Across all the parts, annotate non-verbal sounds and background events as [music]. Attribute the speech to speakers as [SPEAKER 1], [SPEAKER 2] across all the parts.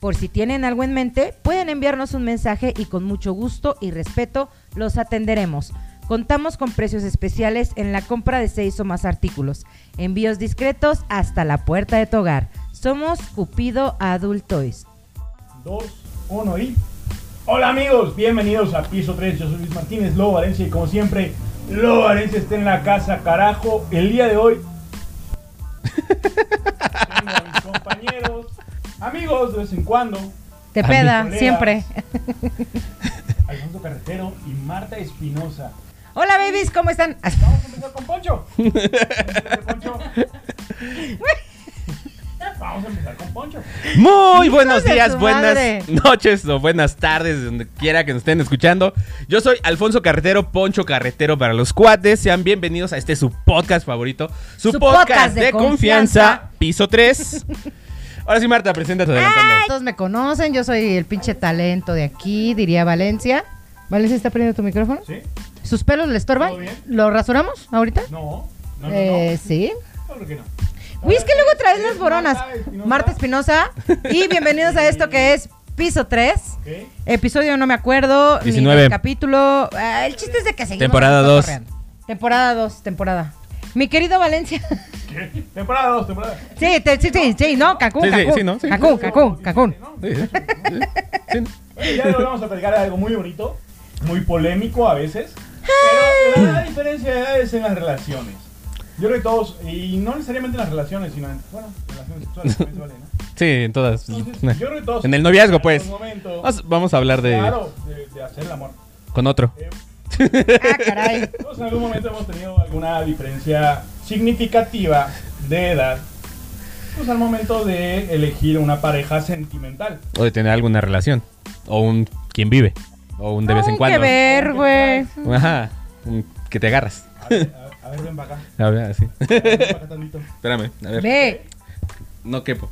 [SPEAKER 1] Por si tienen algo en mente, pueden enviarnos un mensaje y con mucho gusto y respeto los atenderemos. Contamos con precios especiales en la compra de seis o más artículos. Envíos discretos hasta la puerta de tu hogar. Somos Cupido Adult Toys.
[SPEAKER 2] 2, 1 y... Hola amigos, bienvenidos a Piso 3, yo soy Luis Martínez, Lobo Valencia y como siempre, Lobo Valencia está en la casa, carajo. El día de hoy tengo a mis compañeros, amigos de vez en cuando,
[SPEAKER 1] Te
[SPEAKER 3] A mi
[SPEAKER 1] peda,
[SPEAKER 2] colega.
[SPEAKER 1] siempre. [laughs]
[SPEAKER 2] Alfonso Carretero y Marta Espinosa.
[SPEAKER 1] Hola babies, ¿cómo están?
[SPEAKER 2] Vamos a empezar con Poncho. Vamos a empezar con Poncho. Vamos a empezar con Poncho.
[SPEAKER 4] Muy
[SPEAKER 1] Hijo
[SPEAKER 4] buenos
[SPEAKER 1] de
[SPEAKER 4] días,
[SPEAKER 1] su
[SPEAKER 4] buenas
[SPEAKER 1] madre.
[SPEAKER 4] noches o buenas tardes, donde quiera que nos estén escuchando. Yo soy Alfonso Carretero, Poncho Carretero para los cuates. Sean bienvenidos a este su podcast favorito, su,
[SPEAKER 1] Su
[SPEAKER 4] podcast,
[SPEAKER 1] podcast de
[SPEAKER 4] de, confianza,
[SPEAKER 1] [laughs]
[SPEAKER 4] piso 3. Ahora sí, Marta, preséntate adelantando.
[SPEAKER 5] Todos me conocen, yo soy el pinche talento de aquí, diría Valencia. Valencia está prendiendo tu micrófono.
[SPEAKER 2] ¿Sí?
[SPEAKER 5] ¿Sus pelos le estorban?
[SPEAKER 2] ¿Todo bien?
[SPEAKER 5] ¿Lo rasuramos ahorita?
[SPEAKER 2] No, no, no.
[SPEAKER 5] Eh,
[SPEAKER 2] no.
[SPEAKER 5] sí.
[SPEAKER 2] Claro que no.
[SPEAKER 5] Uy, es que luego traes las
[SPEAKER 2] Marta
[SPEAKER 5] boronas.
[SPEAKER 2] Espinosa.
[SPEAKER 5] Marta Espinosa. Y bienvenidos a esto que es Piso 3.
[SPEAKER 2] Ok.
[SPEAKER 5] Episodio no me acuerdo.
[SPEAKER 4] 19.
[SPEAKER 5] Ni del capítulo. Ah, el chiste es de que seguimos.
[SPEAKER 4] Temporada dos.
[SPEAKER 5] cotorreando. Temporada 2, temporada. Mi querido Valencia. [laughs]
[SPEAKER 2] ¿Qué? Temporada 2, temporada.
[SPEAKER 5] Sí, te- sí, sí, sí, no, Cancún,
[SPEAKER 4] Sí, sí,
[SPEAKER 5] Cancún.
[SPEAKER 4] sí, ¿no? Sí.
[SPEAKER 5] Cancún, Cancún, Cancún.
[SPEAKER 2] No,
[SPEAKER 4] Sí, sí, sí, sí.
[SPEAKER 2] Bueno, ya hoy vamos a platicar de algo muy bonito, muy polémico a veces, pero la gran diferencia de edades en las relaciones. Yo creo que todos, y no necesariamente en las relaciones, sino en, bueno, relaciones sexuales también se vale, ¿no?
[SPEAKER 4] Sí, en todas. [laughs]
[SPEAKER 2] Entonces, yo creo que todos...
[SPEAKER 4] En el noviazgo, pues.
[SPEAKER 2] En algún momento,
[SPEAKER 4] Vamos- Vamos a hablar de
[SPEAKER 2] claro, de, de hacer el amor.
[SPEAKER 4] con otro.
[SPEAKER 2] Eh,
[SPEAKER 5] [laughs] Ah, caray.
[SPEAKER 2] todos en algún momento hemos tenido alguna diferencia significativa de edad, pues al momento de elegir una pareja sentimental.
[SPEAKER 4] O de tener alguna relación. O un quien vive. O un de vez en
[SPEAKER 5] Hay que
[SPEAKER 4] cuando.
[SPEAKER 5] ver, güey.
[SPEAKER 4] Ajá. un que te agarras.
[SPEAKER 2] A ver, a, a ver, ven para acá.
[SPEAKER 4] A ver, así. [laughs]
[SPEAKER 2] Ven para acá tantito.
[SPEAKER 4] Espérame, a ver.
[SPEAKER 5] Ve,
[SPEAKER 4] No quepo.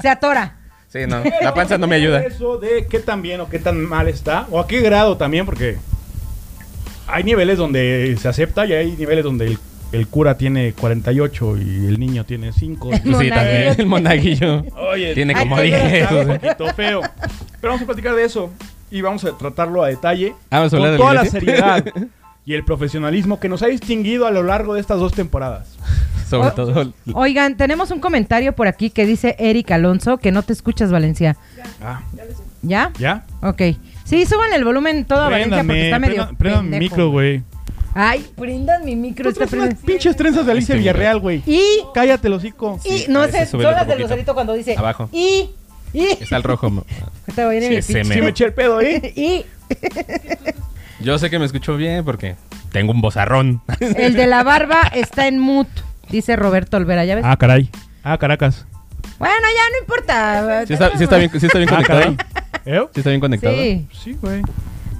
[SPEAKER 5] se atora.
[SPEAKER 4] Sí, no. La panza no
[SPEAKER 2] [laughs]
[SPEAKER 4] me ayuda.
[SPEAKER 2] Eso de qué tan bien o qué tan mal está, o a qué grado también, porque hay niveles donde se acepta y hay niveles donde el, el cura tiene 48 y el niño tiene 5.
[SPEAKER 5] [laughs]
[SPEAKER 4] Sí,
[SPEAKER 5] Monaguillo.
[SPEAKER 4] también. El monaguillo. Tiene como
[SPEAKER 5] ay,
[SPEAKER 4] 10.
[SPEAKER 2] Un
[SPEAKER 4] o sea.
[SPEAKER 2] poquito feo. Pero vamos a platicar de eso y vamos a tratarlo a detalle.
[SPEAKER 4] Vamos Ah, a hablar
[SPEAKER 2] con
[SPEAKER 4] de la
[SPEAKER 2] toda la
[SPEAKER 4] iglesia. [laughs]
[SPEAKER 2] seriedad y el profesionalismo que nos ha distinguido a lo largo de estas dos temporadas.
[SPEAKER 4] Sobre todo.
[SPEAKER 5] Oigan, tenemos un comentario por aquí que dice Eric Alonso que no te escuchas, Valencia.
[SPEAKER 2] Ah,
[SPEAKER 5] ¿Ya?
[SPEAKER 2] ¿ya?
[SPEAKER 5] Ok. Sí, suban el volumen todo a Valencia porque está medio.
[SPEAKER 2] prendan- prendan mi
[SPEAKER 5] pendejo.
[SPEAKER 2] micro, güey.
[SPEAKER 5] Ay, prendan mi micro.
[SPEAKER 4] Pues
[SPEAKER 2] Tú
[SPEAKER 5] Está
[SPEAKER 2] traes unas
[SPEAKER 5] prenden-
[SPEAKER 2] pinches trenzas de Alicia
[SPEAKER 4] Este,
[SPEAKER 2] Villarreal, güey.
[SPEAKER 5] Y.
[SPEAKER 2] Cállate el hocico.
[SPEAKER 5] Y
[SPEAKER 4] Sí,
[SPEAKER 5] no
[SPEAKER 4] a
[SPEAKER 5] sé,
[SPEAKER 4] veces
[SPEAKER 5] son
[SPEAKER 4] súbele
[SPEAKER 5] las
[SPEAKER 4] otro
[SPEAKER 5] del
[SPEAKER 4] poquito.
[SPEAKER 5] Lucerito cuando dice.
[SPEAKER 4] Abajo.
[SPEAKER 5] Y. Y. [laughs]
[SPEAKER 4] Está el rojo. mo-
[SPEAKER 5] Te voy a ir en el
[SPEAKER 4] Sí, se
[SPEAKER 5] [laughs] pinche.
[SPEAKER 2] Sí me eché el pedo, ¿eh?
[SPEAKER 5] Y
[SPEAKER 4] Yo sé que me escucho bien porque tengo un bozarrón.
[SPEAKER 5] el de la barba está en mute, dice Roberto Olvera. ¿Ya ves?
[SPEAKER 3] Ah, caray. Ah, Caracas.
[SPEAKER 5] Bueno, ya no importa.
[SPEAKER 4] ¿Sí está, sí está bien, sí está bien
[SPEAKER 3] Ah,
[SPEAKER 4] conectado?
[SPEAKER 3] caray.
[SPEAKER 4] ¿Sí
[SPEAKER 2] [laughs] ¿Eh?
[SPEAKER 4] está bien conectado?
[SPEAKER 5] Sí.
[SPEAKER 2] Sí, güey.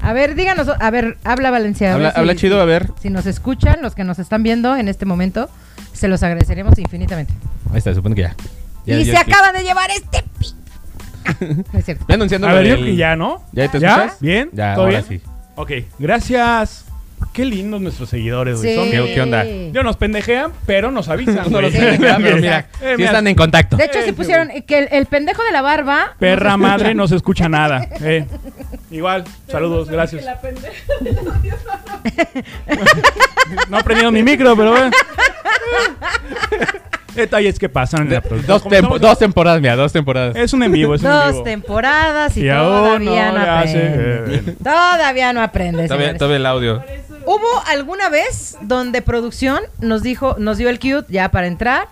[SPEAKER 5] A ver, díganos, a ver, habla Valencia. a
[SPEAKER 4] Habla,
[SPEAKER 5] ver si-
[SPEAKER 4] habla chido, a ver.
[SPEAKER 5] Si nos escuchan, los que nos están viendo en este momento, se los agradeceremos infinitamente.
[SPEAKER 4] Ahí está, supongo que ya. Ya-
[SPEAKER 5] y
[SPEAKER 4] ya
[SPEAKER 5] se
[SPEAKER 4] estoy-
[SPEAKER 5] acaban de llevar este pi- Ah, no es
[SPEAKER 4] [laughs]
[SPEAKER 5] cierto.
[SPEAKER 4] Ya anunciando
[SPEAKER 2] A
[SPEAKER 4] lo
[SPEAKER 2] ver, yo
[SPEAKER 4] del-
[SPEAKER 2] creo que ya, ¿no?
[SPEAKER 4] ¿Ya te
[SPEAKER 2] ¿Ya?
[SPEAKER 4] escuchas?
[SPEAKER 2] ¿Bien?
[SPEAKER 4] Ya,
[SPEAKER 2] ¿Todo
[SPEAKER 4] ahora
[SPEAKER 2] bien?
[SPEAKER 4] sí.
[SPEAKER 2] Ok, gracias. Qué lindos nuestros seguidores, güey. Son-
[SPEAKER 4] ¿Qué- qué onda?
[SPEAKER 2] Yo nos pendejean, pero nos avisan.
[SPEAKER 4] [laughs] No lo
[SPEAKER 2] güey.
[SPEAKER 4] sé, ya,
[SPEAKER 2] [laughs]
[SPEAKER 4] pero mira,
[SPEAKER 2] Eh,
[SPEAKER 4] sí
[SPEAKER 2] mira,
[SPEAKER 4] están en contacto.
[SPEAKER 5] De hecho, se pusieron eh, que el, el pendejo de la barba.
[SPEAKER 2] Perra madre no se escucha nada.
[SPEAKER 4] [laughs]
[SPEAKER 2] eh. Igual, saludos, gracias. [laughs] No he prendido mi micro, pero [laughs] bueno. Detalles que pasan en la producción.
[SPEAKER 4] Dos,
[SPEAKER 2] Como
[SPEAKER 4] tempo-
[SPEAKER 2] estamos-
[SPEAKER 4] dos temporadas, mira, dos temporadas.
[SPEAKER 2] Es un en vivo, es un en
[SPEAKER 5] Dos
[SPEAKER 2] vivo.
[SPEAKER 5] temporadas y,
[SPEAKER 2] Y aún no
[SPEAKER 5] todavía no,
[SPEAKER 2] le hace. eh,
[SPEAKER 5] aprende.
[SPEAKER 2] bueno.
[SPEAKER 5] Todavía no aprende.
[SPEAKER 4] Está bien,
[SPEAKER 5] señores.
[SPEAKER 4] está bien el audio.
[SPEAKER 5] Hubo alguna vez donde producción nos dijo, nos dio el cue ya para entrar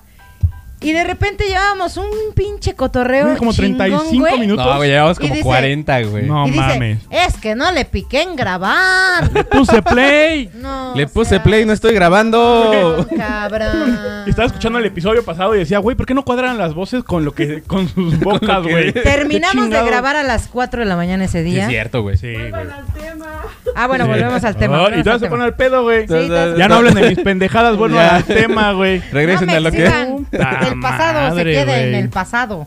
[SPEAKER 6] Y de repente llevábamos un pinche cotorreo.
[SPEAKER 2] Güey, como
[SPEAKER 6] chingón,
[SPEAKER 2] 35
[SPEAKER 6] güey.
[SPEAKER 2] minutos.
[SPEAKER 4] No, güey, llevamos
[SPEAKER 6] Y
[SPEAKER 4] como
[SPEAKER 6] dice-
[SPEAKER 4] 40, güey.
[SPEAKER 2] No
[SPEAKER 6] y dice,
[SPEAKER 2] mames.
[SPEAKER 5] Es que no le piqué en grabar.
[SPEAKER 2] Puse play.
[SPEAKER 5] No,
[SPEAKER 4] Le
[SPEAKER 5] o
[SPEAKER 4] puse
[SPEAKER 5] sea,
[SPEAKER 4] play, no
[SPEAKER 5] [laughs]
[SPEAKER 4] estoy grabando.
[SPEAKER 5] Cabrón.
[SPEAKER 2] Oh. Estaba
[SPEAKER 5] [laughs]
[SPEAKER 2] escuchando el episodio pasado y decía, güey, ¿por qué no cuadran las voces con lo que [laughs] con sus bocas,
[SPEAKER 4] que-
[SPEAKER 2] güey?
[SPEAKER 6] Terminamos de
[SPEAKER 2] Chingado.
[SPEAKER 6] grabar a las 4 de la mañana ese
[SPEAKER 4] Sí,
[SPEAKER 6] día.
[SPEAKER 4] es cierto, güey.
[SPEAKER 2] Sí, güey.
[SPEAKER 6] Ah, bueno, volvemos al tema.
[SPEAKER 2] Ah,
[SPEAKER 6] volvemos
[SPEAKER 2] y te
[SPEAKER 6] al
[SPEAKER 2] vas a
[SPEAKER 6] tema.
[SPEAKER 2] poner al pedo, [laughs] güey.
[SPEAKER 6] Sí, entonces-
[SPEAKER 2] Ya no hablen de mis pendejadas, vuelvo
[SPEAKER 4] Ya.
[SPEAKER 2] al
[SPEAKER 6] [laughs]
[SPEAKER 2] tema, güey.
[SPEAKER 4] Regresen
[SPEAKER 5] No me
[SPEAKER 4] a lo que.
[SPEAKER 5] exijan.
[SPEAKER 2] Puta
[SPEAKER 5] El pasado
[SPEAKER 2] madre,
[SPEAKER 5] se queda en
[SPEAKER 2] güey.
[SPEAKER 5] el pasado.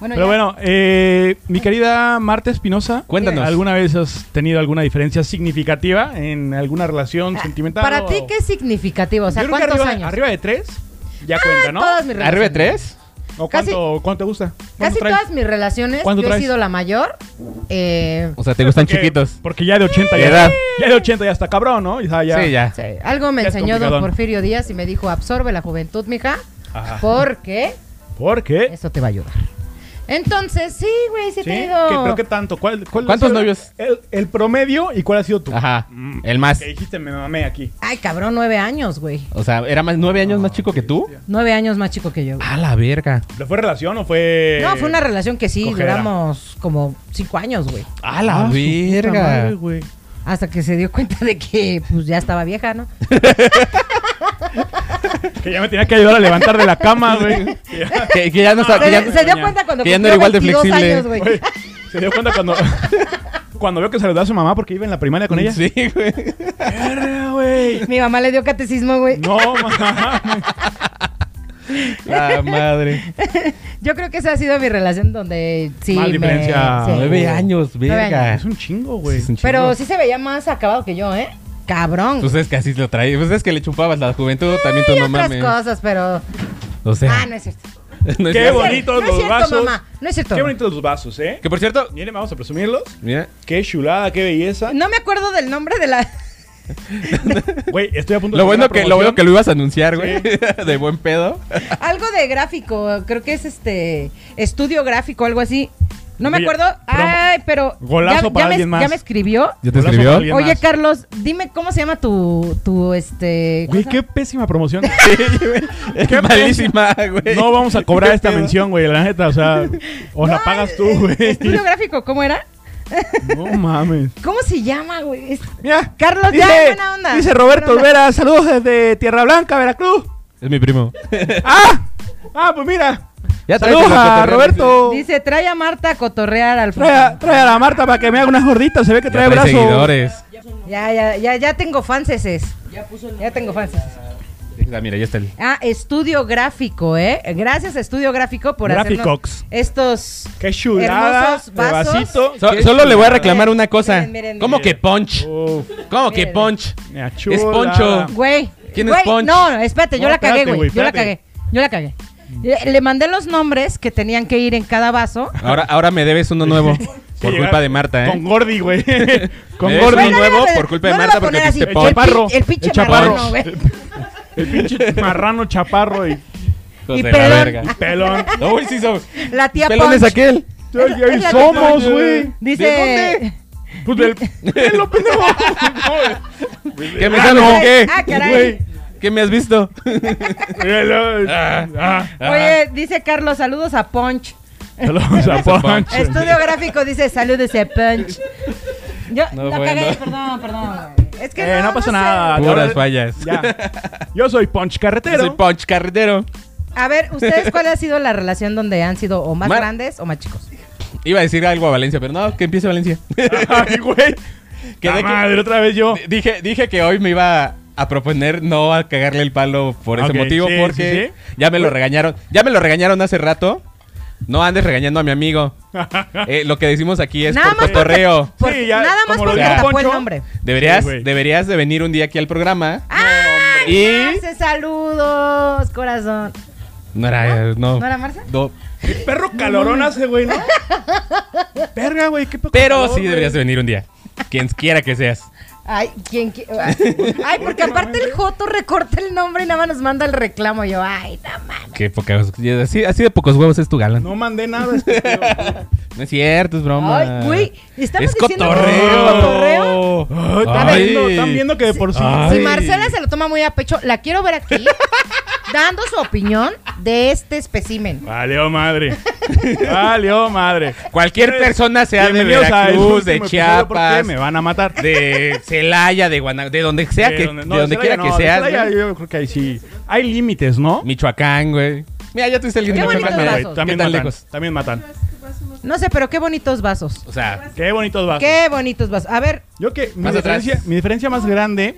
[SPEAKER 5] Bueno, ya.
[SPEAKER 2] Pero bueno, eh, mi querida Marta Espinosa,
[SPEAKER 4] Cuéntanos.
[SPEAKER 2] ¿alguna vez has tenido alguna diferencia significativa en alguna relación sentimental?
[SPEAKER 6] Ah, Para
[SPEAKER 2] o-
[SPEAKER 6] ti, ¿qué es significativo? O sea,
[SPEAKER 2] Yo creo que
[SPEAKER 6] ¿cuántos
[SPEAKER 2] arriba,
[SPEAKER 6] años?
[SPEAKER 2] Arriba de tres, ya cuenta, ¿no?
[SPEAKER 6] Todas mis
[SPEAKER 4] ¿Arriba de
[SPEAKER 6] relaciones.
[SPEAKER 4] tres?
[SPEAKER 2] ¿O
[SPEAKER 5] casi-
[SPEAKER 2] cuánto, cuánto te gusta?
[SPEAKER 5] Casi
[SPEAKER 2] traes?
[SPEAKER 5] todas mis relaciones, yo
[SPEAKER 2] ¿Cuánto
[SPEAKER 5] he
[SPEAKER 2] traes?
[SPEAKER 5] sido la mayor. Eh,
[SPEAKER 4] O sea, te gustan
[SPEAKER 2] Porque-
[SPEAKER 4] chiquitos.
[SPEAKER 2] Porque ya de 80
[SPEAKER 4] De
[SPEAKER 2] ya.
[SPEAKER 4] edad.
[SPEAKER 2] Ya de 80 ya está cabrón, ¿no? Ya, ya.
[SPEAKER 4] Sí, ya.
[SPEAKER 5] sí, algo me
[SPEAKER 2] Ya es
[SPEAKER 5] enseñó don
[SPEAKER 2] complicadón.
[SPEAKER 5] Porfirio Díaz y me dijo, absorbe la juventud, mija, porque
[SPEAKER 2] ¿Por qué?
[SPEAKER 5] eso te va a ayudar. Entonces, sí, güey, sí, he
[SPEAKER 2] ¿Sí?
[SPEAKER 5] tenido-
[SPEAKER 2] ¿Qué- ¿Pero qué tanto? ¿Cuál, cuál ha
[SPEAKER 4] ¿Cuántos
[SPEAKER 2] sido
[SPEAKER 4] novios?
[SPEAKER 2] El, el promedio y cuál ha sido tu.
[SPEAKER 4] Ajá.
[SPEAKER 2] Mm.
[SPEAKER 4] El más.
[SPEAKER 2] Que dijiste, me mamé aquí.
[SPEAKER 5] Ay, cabrón, nueve años, güey.
[SPEAKER 4] O sea, ¿era más nueve
[SPEAKER 2] Ah,
[SPEAKER 4] años más chico que tú?
[SPEAKER 5] Nueve años más chico que yo. güey.
[SPEAKER 4] A la verga.
[SPEAKER 2] ¿Pero fue relación o fue.?
[SPEAKER 4] Eh,
[SPEAKER 5] no, fue una relación que sí,
[SPEAKER 2] cogedera.
[SPEAKER 5] duramos como cinco años, güey.
[SPEAKER 4] A la
[SPEAKER 2] Ah, su puta
[SPEAKER 4] verga.
[SPEAKER 2] madre, güey.
[SPEAKER 5] Hasta que se dio cuenta de que pues ya estaba vieja, ¿no?
[SPEAKER 2] Que ya me tenía que ayudar a levantar de la cama, [laughs] güey. Que ya-
[SPEAKER 4] que, que ya no está-
[SPEAKER 5] Se,
[SPEAKER 4] Ah, que ya-
[SPEAKER 5] se dio cuenta cuando
[SPEAKER 4] que ya
[SPEAKER 5] cumplió
[SPEAKER 4] no era igual de
[SPEAKER 5] 22
[SPEAKER 4] flexible.
[SPEAKER 5] años, güey.
[SPEAKER 2] güey, Se dio cuenta cuando. [laughs] cuando vio que saludaba a su mamá porque iba en la primaria con ella.
[SPEAKER 4] Sí, güey.
[SPEAKER 2] Verga, güey.
[SPEAKER 5] Mi mamá le dio catecismo, güey.
[SPEAKER 2] No,
[SPEAKER 4] [laughs]
[SPEAKER 2] mames.
[SPEAKER 4] La madre.
[SPEAKER 5] Yo creo que esa ha sido mi relación donde sí
[SPEAKER 2] Mal
[SPEAKER 5] me-
[SPEAKER 2] diferencia.
[SPEAKER 5] sí.
[SPEAKER 4] Nueve años, verga.
[SPEAKER 2] Es un chingo, güey.
[SPEAKER 4] Es un chingo.
[SPEAKER 5] Pero sí se veía más acabado que yo, ¿eh? Cabrón.
[SPEAKER 4] Pues es que así lo traí. Pues es que le chupabas la juventud, también tú
[SPEAKER 5] Hay
[SPEAKER 4] no
[SPEAKER 5] otras
[SPEAKER 4] mames.
[SPEAKER 5] cosas, pero
[SPEAKER 4] O sea,
[SPEAKER 5] ah, no es cierto.
[SPEAKER 4] [laughs] no es
[SPEAKER 2] Qué
[SPEAKER 4] cierto.
[SPEAKER 2] bonito. Bonitos
[SPEAKER 5] no es
[SPEAKER 2] los
[SPEAKER 5] cierto,
[SPEAKER 2] vasos.
[SPEAKER 5] mamá. No es cierto.
[SPEAKER 2] Qué bonitos los vasos, ¿eh?
[SPEAKER 4] Que por cierto,
[SPEAKER 2] Miren, vamos a presumirlos.
[SPEAKER 4] mira,
[SPEAKER 2] Qué chulada, qué belleza.
[SPEAKER 5] No me acuerdo del nombre de la
[SPEAKER 2] Güey, estoy a punto
[SPEAKER 4] lo
[SPEAKER 2] hacer
[SPEAKER 4] bueno
[SPEAKER 2] una
[SPEAKER 4] que lo bueno que
[SPEAKER 2] promoción.
[SPEAKER 4] lo ibas a anunciar, güey, [laughs] de buen pedo.
[SPEAKER 5] algo de gráfico, creo que es este estudio gráfico algo así. No me
[SPEAKER 2] Oye,
[SPEAKER 5] acuerdo.
[SPEAKER 2] pero-
[SPEAKER 5] Ay, pero
[SPEAKER 2] Golazo
[SPEAKER 5] ya,
[SPEAKER 2] para
[SPEAKER 5] ya me,
[SPEAKER 2] alguien más.
[SPEAKER 5] ya me escribió.
[SPEAKER 4] ¿Ya te
[SPEAKER 2] Hola,
[SPEAKER 4] escribió?
[SPEAKER 2] Sofía.
[SPEAKER 5] Oye,
[SPEAKER 2] más.
[SPEAKER 5] Carlos, dime cómo se llama tu tu este
[SPEAKER 2] Güey, qué pésima [laughs] promoción. [laughs]
[SPEAKER 4] Qué malísima, güey.
[SPEAKER 2] No vamos a cobrar
[SPEAKER 4] ¿Qué
[SPEAKER 2] esta
[SPEAKER 4] pedo?
[SPEAKER 2] mención, güey, la neta, o [laughs] sea, o la
[SPEAKER 5] No,
[SPEAKER 2] pagas
[SPEAKER 5] eh,
[SPEAKER 2] tú, güey.
[SPEAKER 5] estudio gráfico, ¿cómo era?
[SPEAKER 2] [laughs] No mames.
[SPEAKER 5] ¿Cómo se llama, güey? Es-
[SPEAKER 2] Mira,
[SPEAKER 5] Carlos, ya,
[SPEAKER 2] dice,
[SPEAKER 5] buena onda.
[SPEAKER 2] Dice Roberto
[SPEAKER 5] Buena onda.
[SPEAKER 2] Olvera, saludos desde Tierra Blanca, [laughs] Veracruz.
[SPEAKER 4] Es mi primo.
[SPEAKER 2] ¡Ah! ¡Ah, pues mira!
[SPEAKER 4] [laughs] Ya
[SPEAKER 2] saludos
[SPEAKER 4] tráete la
[SPEAKER 2] a
[SPEAKER 4] cotorrea,
[SPEAKER 2] Roberto.
[SPEAKER 5] Dice, trae a Marta a cotorrear al
[SPEAKER 2] Trae, a- trae a la Marta para que me haga unas gorditas, se ve que
[SPEAKER 4] Ya
[SPEAKER 2] trae,
[SPEAKER 4] trae
[SPEAKER 2] brazo.
[SPEAKER 4] seguidores.
[SPEAKER 5] Ya, ya, ya, ya tengo fanses. Ya puso Ya tengo fanses.
[SPEAKER 4] Ah, mira, ya está el.
[SPEAKER 5] Ah, estudio gráfico, ¿eh? Gracias, estudio gráfico, por
[SPEAKER 2] Graficox.
[SPEAKER 5] hacernos estos.
[SPEAKER 2] Qué chulada,
[SPEAKER 5] Hermosos
[SPEAKER 2] de
[SPEAKER 5] vasos.
[SPEAKER 2] vasito.
[SPEAKER 4] So-
[SPEAKER 2] Qué
[SPEAKER 4] solo le voy a
[SPEAKER 2] chulada.
[SPEAKER 4] reclamar una cosa.
[SPEAKER 5] Miren, miren, miren.
[SPEAKER 4] ¿Cómo que punch?
[SPEAKER 2] Uf,
[SPEAKER 4] ¿Cómo que
[SPEAKER 5] Miren.
[SPEAKER 4] punch?
[SPEAKER 2] mira,
[SPEAKER 4] Es Poncho.
[SPEAKER 2] [laughs] chulada.
[SPEAKER 5] Güey.
[SPEAKER 4] ¿Quién es
[SPEAKER 5] güey,
[SPEAKER 4] Punch?
[SPEAKER 5] No, no, espérate, yo
[SPEAKER 2] No,
[SPEAKER 5] la cagué,
[SPEAKER 2] espérate,
[SPEAKER 5] güey.
[SPEAKER 2] güey,
[SPEAKER 5] Yo la
[SPEAKER 2] espérate.
[SPEAKER 5] cagué. Yo la cagué.
[SPEAKER 4] Mm.
[SPEAKER 5] Le, le mandé los nombres que tenían que ir en cada vaso.
[SPEAKER 4] Ahora, ahora me debes uno nuevo. Por
[SPEAKER 2] Sí,
[SPEAKER 4] culpa
[SPEAKER 2] llegar-
[SPEAKER 4] de Marta,
[SPEAKER 2] Con
[SPEAKER 4] ¿eh?
[SPEAKER 2] Gordy, güey. [laughs] con Gordy.
[SPEAKER 4] Eh, Gordo
[SPEAKER 5] Güey, no le
[SPEAKER 4] nuevo
[SPEAKER 5] iba a-
[SPEAKER 4] por culpa de
[SPEAKER 5] no le iba
[SPEAKER 4] Marta
[SPEAKER 5] a
[SPEAKER 4] porque
[SPEAKER 5] poner
[SPEAKER 4] dijiste
[SPEAKER 5] así,
[SPEAKER 4] Ponch.
[SPEAKER 5] El,
[SPEAKER 2] Chaparro.
[SPEAKER 5] chaparro. el pinche
[SPEAKER 2] El chaparro.
[SPEAKER 5] marrano, güey.
[SPEAKER 2] El pinche marrano chaparro y
[SPEAKER 4] Hijos
[SPEAKER 5] y
[SPEAKER 4] de la
[SPEAKER 5] pelón.
[SPEAKER 4] verga.
[SPEAKER 2] pelón.
[SPEAKER 4] No, güey, sí, so-
[SPEAKER 5] La tía
[SPEAKER 4] pelón es
[SPEAKER 5] Punch.
[SPEAKER 4] aquel.
[SPEAKER 2] Yo, yo-
[SPEAKER 5] Es la-
[SPEAKER 2] somos, güey.
[SPEAKER 5] Dice.
[SPEAKER 4] dónde?
[SPEAKER 2] Pues
[SPEAKER 5] [laughs]
[SPEAKER 2] del- [laughs] del lo pendejo. No, güey.
[SPEAKER 4] ¿Qué me
[SPEAKER 2] Ah,
[SPEAKER 4] sale?
[SPEAKER 2] no.
[SPEAKER 4] ¿Qué?
[SPEAKER 5] Ah,
[SPEAKER 2] Güey.
[SPEAKER 5] caray.
[SPEAKER 4] ¿Qué me
[SPEAKER 5] [laughs]
[SPEAKER 4] has visto?
[SPEAKER 2] El- el-
[SPEAKER 4] Ah.
[SPEAKER 2] ah.
[SPEAKER 5] Oye, dice Carlos, saludos a Punch.
[SPEAKER 2] Saludos a
[SPEAKER 4] Saludos a
[SPEAKER 2] Poncho.
[SPEAKER 5] Estudio gráfico dice saludos a Punch. Yo
[SPEAKER 4] No,
[SPEAKER 5] la
[SPEAKER 4] bueno.
[SPEAKER 5] cagué, perdón, perdón. güey. Es que
[SPEAKER 2] Eh, no pasa
[SPEAKER 5] sé.
[SPEAKER 2] nada.
[SPEAKER 4] Puras fallas.
[SPEAKER 2] Ya. Yo soy Ponch Carretero.
[SPEAKER 4] Soy Punch Carretero.
[SPEAKER 5] A ver, ¿ustedes cuál ha sido la relación donde han sido o más
[SPEAKER 4] Mar-
[SPEAKER 5] grandes o más chicos?
[SPEAKER 4] Iba a decir algo a Valencia, pero no, que
[SPEAKER 2] [laughs]
[SPEAKER 4] empiece Valencia. [laughs]
[SPEAKER 2] Ay, güey.
[SPEAKER 4] Que
[SPEAKER 2] La
[SPEAKER 4] de que-
[SPEAKER 2] madre, otra vez yo.
[SPEAKER 4] D- Dije, dije que hoy me iba a proponer no a cagarle el palo por ese
[SPEAKER 2] Ok,
[SPEAKER 4] motivo,
[SPEAKER 2] sí,
[SPEAKER 4] porque
[SPEAKER 2] sí, Pues-
[SPEAKER 4] ya me lo regañaron. Ya me lo regañaron hace rato. No andes regañando a
[SPEAKER 2] [laughs]
[SPEAKER 4] mi amigo. Eh, lo que decimos aquí es por
[SPEAKER 5] porque-
[SPEAKER 4] cotorreo.
[SPEAKER 5] por-
[SPEAKER 2] Sí, ya,
[SPEAKER 5] nada más
[SPEAKER 2] como lo
[SPEAKER 5] porque
[SPEAKER 4] dijo
[SPEAKER 5] tapó el
[SPEAKER 2] Poncho.
[SPEAKER 5] nombre.
[SPEAKER 4] Deberías,
[SPEAKER 2] Sí, güey.
[SPEAKER 4] deberías de venir un día aquí al programa.
[SPEAKER 5] ¡Ay,
[SPEAKER 4] Y-
[SPEAKER 5] Marce, Ah, saludos, corazón!
[SPEAKER 4] No era, no.
[SPEAKER 5] ¿No era Marcia?
[SPEAKER 4] No.
[SPEAKER 2] Qué perro calorón hace, güey, ¿no? Verga, güey, qué poco
[SPEAKER 4] Pero
[SPEAKER 2] calor,
[SPEAKER 4] sí
[SPEAKER 2] güey.
[SPEAKER 4] deberías de venir un día. Quien quiera que seas.
[SPEAKER 5] Ay, ¿quién qui- Ah, Ay, porque aparte el Joto recorta el nombre y nada más nos manda el reclamo. Yo, ay, nada más.
[SPEAKER 4] Qué pocas así, así de pocos huevos es tu galán. No,
[SPEAKER 2] No mandé nada. este estúpido.
[SPEAKER 4] es cierto, es broma.
[SPEAKER 5] Ay, güey, estamos
[SPEAKER 4] es
[SPEAKER 5] diciendo que
[SPEAKER 4] cotorreo.
[SPEAKER 5] es cotorreo.
[SPEAKER 2] Ay, están,
[SPEAKER 4] Ay.
[SPEAKER 2] viendo, están viendo que de por sí. [laughs]
[SPEAKER 4] Ay.
[SPEAKER 5] Si Marcela se lo toma muy a pecho, la quiero ver aquí dando su opinión de este espécimen.
[SPEAKER 2] Vale, oh
[SPEAKER 4] [laughs]
[SPEAKER 2] madre. Vale, oh madre.
[SPEAKER 4] Cualquier persona sea de
[SPEAKER 2] Bienvenidos a el
[SPEAKER 4] Veracruz, de
[SPEAKER 2] último episodio, ¿por qué?
[SPEAKER 4] Chiapas,
[SPEAKER 2] Me van a matar.
[SPEAKER 4] de Celaya, de Guanajuato, de donde sea, que,
[SPEAKER 2] no,
[SPEAKER 4] de donde
[SPEAKER 2] Celaya
[SPEAKER 4] quiera
[SPEAKER 2] no,
[SPEAKER 4] que
[SPEAKER 2] de
[SPEAKER 4] seas.
[SPEAKER 2] Celaya
[SPEAKER 4] güey.
[SPEAKER 2] yo creo que ahí sí. Hay límites, ¿no?
[SPEAKER 4] Michoacán, güey. Mira, ya tuviste el
[SPEAKER 5] Qué
[SPEAKER 4] de
[SPEAKER 5] bonito
[SPEAKER 4] Michoacán,
[SPEAKER 5] brazos.
[SPEAKER 2] Matan,
[SPEAKER 4] güey.
[SPEAKER 2] güey,
[SPEAKER 4] ¿Qué
[SPEAKER 2] También
[SPEAKER 4] tan
[SPEAKER 2] matan.
[SPEAKER 4] lejos?
[SPEAKER 2] También matan.
[SPEAKER 7] No sé, pero qué bonitos vasos.
[SPEAKER 4] O sea,
[SPEAKER 2] Qué bonitos vasos.
[SPEAKER 7] Qué bonitos vasos. A ver,
[SPEAKER 2] Yo que mi
[SPEAKER 4] Más atrás.
[SPEAKER 2] diferencia, mi diferencia más grande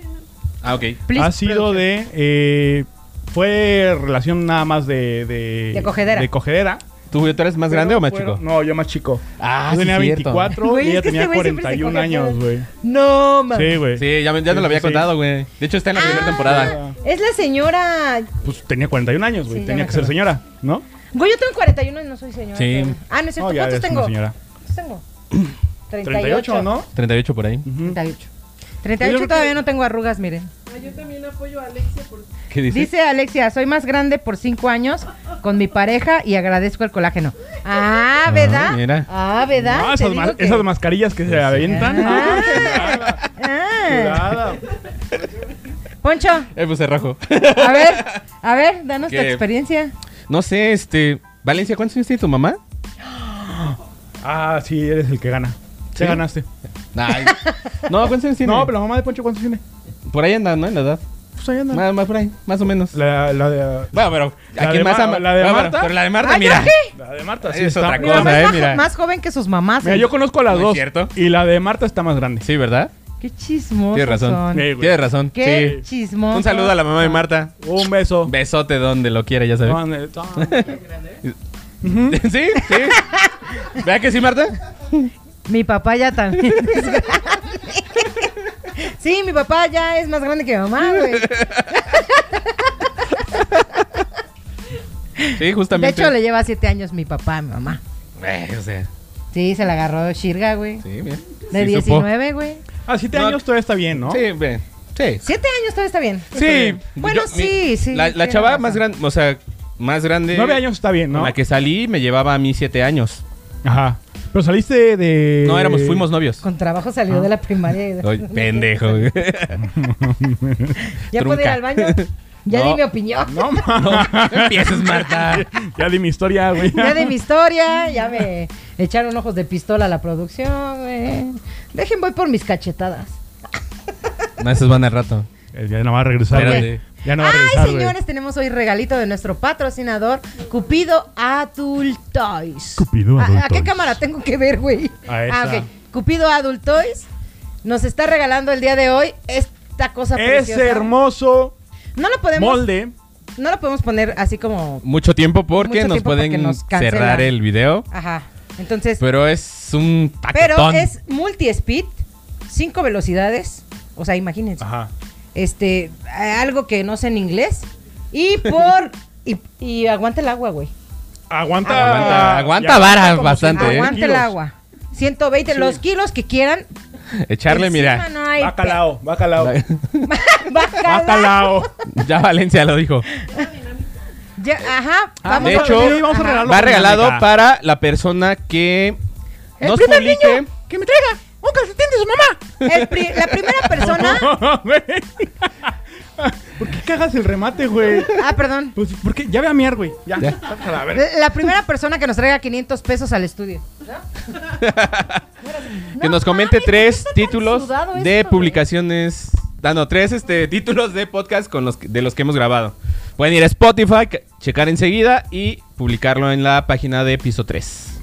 [SPEAKER 4] ah, ok.
[SPEAKER 7] please.
[SPEAKER 2] ha sido
[SPEAKER 7] production.
[SPEAKER 2] de. eh, fue relación nada más de. De,
[SPEAKER 7] De cogedera.
[SPEAKER 2] de cogedera.
[SPEAKER 4] ¿Tú, tú eres más
[SPEAKER 2] Pero
[SPEAKER 4] grande o más
[SPEAKER 2] fueron-
[SPEAKER 4] chico?
[SPEAKER 2] No, yo más chico.
[SPEAKER 4] Ah,
[SPEAKER 2] yo
[SPEAKER 4] sí,
[SPEAKER 2] tenía
[SPEAKER 4] cierto.
[SPEAKER 2] 24
[SPEAKER 5] Güey,
[SPEAKER 2] y
[SPEAKER 5] es
[SPEAKER 2] ella
[SPEAKER 5] que este
[SPEAKER 2] tenía
[SPEAKER 5] güey siempre se
[SPEAKER 2] 41
[SPEAKER 5] coge a
[SPEAKER 2] años,
[SPEAKER 5] todos.
[SPEAKER 2] güey.
[SPEAKER 5] No, man.
[SPEAKER 2] Sí, güey.
[SPEAKER 4] Sí, ya, me- ya nos lo había
[SPEAKER 2] Sí, sí, sí.
[SPEAKER 4] contado, güey. De hecho, está en la primera temporada.
[SPEAKER 5] Es la señora.
[SPEAKER 2] Pues tenía 41 años, güey.
[SPEAKER 5] Sí, ya
[SPEAKER 2] tenía
[SPEAKER 5] me
[SPEAKER 2] que ser
[SPEAKER 5] acuerdo.
[SPEAKER 2] señora, ¿no?
[SPEAKER 5] Güey, yo tengo 41 y no soy señora.
[SPEAKER 4] Sí.
[SPEAKER 5] todavía. Ah, no es cierto.
[SPEAKER 2] No, ya
[SPEAKER 5] ¿Cuántos
[SPEAKER 2] eres
[SPEAKER 5] tengo?
[SPEAKER 2] una señora.
[SPEAKER 5] ¿Cuántos Pues tengo?
[SPEAKER 2] 38, ¿no?
[SPEAKER 4] 38 por ahí.
[SPEAKER 2] Ujú.
[SPEAKER 5] 38.
[SPEAKER 2] Yo
[SPEAKER 5] 38
[SPEAKER 2] creo
[SPEAKER 5] todavía no tengo arrugas, miren.
[SPEAKER 8] Yo también apoyo a Alexia porque
[SPEAKER 4] ¿Qué dices?
[SPEAKER 5] Dice Alexia, soy más grande por 5 años con mi pareja y agradezco el colágeno. Ah, ¿verdad?
[SPEAKER 4] Ah, mira.
[SPEAKER 5] Ah, ¿verdad?
[SPEAKER 2] No,
[SPEAKER 5] Te
[SPEAKER 2] esas,
[SPEAKER 5] digo
[SPEAKER 2] mas-
[SPEAKER 5] que-
[SPEAKER 2] esas mascarillas que
[SPEAKER 4] Pues
[SPEAKER 2] se avientan.
[SPEAKER 5] Ah.
[SPEAKER 2] Chulada,
[SPEAKER 5] Ah.
[SPEAKER 2] chulada.
[SPEAKER 5] Poncho,
[SPEAKER 4] Eh, pues se rajó. [laughs]
[SPEAKER 5] a ver, a ver, danos tu
[SPEAKER 4] ¿Qué?
[SPEAKER 5] experiencia.
[SPEAKER 4] no sé, este. Valencia, ¿cuántos años tiene tu mamá?
[SPEAKER 2] Ah, sí, eres el que gana. Te
[SPEAKER 4] ¿Sí?
[SPEAKER 2] ganaste.
[SPEAKER 5] [laughs]
[SPEAKER 4] Ay. no, ¿cuántos años tiene?
[SPEAKER 2] No, pero la mamá de Poncho, ¿cuántos tiene?
[SPEAKER 4] Por ahí anda, ¿no? En la edad.
[SPEAKER 2] Pues ahí anda.
[SPEAKER 4] Nada más por ahí, más o menos.
[SPEAKER 2] La, la de,
[SPEAKER 4] Bueno, pero
[SPEAKER 2] La
[SPEAKER 4] ¿a
[SPEAKER 2] de
[SPEAKER 4] quién más
[SPEAKER 2] Ma-
[SPEAKER 4] ama?
[SPEAKER 2] la de
[SPEAKER 4] Ah, bueno,
[SPEAKER 2] Marta.
[SPEAKER 4] Pero la de Marta,
[SPEAKER 5] Ay, ¿yo
[SPEAKER 4] mira.
[SPEAKER 5] qué?
[SPEAKER 2] la de Marta,
[SPEAKER 4] Ahí
[SPEAKER 2] sí.
[SPEAKER 4] es
[SPEAKER 2] está.
[SPEAKER 4] otra
[SPEAKER 5] Mi
[SPEAKER 4] cosa.
[SPEAKER 2] Mira,
[SPEAKER 5] mamá es
[SPEAKER 4] eh,
[SPEAKER 5] más,
[SPEAKER 4] mira.
[SPEAKER 5] más joven que sus mamás.
[SPEAKER 2] Mira,
[SPEAKER 5] ¿eh?
[SPEAKER 2] yo conozco a las
[SPEAKER 4] No es
[SPEAKER 2] dos.
[SPEAKER 4] cierto.
[SPEAKER 2] Y la de Marta está más grande.
[SPEAKER 4] Sí, ¿verdad?
[SPEAKER 5] Qué chismoso.
[SPEAKER 4] Tienes razón.
[SPEAKER 5] son.
[SPEAKER 2] Sí, güey.
[SPEAKER 4] Tienes razón.
[SPEAKER 5] Qué
[SPEAKER 4] Sí.
[SPEAKER 5] chismoso.
[SPEAKER 4] Un saludo a la mamá de Marta.
[SPEAKER 2] Un beso.
[SPEAKER 4] Besote donde lo quiera, ya sabes.
[SPEAKER 2] Tómale, tómale.
[SPEAKER 4] [laughs] ¿Sí? ¿Sí? ¿Vea que sí, Marta?
[SPEAKER 5] Mi papá ya también es grande. Sí, mi papá ya es más grande que mi mamá, güey.
[SPEAKER 4] Sí,
[SPEAKER 5] De
[SPEAKER 4] justamente.
[SPEAKER 5] hecho, le lleva siete años mi papá a mi mamá.
[SPEAKER 4] Eh, o sea,
[SPEAKER 5] Sí, se la agarró Shirga, güey.
[SPEAKER 4] sí, bien.
[SPEAKER 5] De
[SPEAKER 4] Sí, supo.
[SPEAKER 5] 19, güey.
[SPEAKER 2] Ah, siete
[SPEAKER 4] No.
[SPEAKER 2] años todavía está bien, ¿no?
[SPEAKER 4] Sí, bien. Sí.
[SPEAKER 5] Siete años todavía está bien.
[SPEAKER 4] Sí.
[SPEAKER 5] Bueno,
[SPEAKER 4] yo-
[SPEAKER 5] sí,
[SPEAKER 4] mi-
[SPEAKER 5] sí,
[SPEAKER 4] La, la
[SPEAKER 5] tiene
[SPEAKER 4] chava
[SPEAKER 5] razón.
[SPEAKER 4] más grande, o sea, más grande.
[SPEAKER 2] Nueve años está bien,
[SPEAKER 4] Con
[SPEAKER 2] ¿no?
[SPEAKER 4] la que salí me llevaba a mí siete años.
[SPEAKER 2] Ajá. Pero saliste de.
[SPEAKER 4] No éramos, fuimos novios.
[SPEAKER 5] Con trabajo salió
[SPEAKER 4] Ah.
[SPEAKER 5] de la primaria. y de- [laughs]
[SPEAKER 4] Ay,
[SPEAKER 2] [laughs]
[SPEAKER 4] pendejo. güey.
[SPEAKER 5] ¿Ya puedo ir
[SPEAKER 4] trunca.
[SPEAKER 5] al baño? Ya di
[SPEAKER 4] No.
[SPEAKER 5] mi opinión.
[SPEAKER 2] No, ma.
[SPEAKER 4] No empieces, Marta.
[SPEAKER 2] ya di mi historia, güey.
[SPEAKER 5] Ya di mi historia. Ya me echaron ojos de pistola a la producción, güey. Dejen, voy por mis cachetadas.
[SPEAKER 4] No, esos van al rato.
[SPEAKER 2] Eh, Ya no va a regresar, güey.
[SPEAKER 4] Espérate.
[SPEAKER 2] Ya no va a
[SPEAKER 5] Ay,
[SPEAKER 2] regresar, güey.
[SPEAKER 5] señores, tenemos hoy regalito de nuestro patrocinador, Cupido Adult Toys.
[SPEAKER 2] Cupido
[SPEAKER 5] ¿A-
[SPEAKER 2] Adult
[SPEAKER 5] ¿A, qué
[SPEAKER 2] Toys.
[SPEAKER 5] cámara tengo que ver, güey?
[SPEAKER 2] A esa.
[SPEAKER 5] Ah, ok. Cupido Adult Toys nos está regalando el día de hoy esta cosa preciosa.
[SPEAKER 2] Ese hermoso
[SPEAKER 5] No lo podemos,
[SPEAKER 2] molde.
[SPEAKER 5] no lo podemos poner así como,
[SPEAKER 4] Mucho tiempo porque
[SPEAKER 5] Mucho
[SPEAKER 4] nos
[SPEAKER 5] tiempo
[SPEAKER 4] pueden
[SPEAKER 5] porque nos cancelan.
[SPEAKER 4] cerrar el video.
[SPEAKER 5] ajá. Entonces,
[SPEAKER 2] Pues,
[SPEAKER 4] Pero es un
[SPEAKER 5] pero
[SPEAKER 4] paquetón.
[SPEAKER 5] es multi speed, cinco velocidades, o sea, imagínense.
[SPEAKER 2] Ajá.
[SPEAKER 5] Este, a- algo que no sé en inglés y por y, y aguanta el agua, güey.
[SPEAKER 2] Aguanta.
[SPEAKER 4] Aguanta- aguanta
[SPEAKER 2] ya
[SPEAKER 4] vara
[SPEAKER 2] como
[SPEAKER 4] bastante, ¿eh?
[SPEAKER 2] 120
[SPEAKER 5] Aguanta el
[SPEAKER 2] kilos.
[SPEAKER 5] agua. 120 los kilos que quieran.
[SPEAKER 4] Echarle,
[SPEAKER 5] Encima
[SPEAKER 4] mira.
[SPEAKER 5] no hay
[SPEAKER 2] Bacalao, bacalao.
[SPEAKER 5] pe- Bacalao. [laughs]
[SPEAKER 2] Bacalao.
[SPEAKER 4] [laughs] Ya Valencia lo dijo.
[SPEAKER 5] Ya, ajá.
[SPEAKER 4] Ah,
[SPEAKER 5] vamos
[SPEAKER 4] de
[SPEAKER 5] a
[SPEAKER 4] hecho,
[SPEAKER 5] ver-
[SPEAKER 2] vamos a
[SPEAKER 5] ajá.
[SPEAKER 2] regalar-
[SPEAKER 4] Va regalado
[SPEAKER 2] dinámica.
[SPEAKER 4] para la persona que
[SPEAKER 5] El
[SPEAKER 4] nos
[SPEAKER 5] primer
[SPEAKER 4] publique.
[SPEAKER 5] niño que me traiga un calcetín de su mamá. El pri- la
[SPEAKER 4] [laughs]
[SPEAKER 5] primera persona.
[SPEAKER 2] [laughs] Güey. ¿Por qué cagas el remate, güey?
[SPEAKER 5] Ah, perdón.
[SPEAKER 2] Pues, ¿por qué? Ya ve a miar, güey. Ya.
[SPEAKER 4] Ya.
[SPEAKER 2] sácala, A ver.
[SPEAKER 5] La primera persona que nos traiga 500 pesos al estudio.
[SPEAKER 4] Que
[SPEAKER 5] No
[SPEAKER 4] nos comente
[SPEAKER 5] mames, ¿por qué
[SPEAKER 4] tres
[SPEAKER 5] está tan
[SPEAKER 4] títulos
[SPEAKER 5] sudado esto,
[SPEAKER 4] de
[SPEAKER 5] güey?
[SPEAKER 4] publicaciones. Ah, no, tres este, títulos de podcast con los que- de los que hemos grabado. Pueden ir a Spotify, ca- checar enseguida y publicarlo en la página de piso 3.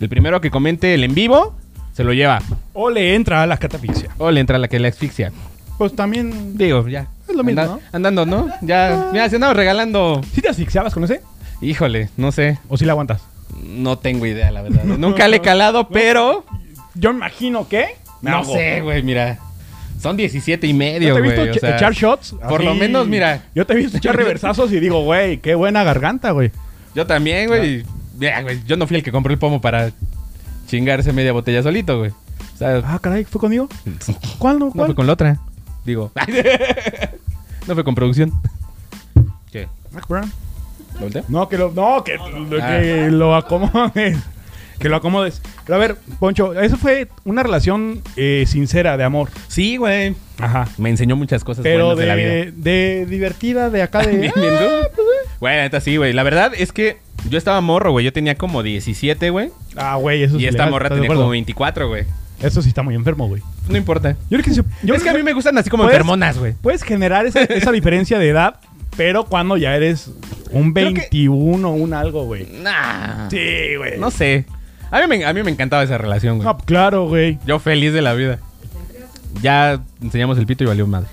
[SPEAKER 4] El primero que comente el en vivo se lo lleva.
[SPEAKER 2] O le entra a la catafixia.
[SPEAKER 4] O le entra la que le asfixia.
[SPEAKER 2] Pues también.
[SPEAKER 4] Digo, ya.
[SPEAKER 2] Es lo mismo,
[SPEAKER 4] Anda-
[SPEAKER 2] ¿no?
[SPEAKER 4] Andando, ¿no? Ya. Mira, si andamos regalando.
[SPEAKER 2] ¿Sí te asfixiabas con ese?
[SPEAKER 4] Híjole, no sé.
[SPEAKER 2] ¿O si la aguantas?
[SPEAKER 4] No tengo idea, la verdad. [laughs] Nunca le he calado, pero.
[SPEAKER 2] Yo me imagino que. me
[SPEAKER 4] No
[SPEAKER 2] ahogo.
[SPEAKER 4] sé, güey, mira. Son 17 y medio,
[SPEAKER 2] Yo te he
[SPEAKER 4] güey.
[SPEAKER 2] visto
[SPEAKER 4] o
[SPEAKER 2] che-
[SPEAKER 4] sea,
[SPEAKER 2] echar shots.
[SPEAKER 4] Por lo menos, mira.
[SPEAKER 2] ah, Yo te he visto
[SPEAKER 4] [laughs]
[SPEAKER 2] echar reversazos y digo, güey, qué buena garganta, güey.
[SPEAKER 4] Yo también, güey. Mira, güey, Yo no fui el que compró el pomo para chingarse media botella solito, güey. O sea,
[SPEAKER 2] Ah, caray, ¿fue conmigo? ¿Cuál no?
[SPEAKER 4] no
[SPEAKER 2] ¿Cuál?
[SPEAKER 4] fue con la otra.
[SPEAKER 2] [laughs]
[SPEAKER 4] Digo. no fue con producción. ¿Qué?
[SPEAKER 2] Mac Brown.
[SPEAKER 4] ¿Lo volteo?
[SPEAKER 2] Ah, No, que lo, no, que, lo-
[SPEAKER 4] Ah.
[SPEAKER 2] que lo acomodes. Que lo acomodes. Pero a ver, Poncho, eso fue una relación eh, sincera de amor.
[SPEAKER 4] Sí, güey.
[SPEAKER 2] Ajá.
[SPEAKER 4] Me enseñó muchas cosas
[SPEAKER 2] Pero
[SPEAKER 4] buenas
[SPEAKER 2] de,
[SPEAKER 4] de la vida.
[SPEAKER 2] Ah,
[SPEAKER 4] [laughs]
[SPEAKER 2] de pues, divertida, de acá de.
[SPEAKER 4] Bien, bien, ¿no? Güey, la neta sí, güey. La verdad es que yo estaba morro, güey. Yo tenía como 17, güey.
[SPEAKER 2] Ah, güey, eso
[SPEAKER 4] Y
[SPEAKER 2] es
[SPEAKER 4] esta
[SPEAKER 2] ilegal,
[SPEAKER 4] morra
[SPEAKER 2] ¿estás de
[SPEAKER 4] tenía
[SPEAKER 2] acuerdo?
[SPEAKER 4] como 24, güey.
[SPEAKER 2] Eso sí está muy enfermo, güey.
[SPEAKER 4] No importa.
[SPEAKER 2] Yo creo que, se- yo creo
[SPEAKER 4] es que a mí me gustan así como
[SPEAKER 2] puedes-
[SPEAKER 4] enfermonas, güey.
[SPEAKER 2] Puedes generar
[SPEAKER 4] [laughs]
[SPEAKER 2] esa, esa diferencia de edad, pero cuando ya eres un
[SPEAKER 4] Creo que-
[SPEAKER 2] 21 un algo, güey.
[SPEAKER 4] Nah.
[SPEAKER 2] Sí, güey.
[SPEAKER 4] No sé. A mí me, a mí me encantaba esa relación, güey.
[SPEAKER 2] Ah, claro, güey.
[SPEAKER 4] Yo feliz de la vida. Ya enseñamos el pito y valió madre.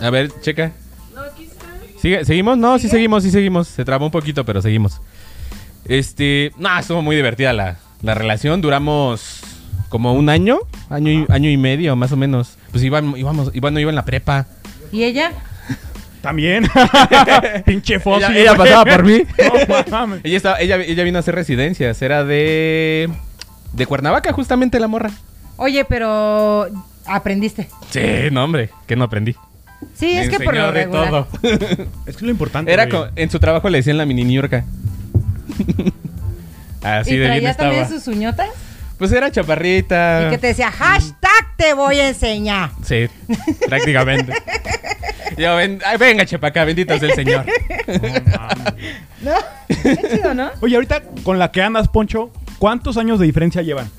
[SPEAKER 4] A ver, checa.
[SPEAKER 9] No, aquí está.
[SPEAKER 4] ¿Sigue- ¿Seguimos? No, sí seguimos, sí seguimos. Se trabó un poquito, pero seguimos. Este. No, estuvo muy divertida la, la relación. Duramos como un año, año y, año y medio, más o menos. Pues iban, íbamos, Iván no iba en la prepa.
[SPEAKER 10] ¿Y ella?
[SPEAKER 4] [laughs]
[SPEAKER 2] También. Pinche fósil.
[SPEAKER 4] Ella- ella
[SPEAKER 2] güey.
[SPEAKER 4] pasaba por mí.
[SPEAKER 2] [laughs] No mames.
[SPEAKER 4] Ella, estaba, ella, ella vino a hacer residencias. Era de. De Cuernavaca, justamente la morra.
[SPEAKER 5] Oye, pero aprendiste.
[SPEAKER 4] Sí, no, hombre, que no aprendí.
[SPEAKER 5] Sí,
[SPEAKER 4] Me
[SPEAKER 5] es que por
[SPEAKER 4] enseñó
[SPEAKER 5] lo
[SPEAKER 4] de
[SPEAKER 5] regular.
[SPEAKER 4] todo.
[SPEAKER 2] Es que lo importante.
[SPEAKER 4] [laughs] Era
[SPEAKER 2] güey.
[SPEAKER 4] co- en su trabajo le decían la mini New York. [laughs] Así
[SPEAKER 5] y
[SPEAKER 4] de bien
[SPEAKER 5] traía
[SPEAKER 4] estaba. Ah.
[SPEAKER 5] también sus uñotas.
[SPEAKER 4] Pues era chaparrita.
[SPEAKER 5] Y que te decía, hashtag te voy a
[SPEAKER 4] [laughs]
[SPEAKER 5] enseñar.
[SPEAKER 4] Sí, prácticamente. [laughs] Yo, ven, ay, venga, Chepaca, bendito sea
[SPEAKER 5] [laughs]
[SPEAKER 4] el Señor.
[SPEAKER 5] ¿No? Qué chido, ¿no?
[SPEAKER 2] Oye, ahorita con la que andas, Poncho, ¿cuántos años de diferencia llevan?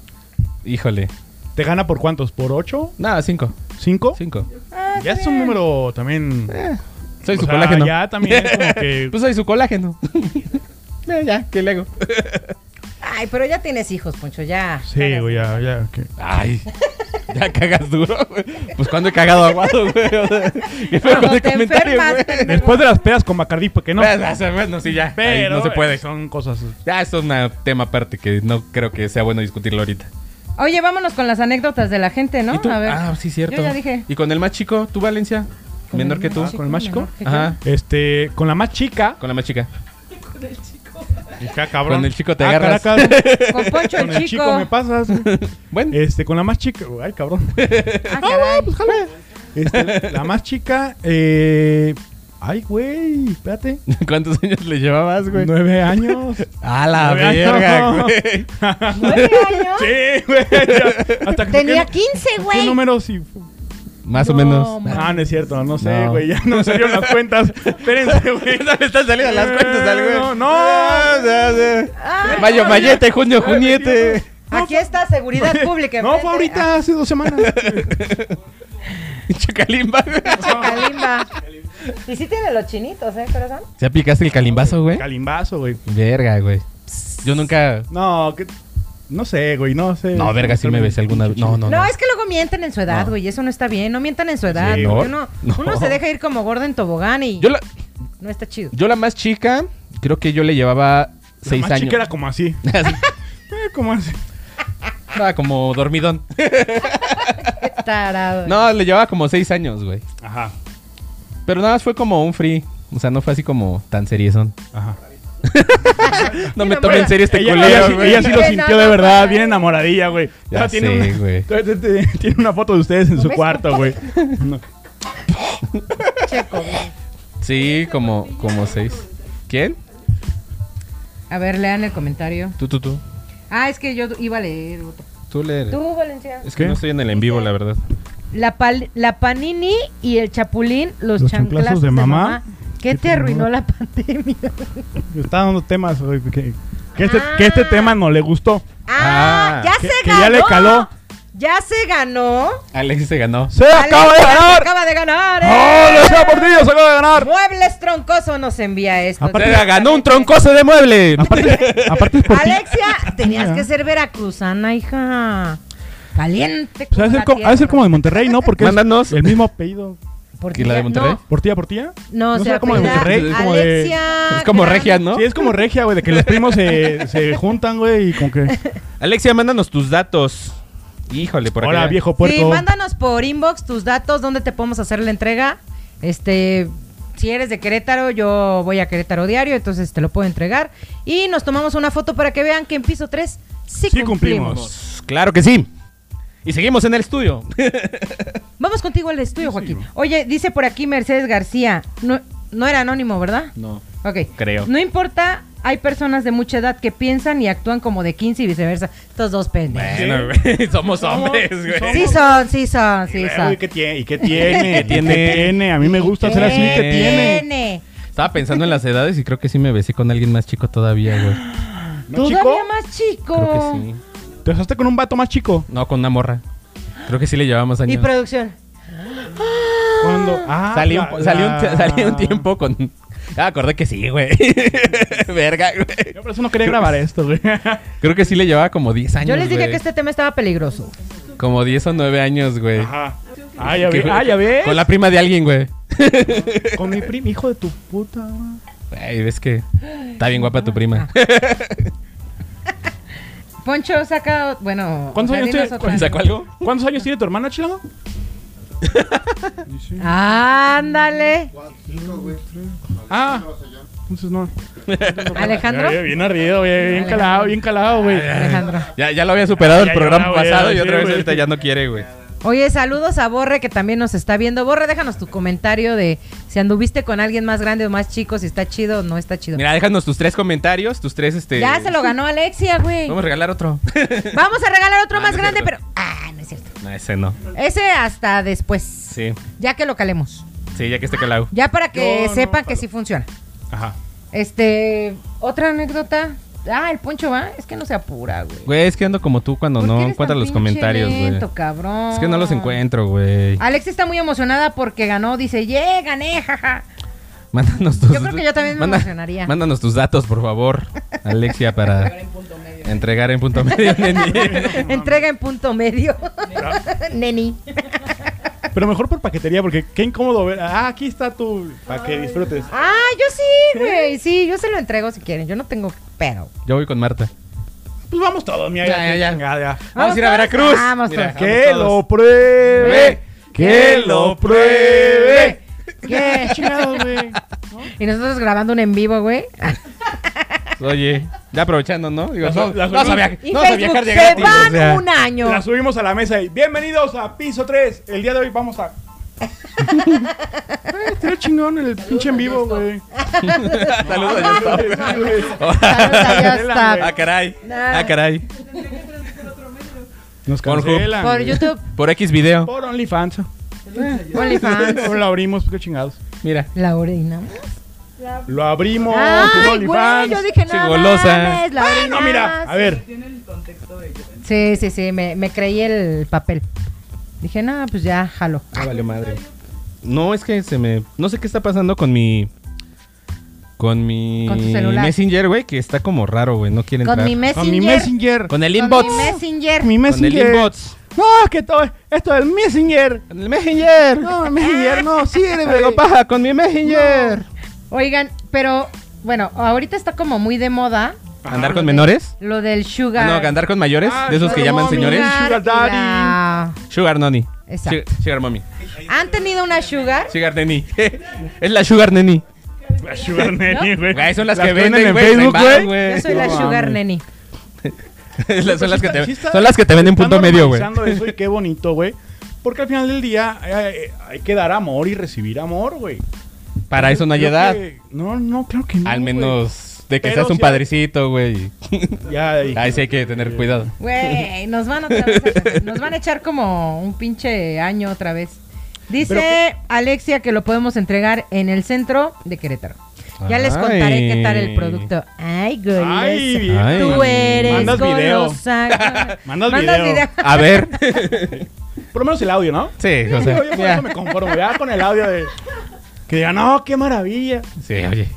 [SPEAKER 4] Híjole.
[SPEAKER 2] ¿Te gana por cuántos? ¿Por ocho?
[SPEAKER 4] Nada, cinco.
[SPEAKER 2] ¿Cinco? Ah,
[SPEAKER 4] Cinco.
[SPEAKER 2] Ya es un número también.
[SPEAKER 4] Eh, Soy
[SPEAKER 2] o
[SPEAKER 4] su
[SPEAKER 2] sea,
[SPEAKER 4] colágeno.
[SPEAKER 2] Ya también es como que.
[SPEAKER 4] [laughs] Pues soy su colágeno. ya, ya, ¿qué le hago?
[SPEAKER 5] Ay, pero ya tienes hijos, Poncho, ya.
[SPEAKER 2] sí, güey, ya, ya.
[SPEAKER 4] [laughs]
[SPEAKER 2] que-
[SPEAKER 4] Ay, ya cagas duro, güey. Pues cuando he cagado aguado, güey. O sea, [laughs] ¿qué fue
[SPEAKER 5] Cuando
[SPEAKER 4] con el
[SPEAKER 5] te
[SPEAKER 4] comentario,
[SPEAKER 5] enfermas,
[SPEAKER 4] güey?
[SPEAKER 5] pendejo.
[SPEAKER 2] Después de las pedas con Macardí, porque no.
[SPEAKER 4] Pues, hace- Bueno, sí, ya. Pero.
[SPEAKER 2] Pero
[SPEAKER 4] no se puede.
[SPEAKER 2] Son cosas.
[SPEAKER 4] Ya, esto es un tema aparte que no creo que sea bueno discutirlo ahorita.
[SPEAKER 5] Oye, vámonos con las anécdotas de la gente, ¿no?
[SPEAKER 4] ¿Y tú?
[SPEAKER 5] A ver.
[SPEAKER 4] Ah, sí, cierto.
[SPEAKER 5] Yo ya dije.
[SPEAKER 4] ¿Y con el más chico? ¿Tú, Valencia?
[SPEAKER 5] Con
[SPEAKER 4] Menor
[SPEAKER 5] el
[SPEAKER 4] que
[SPEAKER 5] más
[SPEAKER 4] tú.
[SPEAKER 2] Ah, con el más chico.
[SPEAKER 5] ¿Qué
[SPEAKER 4] Ajá.
[SPEAKER 2] Este, con la más chica.
[SPEAKER 4] Con la más chica.
[SPEAKER 2] Ah, cabrón.
[SPEAKER 4] Con el chico te
[SPEAKER 2] Ah,
[SPEAKER 4] agarras.
[SPEAKER 2] caracas. [laughs]
[SPEAKER 5] Con Poncho
[SPEAKER 2] con
[SPEAKER 5] el chico.
[SPEAKER 2] me pasas.
[SPEAKER 4] Bueno.
[SPEAKER 2] Este, con la más chica. Ay, [laughs] cabrón.
[SPEAKER 5] Ah, caray.
[SPEAKER 2] pues, Este, la más chica. Eh, ay, güey. Espérate.
[SPEAKER 4] [laughs] ¿Cuántos años le llevabas, güey?
[SPEAKER 2] Nueve años.
[SPEAKER 4] A la
[SPEAKER 2] Nueve años.
[SPEAKER 4] verga, güey. [laughs]
[SPEAKER 5] ¿Nueve años?
[SPEAKER 2] [laughs] Sí, güey. Hasta que
[SPEAKER 5] Tenía
[SPEAKER 2] ¿qué-
[SPEAKER 5] 15,
[SPEAKER 2] ¿Qué
[SPEAKER 5] güey.
[SPEAKER 2] número sí?
[SPEAKER 4] Más o
[SPEAKER 5] No,
[SPEAKER 4] menos. [laughs]
[SPEAKER 5] ma-
[SPEAKER 2] Ah, no es cierto, no sé,
[SPEAKER 4] No.
[SPEAKER 2] güey. Ya no salieron las [laughs] cuentas. Espérense, güey.
[SPEAKER 4] Le están saliendo las cuentas al güey.
[SPEAKER 2] Eh, No, Eh, no.
[SPEAKER 4] Ah, [laughs] ya sé. Mayo, mayete, junio,
[SPEAKER 2] eh,
[SPEAKER 4] juniete. [laughs]
[SPEAKER 5] Aquí está seguridad pública.
[SPEAKER 2] No,
[SPEAKER 5] enfrente.
[SPEAKER 2] fue ahorita, hace dos semanas.
[SPEAKER 4] Chacalimba, [laughs] güey.
[SPEAKER 5] Ah, Calimba. Y sí tiene los chinitos, ¿eh, corazón?
[SPEAKER 4] ¿Se aplicaste el calimbazo, güey?
[SPEAKER 2] Calimbazo, güey.
[SPEAKER 4] Verga, güey. Yo nunca.
[SPEAKER 2] No, que. No sé, güey, no sé.
[SPEAKER 4] No, verga, sí me besé alguna vez. No, no,
[SPEAKER 5] No,
[SPEAKER 4] no.
[SPEAKER 5] es que luego mienten en su edad,
[SPEAKER 4] No.
[SPEAKER 5] güey. Eso no está bien. No mientan en su edad.
[SPEAKER 4] Sí,
[SPEAKER 5] porque
[SPEAKER 4] no,
[SPEAKER 5] uno,
[SPEAKER 4] no.
[SPEAKER 5] uno se deja ir como gordo en tobogán y
[SPEAKER 4] Yo la,
[SPEAKER 5] no está chido.
[SPEAKER 4] yo la más chica, creo que yo le llevaba
[SPEAKER 2] La
[SPEAKER 4] seis
[SPEAKER 2] más
[SPEAKER 4] años.
[SPEAKER 2] chica era como así.
[SPEAKER 4] [laughs] Así.
[SPEAKER 2] Eh, como así.
[SPEAKER 4] No, como dormidón.
[SPEAKER 5] Tarado.
[SPEAKER 4] No, le llevaba como seis años, güey.
[SPEAKER 2] Ajá,
[SPEAKER 4] Pero nada más fue como un free. O sea, no fue así como tan seriezón.
[SPEAKER 2] ajá.
[SPEAKER 4] [laughs] No
[SPEAKER 5] Sí,
[SPEAKER 4] me
[SPEAKER 5] no,
[SPEAKER 4] tome
[SPEAKER 5] mira.
[SPEAKER 4] en serio este
[SPEAKER 2] ella,
[SPEAKER 4] culero,
[SPEAKER 2] ella sí-
[SPEAKER 4] güey.
[SPEAKER 2] ella sí lo
[SPEAKER 5] Sí,
[SPEAKER 2] sintió
[SPEAKER 5] no,
[SPEAKER 2] de
[SPEAKER 5] no,
[SPEAKER 2] verdad,
[SPEAKER 5] no.
[SPEAKER 2] bien enamoradilla, güey.
[SPEAKER 4] Ya
[SPEAKER 2] Ah, tiene,
[SPEAKER 4] sé,
[SPEAKER 2] una,
[SPEAKER 4] güey.
[SPEAKER 2] t- t- t- tiene una foto de ustedes en su cuarto, güey. No.
[SPEAKER 5] Checo, güey.
[SPEAKER 4] Sí, como, como seis. ¿Quién?
[SPEAKER 5] A ver, lean el comentario.
[SPEAKER 4] Tú, tú, tú.
[SPEAKER 5] Ah, es que yo iba a leer otro.
[SPEAKER 4] Tú leer.
[SPEAKER 5] Tú, Valencia.
[SPEAKER 4] Es que
[SPEAKER 2] ¿Qué?
[SPEAKER 4] no estoy en el en vivo, la verdad.
[SPEAKER 10] La, pal- la panini y el chapulín, los,
[SPEAKER 2] Los
[SPEAKER 10] chanclazos, de, mamá. ¿Qué
[SPEAKER 2] que
[SPEAKER 10] te
[SPEAKER 2] tu
[SPEAKER 10] arruinó
[SPEAKER 5] [laughs]
[SPEAKER 2] mamá-
[SPEAKER 10] la pandemia?
[SPEAKER 2] Me Está dando temas, güey. Que, que este, que este tema no le gustó.
[SPEAKER 5] Ah,
[SPEAKER 4] Ah,
[SPEAKER 5] ya
[SPEAKER 2] que-
[SPEAKER 5] se
[SPEAKER 2] que
[SPEAKER 5] ganó.
[SPEAKER 2] ya le caló.
[SPEAKER 5] Ya se ganó.
[SPEAKER 4] Alexis se ganó.
[SPEAKER 2] ¡Se acaba de
[SPEAKER 5] Alexa
[SPEAKER 2] ganar!
[SPEAKER 5] Acaba de ganar.
[SPEAKER 2] ¡Oh,
[SPEAKER 5] ¡eh!
[SPEAKER 2] lo sea por ti! ¡Se acaba de ganar!
[SPEAKER 5] Muebles Troncoso nos envía esto.
[SPEAKER 2] Aparte-
[SPEAKER 4] Se la ganó un troncoso de mueble.
[SPEAKER 2] Aparte, aparte es por Ah. ti.
[SPEAKER 5] Alexia, tenías que ser veracruzana, hija. Caliente.
[SPEAKER 2] O sea, ha de ser
[SPEAKER 5] la
[SPEAKER 2] como, ha de ser
[SPEAKER 5] tierra.
[SPEAKER 2] como de Monterrey, ¿no? Porque es
[SPEAKER 4] Mándanos.
[SPEAKER 2] el mismo apellido.
[SPEAKER 5] Porque
[SPEAKER 4] ¿Y la de Monterrey?
[SPEAKER 2] ¿Portilla, portilla?
[SPEAKER 5] No, no,
[SPEAKER 2] No
[SPEAKER 5] se
[SPEAKER 2] será como de
[SPEAKER 5] apellida
[SPEAKER 2] Monterrey, como de-
[SPEAKER 5] Alexia.
[SPEAKER 4] Es como
[SPEAKER 5] Gran-
[SPEAKER 4] regia, ¿no?
[SPEAKER 2] Sí, es como regia, güey, de que los primos se, se juntan, güey, y como que...
[SPEAKER 4] Alexia, mándanos tus datos. Híjole, por
[SPEAKER 2] Hola,
[SPEAKER 4] acá.
[SPEAKER 2] viejo puerco.
[SPEAKER 5] Sí, mándanos por inbox tus datos, dónde te podemos hacer la entrega. Este, si eres de Querétaro, yo voy a Querétaro diario, entonces te lo puedo entregar. Y nos tomamos una foto para que vean que en piso 3 sí,
[SPEAKER 2] Sí cumplimos.
[SPEAKER 5] cumplimos.
[SPEAKER 4] Claro que sí. Y seguimos en el estudio.
[SPEAKER 5] Vamos contigo al estudio, Joaquín. Oye, dice por aquí Mercedes García, no, no era anónimo, ¿verdad?
[SPEAKER 4] No.
[SPEAKER 5] Ok.
[SPEAKER 4] Creo.
[SPEAKER 5] No importa hay personas de mucha edad que piensan y actúan como de 15 y viceversa. Estos dos pendejos.
[SPEAKER 4] Bueno, güey, somos hombres, güey.
[SPEAKER 5] Sí son, sí son, sí
[SPEAKER 2] Uy,
[SPEAKER 5] son.
[SPEAKER 2] ¿qué tiene? ¿Y qué tiene? ¿Y ¿Qué
[SPEAKER 4] tiene?
[SPEAKER 2] tiene? A mí me gusta hacer así. ¿Qué tiene?
[SPEAKER 5] tiene?
[SPEAKER 4] Estaba pensando en las edades y creo que sí me besé con alguien más chico todavía, güey.
[SPEAKER 2] ¿No,
[SPEAKER 5] Todavía
[SPEAKER 2] chico?
[SPEAKER 5] más chico.
[SPEAKER 4] Creo que sí.
[SPEAKER 2] ¿Te casaste con un vato más chico?
[SPEAKER 4] No, con una morra. Creo que sí le llevamos
[SPEAKER 5] Y
[SPEAKER 4] años.
[SPEAKER 5] producción.
[SPEAKER 2] Cuando. Ah,
[SPEAKER 4] Salí un,
[SPEAKER 2] la-
[SPEAKER 4] po- salí un-
[SPEAKER 2] la-
[SPEAKER 4] salí un tiempo con... Ah, acordé que sí, güey. [laughs] Verga, güey.
[SPEAKER 2] Yo por eso no quería grabar esto, güey.
[SPEAKER 4] Creo que sí le llevaba como 10 años,
[SPEAKER 5] Yo les dije
[SPEAKER 4] güey.
[SPEAKER 5] que este tema estaba peligroso.
[SPEAKER 4] Como 10 o 9 años, güey.
[SPEAKER 2] Ajá. Ah, ya
[SPEAKER 4] Que
[SPEAKER 2] ves.
[SPEAKER 4] fue-
[SPEAKER 2] Ah, ya ves.
[SPEAKER 4] Con la prima de alguien, güey. [laughs]
[SPEAKER 2] Con mi primo, hijo de tu puta. madre.
[SPEAKER 4] Güey, ves que está bien guapa tu prima.
[SPEAKER 5] Poncho saca, bueno,
[SPEAKER 2] ¿Cuántos años
[SPEAKER 5] dinos
[SPEAKER 2] tiene-
[SPEAKER 5] otra.
[SPEAKER 2] cuántos
[SPEAKER 4] ¿Sacó algo?
[SPEAKER 2] ¿Cuántos años tiene tu hermana, Chilamo?
[SPEAKER 5] Ándale,
[SPEAKER 2] Ah. Entonces no.
[SPEAKER 5] Alejandro.
[SPEAKER 2] Oye, Bien ardido, güey. Bien calado, bien calado, güey.
[SPEAKER 5] Alejandro.
[SPEAKER 4] Ya, Ah, ya lo había superado el
[SPEAKER 2] Ya
[SPEAKER 4] programa
[SPEAKER 2] lloraba, güey,
[SPEAKER 4] pasado y
[SPEAKER 2] sí,
[SPEAKER 4] otra vez
[SPEAKER 2] güey.
[SPEAKER 4] ahorita ya no quiere, güey.
[SPEAKER 5] Oye, saludos a Borre que también nos está viendo. Borre, déjanos tu comentario de si anduviste con alguien más grande o más chico, si está chido o no está chido.
[SPEAKER 4] Mira, déjanos tus tres comentarios, tus tres, este...
[SPEAKER 5] ya se lo ganó Alexia, güey.
[SPEAKER 4] Vamos a regalar [laughs] otro.
[SPEAKER 5] Vamos a regalar otro
[SPEAKER 4] Ah,
[SPEAKER 5] más
[SPEAKER 4] no es
[SPEAKER 5] grande,
[SPEAKER 4] cierto.
[SPEAKER 5] pero ah, no es cierto.
[SPEAKER 4] no, ese no.
[SPEAKER 5] Ese hasta después,
[SPEAKER 4] Sí,
[SPEAKER 5] ya que lo calemos.
[SPEAKER 4] sí, ya que esté calado.
[SPEAKER 5] Ya para que
[SPEAKER 2] Yo no
[SPEAKER 5] sepan que
[SPEAKER 2] jalo.
[SPEAKER 5] sí funciona.
[SPEAKER 2] Ajá.
[SPEAKER 5] Este, otra anécdota. Ah, el Poncho va, es que no se apura, güey.
[SPEAKER 4] Güey, es que ando como tú cuando
[SPEAKER 5] ¿Por qué
[SPEAKER 4] no
[SPEAKER 5] eres
[SPEAKER 4] encuentras
[SPEAKER 5] tan
[SPEAKER 4] los
[SPEAKER 5] pinche
[SPEAKER 4] comentarios, güey.
[SPEAKER 5] lento, cabrón? Ah,
[SPEAKER 4] Es que no los encuentro, güey.
[SPEAKER 5] Alex está muy emocionada porque ganó, dice, "Ye, gané, jaja."
[SPEAKER 4] Mándanos tus
[SPEAKER 5] Yo creo que yo también me emocionaría.
[SPEAKER 4] Mándanos tus datos, por favor, Alexia, para entregar en punto medio. [laughs] neni.
[SPEAKER 5] Entrega en punto medio. Neni.
[SPEAKER 2] Pero mejor por paquetería, porque qué incómodo ver. Ah, aquí está tu. Para que disfrutes.
[SPEAKER 5] Ah, yo sí, güey. Sí, yo se lo entrego si quieren. Yo no tengo pedo.
[SPEAKER 4] Yo voy con Marta.
[SPEAKER 2] Pues vamos todos, mira.
[SPEAKER 4] Ya, ya, ya.
[SPEAKER 2] chingada, ya.
[SPEAKER 4] Vamos, a ir a Veracruz.
[SPEAKER 5] Ah, Vamos
[SPEAKER 4] Mira,
[SPEAKER 5] todos.
[SPEAKER 2] Que
[SPEAKER 4] vamos todos.
[SPEAKER 2] lo pruebe. Que lo [laughs] pruebe.
[SPEAKER 5] ¿Qué?
[SPEAKER 2] Chingado, güey.
[SPEAKER 5] Y nosotros grabando un en vivo, güey.
[SPEAKER 4] Oye, ya aprovechando, ¿no? Digo,
[SPEAKER 2] Las-
[SPEAKER 4] no,
[SPEAKER 2] las-
[SPEAKER 4] no sabía,
[SPEAKER 5] Y
[SPEAKER 4] no sabía
[SPEAKER 5] Facebook
[SPEAKER 4] viajar de
[SPEAKER 5] se
[SPEAKER 4] gratis.
[SPEAKER 5] van
[SPEAKER 4] o sea.
[SPEAKER 5] un año.
[SPEAKER 2] La subimos a la mesa y bienvenidos a piso 3. El día de hoy vamos a. [laughs] Eh, Estaría chingón el pinche en vivo, güey.
[SPEAKER 4] Saludos a
[SPEAKER 2] Ay,
[SPEAKER 4] Yostop.
[SPEAKER 2] güey.
[SPEAKER 4] [laughs]
[SPEAKER 5] Saludos a Yostop.
[SPEAKER 4] Ah, caray.
[SPEAKER 5] Nah.
[SPEAKER 4] Ah, caray.
[SPEAKER 2] Nos
[SPEAKER 4] Pornhub.
[SPEAKER 2] cancelan.
[SPEAKER 5] Por
[SPEAKER 2] güey.
[SPEAKER 5] YouTube,
[SPEAKER 4] Por X video.
[SPEAKER 2] Por [laughs] OnlyFans.
[SPEAKER 5] OnlyFans.
[SPEAKER 4] [laughs]
[SPEAKER 2] Lo abrimos, qué chingados.
[SPEAKER 4] Mira.
[SPEAKER 5] La orina.
[SPEAKER 2] Lo
[SPEAKER 4] Oh,
[SPEAKER 2] abrimos, tu
[SPEAKER 5] Ay, güey,
[SPEAKER 2] OnlyFans.
[SPEAKER 5] yo dije no
[SPEAKER 4] Chigolosa.
[SPEAKER 5] mames, la
[SPEAKER 2] No, mira,
[SPEAKER 5] orinabas.
[SPEAKER 2] a ver.
[SPEAKER 5] Sí, sí, sí, me, me creí el papel. Dije, no, pues ya, jalo.
[SPEAKER 4] Ah, valió madre. No, es que se me. No sé qué está pasando con mi. Con mi.
[SPEAKER 5] Con tu celular.
[SPEAKER 4] Messenger, güey, que está como raro, güey. No quiere
[SPEAKER 5] Con
[SPEAKER 4] entrar.
[SPEAKER 5] mi messenger.
[SPEAKER 2] Con mi Messenger.
[SPEAKER 4] Con el
[SPEAKER 5] Con
[SPEAKER 4] inbox.
[SPEAKER 5] mi messenger.
[SPEAKER 2] Mi
[SPEAKER 4] Con el
[SPEAKER 2] Messenger.
[SPEAKER 4] inbox.
[SPEAKER 2] No, que todo. Esto es Messenger.
[SPEAKER 4] Con el messenger.
[SPEAKER 2] No, el
[SPEAKER 5] [laughs]
[SPEAKER 2] Messenger no sirve.
[SPEAKER 4] Traigo paja con mi messenger.
[SPEAKER 5] Oigan, pero bueno, ahorita está como muy de moda
[SPEAKER 4] ¿Andar con menores?
[SPEAKER 5] lo del
[SPEAKER 4] Ah,
[SPEAKER 5] sugar.
[SPEAKER 4] No, andar con mayores.
[SPEAKER 2] Ah,
[SPEAKER 4] de esos que
[SPEAKER 2] sugar
[SPEAKER 4] llaman
[SPEAKER 2] mommy.
[SPEAKER 4] señores.
[SPEAKER 2] Sugar-
[SPEAKER 5] y la-
[SPEAKER 4] Sugar noni.
[SPEAKER 5] Exacto.
[SPEAKER 4] Su- Sugar mommy.
[SPEAKER 5] ¿Han tenido una sugar?
[SPEAKER 4] Sugar neni. [laughs] es la sugar neni.
[SPEAKER 2] Sugar Nanny, güey.
[SPEAKER 4] Güey, son las,
[SPEAKER 2] Las
[SPEAKER 4] que
[SPEAKER 2] que
[SPEAKER 4] venden
[SPEAKER 2] venden en
[SPEAKER 4] güey,
[SPEAKER 2] Facebook,
[SPEAKER 4] se embalan,
[SPEAKER 2] güey.
[SPEAKER 5] Yo soy la
[SPEAKER 2] No
[SPEAKER 5] sugar
[SPEAKER 2] mames.
[SPEAKER 5] neni.
[SPEAKER 4] Es la- son, las que
[SPEAKER 2] pues, Sí
[SPEAKER 4] te,
[SPEAKER 2] está-
[SPEAKER 4] son las que te venden
[SPEAKER 2] está
[SPEAKER 4] punto medio, güey.
[SPEAKER 2] normalizando eso y qué bonito, güey. Porque al final del día eh, eh, hay que dar amor y recibir amor, güey.
[SPEAKER 4] Para eso no hay
[SPEAKER 2] Creo
[SPEAKER 4] edad.
[SPEAKER 2] que- No, no, claro que no.
[SPEAKER 4] Al
[SPEAKER 2] güey.
[SPEAKER 4] menos de que
[SPEAKER 2] Pero
[SPEAKER 4] seas un
[SPEAKER 2] si-
[SPEAKER 4] padrecito, güey.
[SPEAKER 2] Ya, ahí.
[SPEAKER 4] Ahí sí hay que tener cuidado.
[SPEAKER 5] Güey, nos van otra vez a- nos van a echar como un pinche año otra vez. Dice
[SPEAKER 2] Pero qué-
[SPEAKER 5] Alexia que lo podemos entregar en el centro de Querétaro. Ya les
[SPEAKER 4] Ay.
[SPEAKER 5] contaré qué tal el producto. Ay, güey.
[SPEAKER 2] Ay, bien.
[SPEAKER 4] Ay.
[SPEAKER 5] Tú eres
[SPEAKER 2] Mandas video.
[SPEAKER 5] golosa.
[SPEAKER 2] [laughs] Mandas
[SPEAKER 5] Mandas
[SPEAKER 2] video.
[SPEAKER 5] video.
[SPEAKER 2] [laughs]
[SPEAKER 4] A ver.
[SPEAKER 2] Por lo menos el audio, ¿no?
[SPEAKER 4] Sí, o
[SPEAKER 2] Yo,
[SPEAKER 4] sea,
[SPEAKER 2] yo por
[SPEAKER 4] ya.
[SPEAKER 2] eso me conformo, ya con el audio de. Que diga, no, qué maravilla.
[SPEAKER 4] Sí, oye.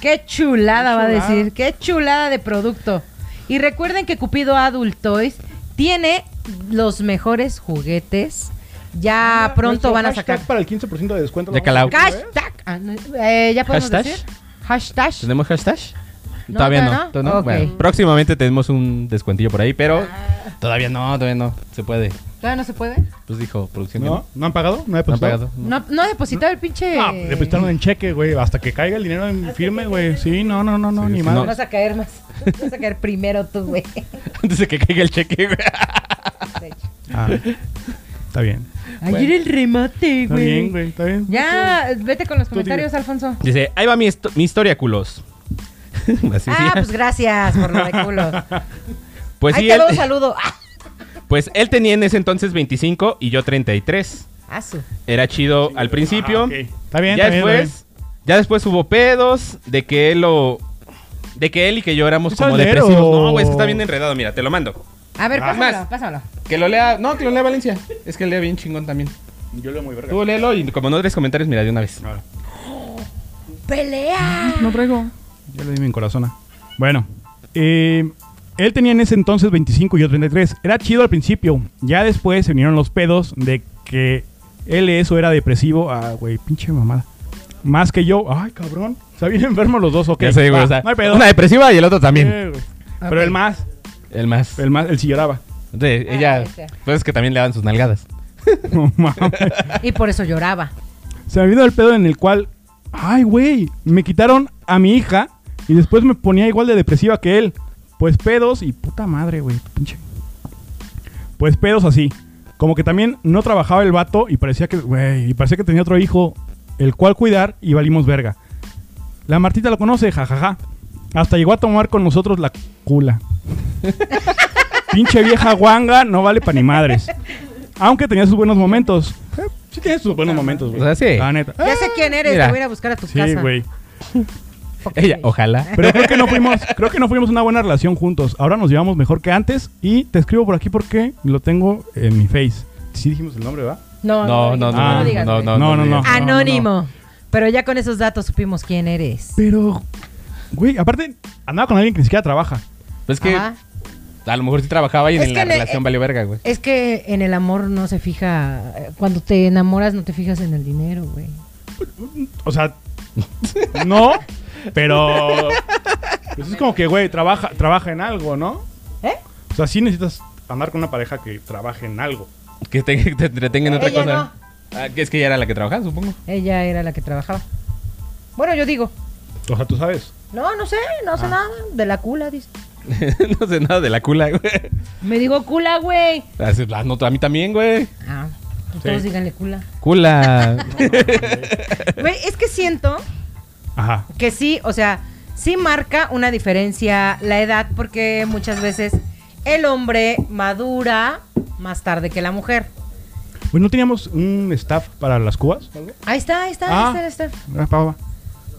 [SPEAKER 5] Qué chulada
[SPEAKER 2] Qué
[SPEAKER 5] va a
[SPEAKER 2] chulada.
[SPEAKER 5] decir, qué chulada de producto. Y recuerden que Cupido Adult Toys tiene los mejores juguetes. Ya Ah, pronto
[SPEAKER 2] Nuestro
[SPEAKER 5] van a
[SPEAKER 2] Ah, hashtag
[SPEAKER 5] sacar.
[SPEAKER 2] Para el 15% de descuento.
[SPEAKER 4] De
[SPEAKER 2] lo vamos a decir, ¿ves?
[SPEAKER 5] Hashtag. Ah, no, eh, ya podemos
[SPEAKER 4] ¿Hashtag?
[SPEAKER 5] decir. Hashtag.
[SPEAKER 4] ¿Tenemos hashtag?
[SPEAKER 5] No,
[SPEAKER 4] todavía
[SPEAKER 5] todavía
[SPEAKER 4] no.
[SPEAKER 5] no.
[SPEAKER 4] todavía no.
[SPEAKER 5] Ok.
[SPEAKER 4] Bueno, próximamente tenemos un descuentillo por ahí, pero
[SPEAKER 5] Ah.
[SPEAKER 4] todavía no, todavía no. Se puede.
[SPEAKER 5] ¿Todavía no se puede?
[SPEAKER 4] Pues dijo producción. que
[SPEAKER 2] ¿No? ¿No han pagado? ¿No, he
[SPEAKER 4] No han
[SPEAKER 2] depositado?
[SPEAKER 4] pagado. [laughs]
[SPEAKER 5] No, no ha depositado el pinche.
[SPEAKER 2] Ah, depositaron en cheque, güey. Hasta que caiga el dinero en firme, güey. Sí, no, no, no, no,
[SPEAKER 4] Sí,
[SPEAKER 2] ni
[SPEAKER 4] sí,
[SPEAKER 2] más.
[SPEAKER 4] no.
[SPEAKER 5] Vas a caer más. Vas a caer primero tú,
[SPEAKER 2] [laughs]
[SPEAKER 5] güey.
[SPEAKER 4] Antes de que caiga el cheque, güey.
[SPEAKER 2] Ah, está bien.
[SPEAKER 5] Ayer el remate,
[SPEAKER 2] Está bien, güey, Ah, está bien.
[SPEAKER 5] Ya, vete con los
[SPEAKER 2] dime.
[SPEAKER 5] comentarios, Alfonso.
[SPEAKER 4] [laughs] Dice, ahí va mi, histo- mi historia, culos. Macías.
[SPEAKER 5] Ah, pues gracias por lo de culo.
[SPEAKER 4] Pues
[SPEAKER 5] Ahí
[SPEAKER 4] sí,
[SPEAKER 5] te
[SPEAKER 4] él,
[SPEAKER 5] va un saludo. Ah,
[SPEAKER 4] pues él tenía en ese entonces 25 y yo 33.
[SPEAKER 5] asu.
[SPEAKER 4] Era chido al principio.
[SPEAKER 2] Ah, ok. Está bien,
[SPEAKER 4] ya
[SPEAKER 2] está bien, está
[SPEAKER 4] después, ya después hubo pedos de que él lo. De que él y que yo éramos
[SPEAKER 2] ¿Tú sabes
[SPEAKER 4] como
[SPEAKER 2] leer
[SPEAKER 4] depresivos.
[SPEAKER 2] o-
[SPEAKER 4] No, güey, es que está bien enredado, mira, te lo mando.
[SPEAKER 5] A ver,
[SPEAKER 4] Ah.
[SPEAKER 5] pásamelo,
[SPEAKER 4] Más.
[SPEAKER 5] pásamelo.
[SPEAKER 4] Que lo lea. No, que lo lea Valencia. Es que lea bien chingón también.
[SPEAKER 2] bien. Yo leo muy verga. Ah.
[SPEAKER 4] Tú léelo y como no tres comentarios, mira de una vez.
[SPEAKER 2] No traigo. Ya le di mi corazón. Bueno, eh, él tenía en ese entonces 25 y yo 33. Era chido al principio. Ya después se unieron los pedos de que él eso era depresivo. Ah, güey, pinche mamada. Más que yo. Ay, cabrón. Está bien [laughs] enfermos los dos, ok.
[SPEAKER 4] Ya sé, güey,
[SPEAKER 2] va,
[SPEAKER 4] o sea,
[SPEAKER 2] no hay pedo.
[SPEAKER 4] Una depresiva y el otro
[SPEAKER 2] Sí,
[SPEAKER 4] también.
[SPEAKER 2] güey. Pero el más,
[SPEAKER 4] El más.
[SPEAKER 2] el más, él sí lloraba.
[SPEAKER 4] Entonces,
[SPEAKER 5] Ah,
[SPEAKER 4] ella.
[SPEAKER 5] este.
[SPEAKER 4] Pues es que también le dan sus nalgadas.
[SPEAKER 2] [laughs] No mames.
[SPEAKER 5] Y por eso lloraba.
[SPEAKER 2] Se me vino el pedo en el cual, ay, güey, me quitaron a mi hija y después me ponía igual de depresiva que él. Pues pedos y puta madre, güey, pinche. Pues pedos así. Como que también no trabajaba el vato y parecía que, güey, y parecía que tenía otro hijo, el cual cuidar y valimos verga. La Martita lo conoce, jajaja. Hasta llegó a tomar con nosotros la cula. Pinche vieja guanga, no vale pa' ni madres. Aunque tenía sus buenos momentos. Eh, Sí tiene sus buenos momentos, güey.
[SPEAKER 4] O sea, sí.
[SPEAKER 2] La neta.
[SPEAKER 5] Ya sé quién eres,
[SPEAKER 4] mira.
[SPEAKER 5] te voy a ir a buscar a tu
[SPEAKER 2] Sí,
[SPEAKER 5] casa.
[SPEAKER 2] güey.
[SPEAKER 5] Ok.
[SPEAKER 4] Ella, ojalá.
[SPEAKER 2] Pero creo que no fuimos, creo que no fuimos una buena relación juntos. Ahora nos llevamos mejor que antes y te escribo por aquí porque lo tengo en mi face. Sí dijimos el nombre, ¿verdad?
[SPEAKER 5] No,
[SPEAKER 4] [laughs] No, no, no,
[SPEAKER 2] Ah,
[SPEAKER 4] no,
[SPEAKER 5] digas,
[SPEAKER 4] no,
[SPEAKER 5] güey.
[SPEAKER 4] no,
[SPEAKER 2] No, no,
[SPEAKER 4] no, no.
[SPEAKER 2] no.
[SPEAKER 5] Anónimo. Pero ya con esos datos supimos quién eres.
[SPEAKER 2] Pero güey, aparte andaba con alguien que ni siquiera trabaja.
[SPEAKER 4] Pues es que
[SPEAKER 5] Ajá.
[SPEAKER 4] a lo mejor sí trabajaba y
[SPEAKER 5] Es
[SPEAKER 4] en la
[SPEAKER 5] que eh, le-
[SPEAKER 4] relación valió verga, güey.
[SPEAKER 5] Es que en el amor no se fija. eh, Cuando te enamoras, no te fijas en el dinero, güey.
[SPEAKER 2] O sea, no, pero pues es como que güey, trabaja trabaja en algo, ¿no?
[SPEAKER 5] ¿Eh?
[SPEAKER 2] O sea, sí necesitas andar con una pareja que trabaje en algo.
[SPEAKER 4] Que te, que te entretengan en otra
[SPEAKER 5] Ella
[SPEAKER 4] cosa. Ah, que es que ella era la que trabajaba, supongo. [laughs]
[SPEAKER 5] Ella era la que trabajaba. Bueno, yo digo.
[SPEAKER 2] O sea, tú sabes.
[SPEAKER 5] No, no sé, no sé
[SPEAKER 4] Ah.
[SPEAKER 5] nada. De la cula, dice.
[SPEAKER 4] no sé nada de la cula, güey.
[SPEAKER 5] Me digo cula, güey.
[SPEAKER 4] Así, ah, no, a mí también, güey.
[SPEAKER 5] Ah, pues
[SPEAKER 2] Sí.
[SPEAKER 5] todos díganle cula.
[SPEAKER 4] Cula.
[SPEAKER 5] Güey, es que siento
[SPEAKER 2] Ajá.
[SPEAKER 5] que sí, o sea, sí marca una diferencia la edad porque muchas veces el hombre madura más tarde que la mujer.
[SPEAKER 2] Pues no teníamos un staff para las cubas.
[SPEAKER 5] Ahí está, ahí está,
[SPEAKER 2] Ah.
[SPEAKER 5] ahí está, ahí está.
[SPEAKER 2] Ah, pa, pa.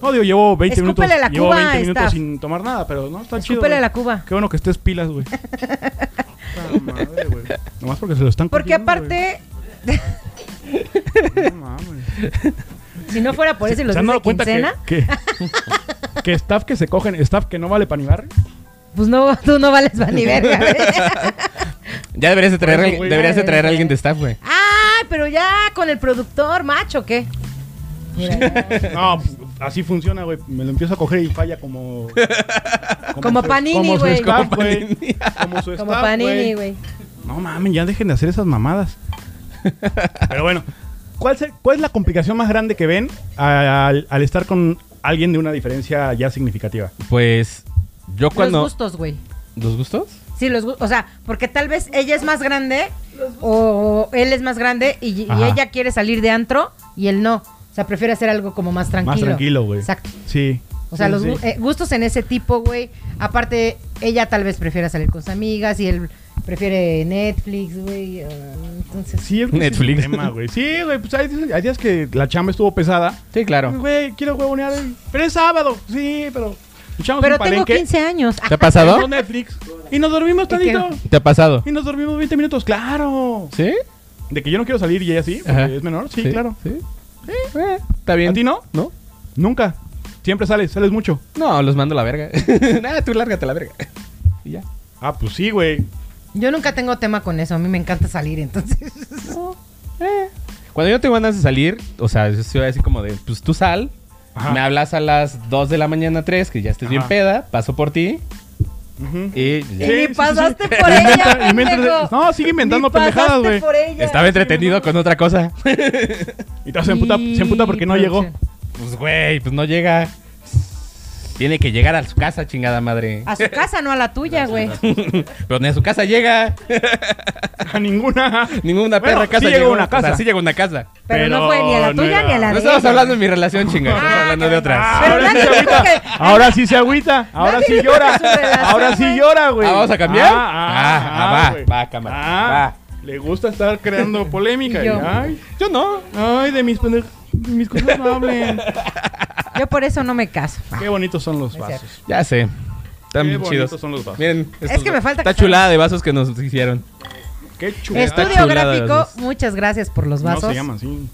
[SPEAKER 2] No, digo, llevo 20
[SPEAKER 5] Escúpele
[SPEAKER 2] minutos.
[SPEAKER 5] la
[SPEAKER 2] llevo
[SPEAKER 5] cuba,
[SPEAKER 2] 20 minutos
[SPEAKER 5] staff.
[SPEAKER 2] sin tomar nada, pero no, está chido.
[SPEAKER 5] Escúpele
[SPEAKER 2] güey.
[SPEAKER 5] la cuba.
[SPEAKER 2] Qué bueno que estés
[SPEAKER 5] [laughs]
[SPEAKER 2] pilas, güey. Puta madre, güey. Nomás porque se lo están
[SPEAKER 5] Porque
[SPEAKER 2] cogiendo,
[SPEAKER 5] aparte,
[SPEAKER 2] güey. No mames.
[SPEAKER 5] si no fuera por eso y los
[SPEAKER 2] [laughs] ¿Se han
[SPEAKER 5] días
[SPEAKER 2] dado
[SPEAKER 5] de
[SPEAKER 2] cuenta que,
[SPEAKER 5] quincena,
[SPEAKER 2] que, que [laughs] staff que se cogen, staff que no vale para ni barrio?
[SPEAKER 5] pues no, [laughs] tú no vales para ni
[SPEAKER 2] [laughs]
[SPEAKER 5] verga. güey.
[SPEAKER 4] [laughs] ya deberías de traer,
[SPEAKER 2] Bueno,
[SPEAKER 4] al-
[SPEAKER 2] güey.
[SPEAKER 4] deberías de traer a alguien de staff, güey.
[SPEAKER 5] Ay, pero ya con el productor macho, ¿qué? Mira,
[SPEAKER 2] No, pues, así funciona, güey. Me lo empiezo a coger y
[SPEAKER 5] [laughs]
[SPEAKER 2] falla como.
[SPEAKER 5] Como
[SPEAKER 2] su-
[SPEAKER 5] Panini,
[SPEAKER 2] Como su
[SPEAKER 5] güey.
[SPEAKER 2] staff,
[SPEAKER 4] Como
[SPEAKER 2] güey.
[SPEAKER 4] Panini.
[SPEAKER 2] Como su
[SPEAKER 5] como
[SPEAKER 2] staff,
[SPEAKER 5] Panini, güey.
[SPEAKER 2] No mames, ya dejen de hacer esas mamadas. Pero bueno, ¿cuál, se- cuál es la complicación más grande que ven al, al estar con alguien de una diferencia ya significativa?
[SPEAKER 4] Pues yo cuando.
[SPEAKER 5] Los gustos, güey.
[SPEAKER 4] ¿Los gustos?
[SPEAKER 5] Sí, los gustos. O sea, porque tal vez ella es más grande o él es más grande y, y
[SPEAKER 2] Ajá.
[SPEAKER 5] ella quiere salir de antro y él no. O sea, prefiere hacer algo como más tranquilo.
[SPEAKER 2] Más tranquilo, güey.
[SPEAKER 5] Exacto.
[SPEAKER 2] Sí.
[SPEAKER 5] O sea,
[SPEAKER 2] Sí,
[SPEAKER 5] los
[SPEAKER 2] sí.
[SPEAKER 5] gu- eh, gustos en ese tipo, güey. Aparte, ella tal vez prefiera salir con sus amigas y él prefiere Netflix, güey. eh, Entonces,
[SPEAKER 2] Sí, es que
[SPEAKER 4] Netflix.
[SPEAKER 2] es un tema, güey. Sí, güey, pues hay, días- hay días que la chamba estuvo pesada.
[SPEAKER 4] Sí, claro.
[SPEAKER 2] Pues, Güey, quiero huevonear. eh, Pero es sábado. Sí, pero. Echamos
[SPEAKER 5] pero
[SPEAKER 2] un
[SPEAKER 5] tengo
[SPEAKER 2] palenque.
[SPEAKER 5] 15 años.
[SPEAKER 4] ¿Te ha pasado?
[SPEAKER 2] vemos Netflix. Y nos dormimos
[SPEAKER 5] ¿Y qué?
[SPEAKER 2] tantito.
[SPEAKER 4] ¿Te ha pasado?
[SPEAKER 2] Y nos dormimos 20 minutos, claro.
[SPEAKER 4] ¿Sí?
[SPEAKER 2] De que yo no quiero salir y ella sí, porque
[SPEAKER 4] Ajá.
[SPEAKER 2] es menor. Sí, claro.
[SPEAKER 4] Sí. Eh, Está bien.
[SPEAKER 2] ¿A ti no?
[SPEAKER 4] ¿No?
[SPEAKER 2] Nunca. Siempre sales, sales mucho.
[SPEAKER 4] No, los mando a la verga. [laughs] Nada, tú lárgate a la verga. [laughs] Y ya.
[SPEAKER 2] Ah, pues sí, güey.
[SPEAKER 5] [laughs] Yo nunca tengo tema con eso. A mí me encanta salir, entonces.
[SPEAKER 4] Eh. Cuando yo tengo ganas de salir, o sea, yo soy así como de, pues tú sal,
[SPEAKER 2] Ajá.
[SPEAKER 4] me hablas a las 2 de la mañana, 3, que ya estés bien
[SPEAKER 2] Ajá.
[SPEAKER 4] peda, paso por ti
[SPEAKER 2] Ujú.
[SPEAKER 4] y
[SPEAKER 5] Y
[SPEAKER 4] ya.
[SPEAKER 2] Sí,
[SPEAKER 5] ni
[SPEAKER 2] sí, sí,
[SPEAKER 5] pasaste
[SPEAKER 2] [laughs] sí.
[SPEAKER 5] por ella.
[SPEAKER 2] Inventa- inventa-
[SPEAKER 5] pendejo.
[SPEAKER 2] no, sigue inventando
[SPEAKER 5] Ni pasaste
[SPEAKER 2] pendejadas, güey.
[SPEAKER 5] por ella.
[SPEAKER 4] Estaba entretenido con
[SPEAKER 2] [laughs]
[SPEAKER 4] otra cosa.
[SPEAKER 2] Y te- se emputa, se emputa porque no
[SPEAKER 5] Y
[SPEAKER 2] llegó.
[SPEAKER 5] producción.
[SPEAKER 4] Pues güey, pues no llega. Tiene que llegar a su casa,
[SPEAKER 2] [laughs]
[SPEAKER 4] chingada madre.
[SPEAKER 5] A su casa, no a la tuya, güey.
[SPEAKER 4] Pero ni a su casa llega.
[SPEAKER 2] A ninguna.
[SPEAKER 4] Ninguna
[SPEAKER 2] Bueno,
[SPEAKER 4] perra
[SPEAKER 2] sí
[SPEAKER 4] casa
[SPEAKER 2] llegó
[SPEAKER 4] llegó.
[SPEAKER 2] una
[SPEAKER 4] O sea,
[SPEAKER 2] casa.
[SPEAKER 4] sí llegó una casa.
[SPEAKER 5] Pero no fue ni a la
[SPEAKER 2] no
[SPEAKER 5] tuya
[SPEAKER 2] era-
[SPEAKER 5] ni a la
[SPEAKER 4] No
[SPEAKER 5] de
[SPEAKER 4] estamos
[SPEAKER 5] ella.
[SPEAKER 4] hablando de mi relación, chinga. Estamos
[SPEAKER 5] Ah,
[SPEAKER 4] hablando de otras.
[SPEAKER 5] Pero
[SPEAKER 2] [laughs] Ahora sí
[SPEAKER 5] nadie
[SPEAKER 2] se
[SPEAKER 5] dijo
[SPEAKER 2] agüita.
[SPEAKER 5] que-
[SPEAKER 2] Ahora sí se agüita. Ahora
[SPEAKER 5] Nadie
[SPEAKER 2] sí
[SPEAKER 5] dijo que
[SPEAKER 2] llora.
[SPEAKER 5] su relación,
[SPEAKER 2] Ahora sí
[SPEAKER 5] güey.
[SPEAKER 2] llora, güey.
[SPEAKER 4] Ah, ¿vamos a
[SPEAKER 2] Ah,
[SPEAKER 4] cambiar?
[SPEAKER 2] ah,
[SPEAKER 4] Ah,
[SPEAKER 2] ah,
[SPEAKER 4] ah,
[SPEAKER 2] güey.
[SPEAKER 4] va, va, cámara,
[SPEAKER 2] Ah, Le gusta estar
[SPEAKER 5] [laughs]
[SPEAKER 2] creando polémica.
[SPEAKER 5] Y yo.
[SPEAKER 2] Ay,
[SPEAKER 4] Yo no.
[SPEAKER 2] ay, de mis pendejos. Mis cosas
[SPEAKER 5] [laughs]
[SPEAKER 2] no hablen.
[SPEAKER 5] Yo por eso no me caso.
[SPEAKER 2] Qué bonitos son los
[SPEAKER 5] Es cierto.
[SPEAKER 2] vasos.
[SPEAKER 4] Ya sé. Están
[SPEAKER 2] Qué
[SPEAKER 4] bien
[SPEAKER 2] bonitos
[SPEAKER 4] chidos.
[SPEAKER 2] son los vasos.
[SPEAKER 4] Miren. estos-
[SPEAKER 5] que me falta
[SPEAKER 4] Está
[SPEAKER 5] que-
[SPEAKER 4] chulada de vasos que nos hicieron.
[SPEAKER 2] Qué chulo.
[SPEAKER 4] Está
[SPEAKER 5] Estudio
[SPEAKER 4] chulada,
[SPEAKER 5] gráfico,
[SPEAKER 4] las dos.
[SPEAKER 5] muchas gracias por los
[SPEAKER 2] No
[SPEAKER 5] vasos.
[SPEAKER 2] se llaman así.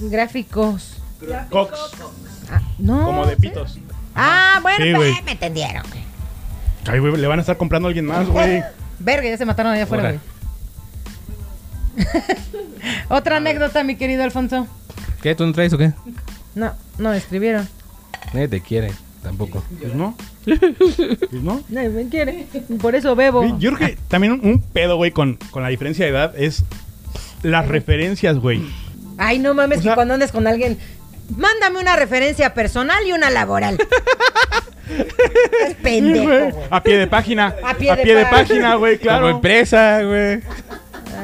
[SPEAKER 5] Gráficos.
[SPEAKER 2] Cox.
[SPEAKER 5] Ah, no.
[SPEAKER 2] Como de
[SPEAKER 5] ¿sí?
[SPEAKER 2] pitos.
[SPEAKER 5] Ah, bueno,
[SPEAKER 2] Sí,
[SPEAKER 5] pues,
[SPEAKER 2] güey.
[SPEAKER 5] me entendieron, güey.
[SPEAKER 2] Ay, güey, le van a estar comprando a alguien más,
[SPEAKER 5] Ah,
[SPEAKER 2] güey.
[SPEAKER 5] Verga, ya se mataron allá afuera,
[SPEAKER 4] Ahora.
[SPEAKER 5] güey. [laughs] Otra anécdota, mi querido Alfonso.
[SPEAKER 4] ¿Qué? ¿Tú no traes o qué?
[SPEAKER 5] No, no me escribieron.
[SPEAKER 4] Nadie te quiere. Tampoco.
[SPEAKER 5] [laughs]
[SPEAKER 2] Pues no. Pues no.
[SPEAKER 5] Nadie me quiere. Por eso bebo.
[SPEAKER 2] Güey, Yo creo que también un, un pedo, güey, con, con la diferencia de edad es las referencias, güey.
[SPEAKER 5] Ay, no mames,
[SPEAKER 2] O sea-
[SPEAKER 5] que cuando andes con alguien, mándame una referencia personal y una laboral.
[SPEAKER 2] [laughs]
[SPEAKER 5] es pendejo, güey.
[SPEAKER 2] A pie de página.
[SPEAKER 5] A pie de
[SPEAKER 2] de
[SPEAKER 5] pá-
[SPEAKER 2] página, güey, claro.
[SPEAKER 4] Como empresa, güey.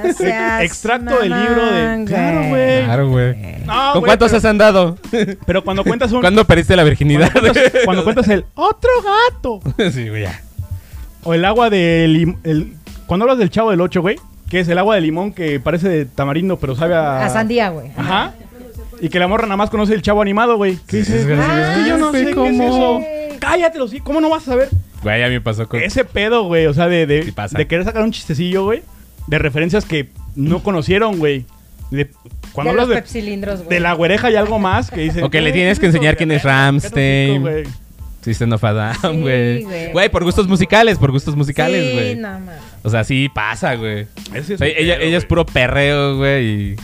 [SPEAKER 5] No seas
[SPEAKER 2] Extracto del libro
[SPEAKER 5] mamán,
[SPEAKER 2] de. Claro, güey.
[SPEAKER 4] Claro, güey.
[SPEAKER 2] No,
[SPEAKER 4] ¿Con
[SPEAKER 2] güey,
[SPEAKER 4] cuántos
[SPEAKER 2] pero,
[SPEAKER 4] has andado?
[SPEAKER 2] pero cuando cuentas un.
[SPEAKER 4] ¿Cuándo perdiste la virginidad?
[SPEAKER 2] Cuando cuentas, cuando cuentas el otro gato.
[SPEAKER 4] [laughs] sí, güey, ya.
[SPEAKER 2] O el agua de lim- el- cuando hablas del chavo del 8, güey, que es el agua de limón que parece de tamarindo, pero sabe a.
[SPEAKER 5] A sandía, güey.
[SPEAKER 2] Ajá. Y que la morra nada más conoce el chavo animado, güey. ¿Qué
[SPEAKER 4] Sí, es gracioso.
[SPEAKER 2] Es que yo no
[SPEAKER 4] Ah,
[SPEAKER 2] sé
[SPEAKER 4] sí,
[SPEAKER 2] cómo.
[SPEAKER 4] cómo.
[SPEAKER 2] Cállate, los ¿Cómo no vas a saber?
[SPEAKER 4] Güey, ya me pasó con...
[SPEAKER 2] Ese pedo, güey. O sea, de, de,
[SPEAKER 4] Sí pasa.
[SPEAKER 2] de querer sacar un chistecillo, güey. De referencias que no conocieron, güey. De- cuando
[SPEAKER 5] de los
[SPEAKER 2] hablas de,
[SPEAKER 5] pepsilindros, güey.
[SPEAKER 2] de la güereja y algo más que dicen. "Eh,
[SPEAKER 4] O que le
[SPEAKER 2] "Güey,
[SPEAKER 4] tienes
[SPEAKER 2] ¿qué
[SPEAKER 4] que
[SPEAKER 2] es
[SPEAKER 4] enseñar
[SPEAKER 2] esto,
[SPEAKER 4] quién es
[SPEAKER 2] güey?
[SPEAKER 4] Rammstein".
[SPEAKER 2] Qué rico, güey.
[SPEAKER 4] System of a Down,
[SPEAKER 5] Sí,
[SPEAKER 4] güey.
[SPEAKER 5] güey.
[SPEAKER 4] Güey, por gustos musicales, por gustos musicales, güey.
[SPEAKER 5] Sí, no mames.
[SPEAKER 4] O sea, sí pasa, güey.
[SPEAKER 2] Ese sí
[SPEAKER 4] O sea,
[SPEAKER 2] un
[SPEAKER 4] ella,
[SPEAKER 2] pedo,
[SPEAKER 4] ella es
[SPEAKER 2] güey.
[SPEAKER 4] puro perreo, güey, y,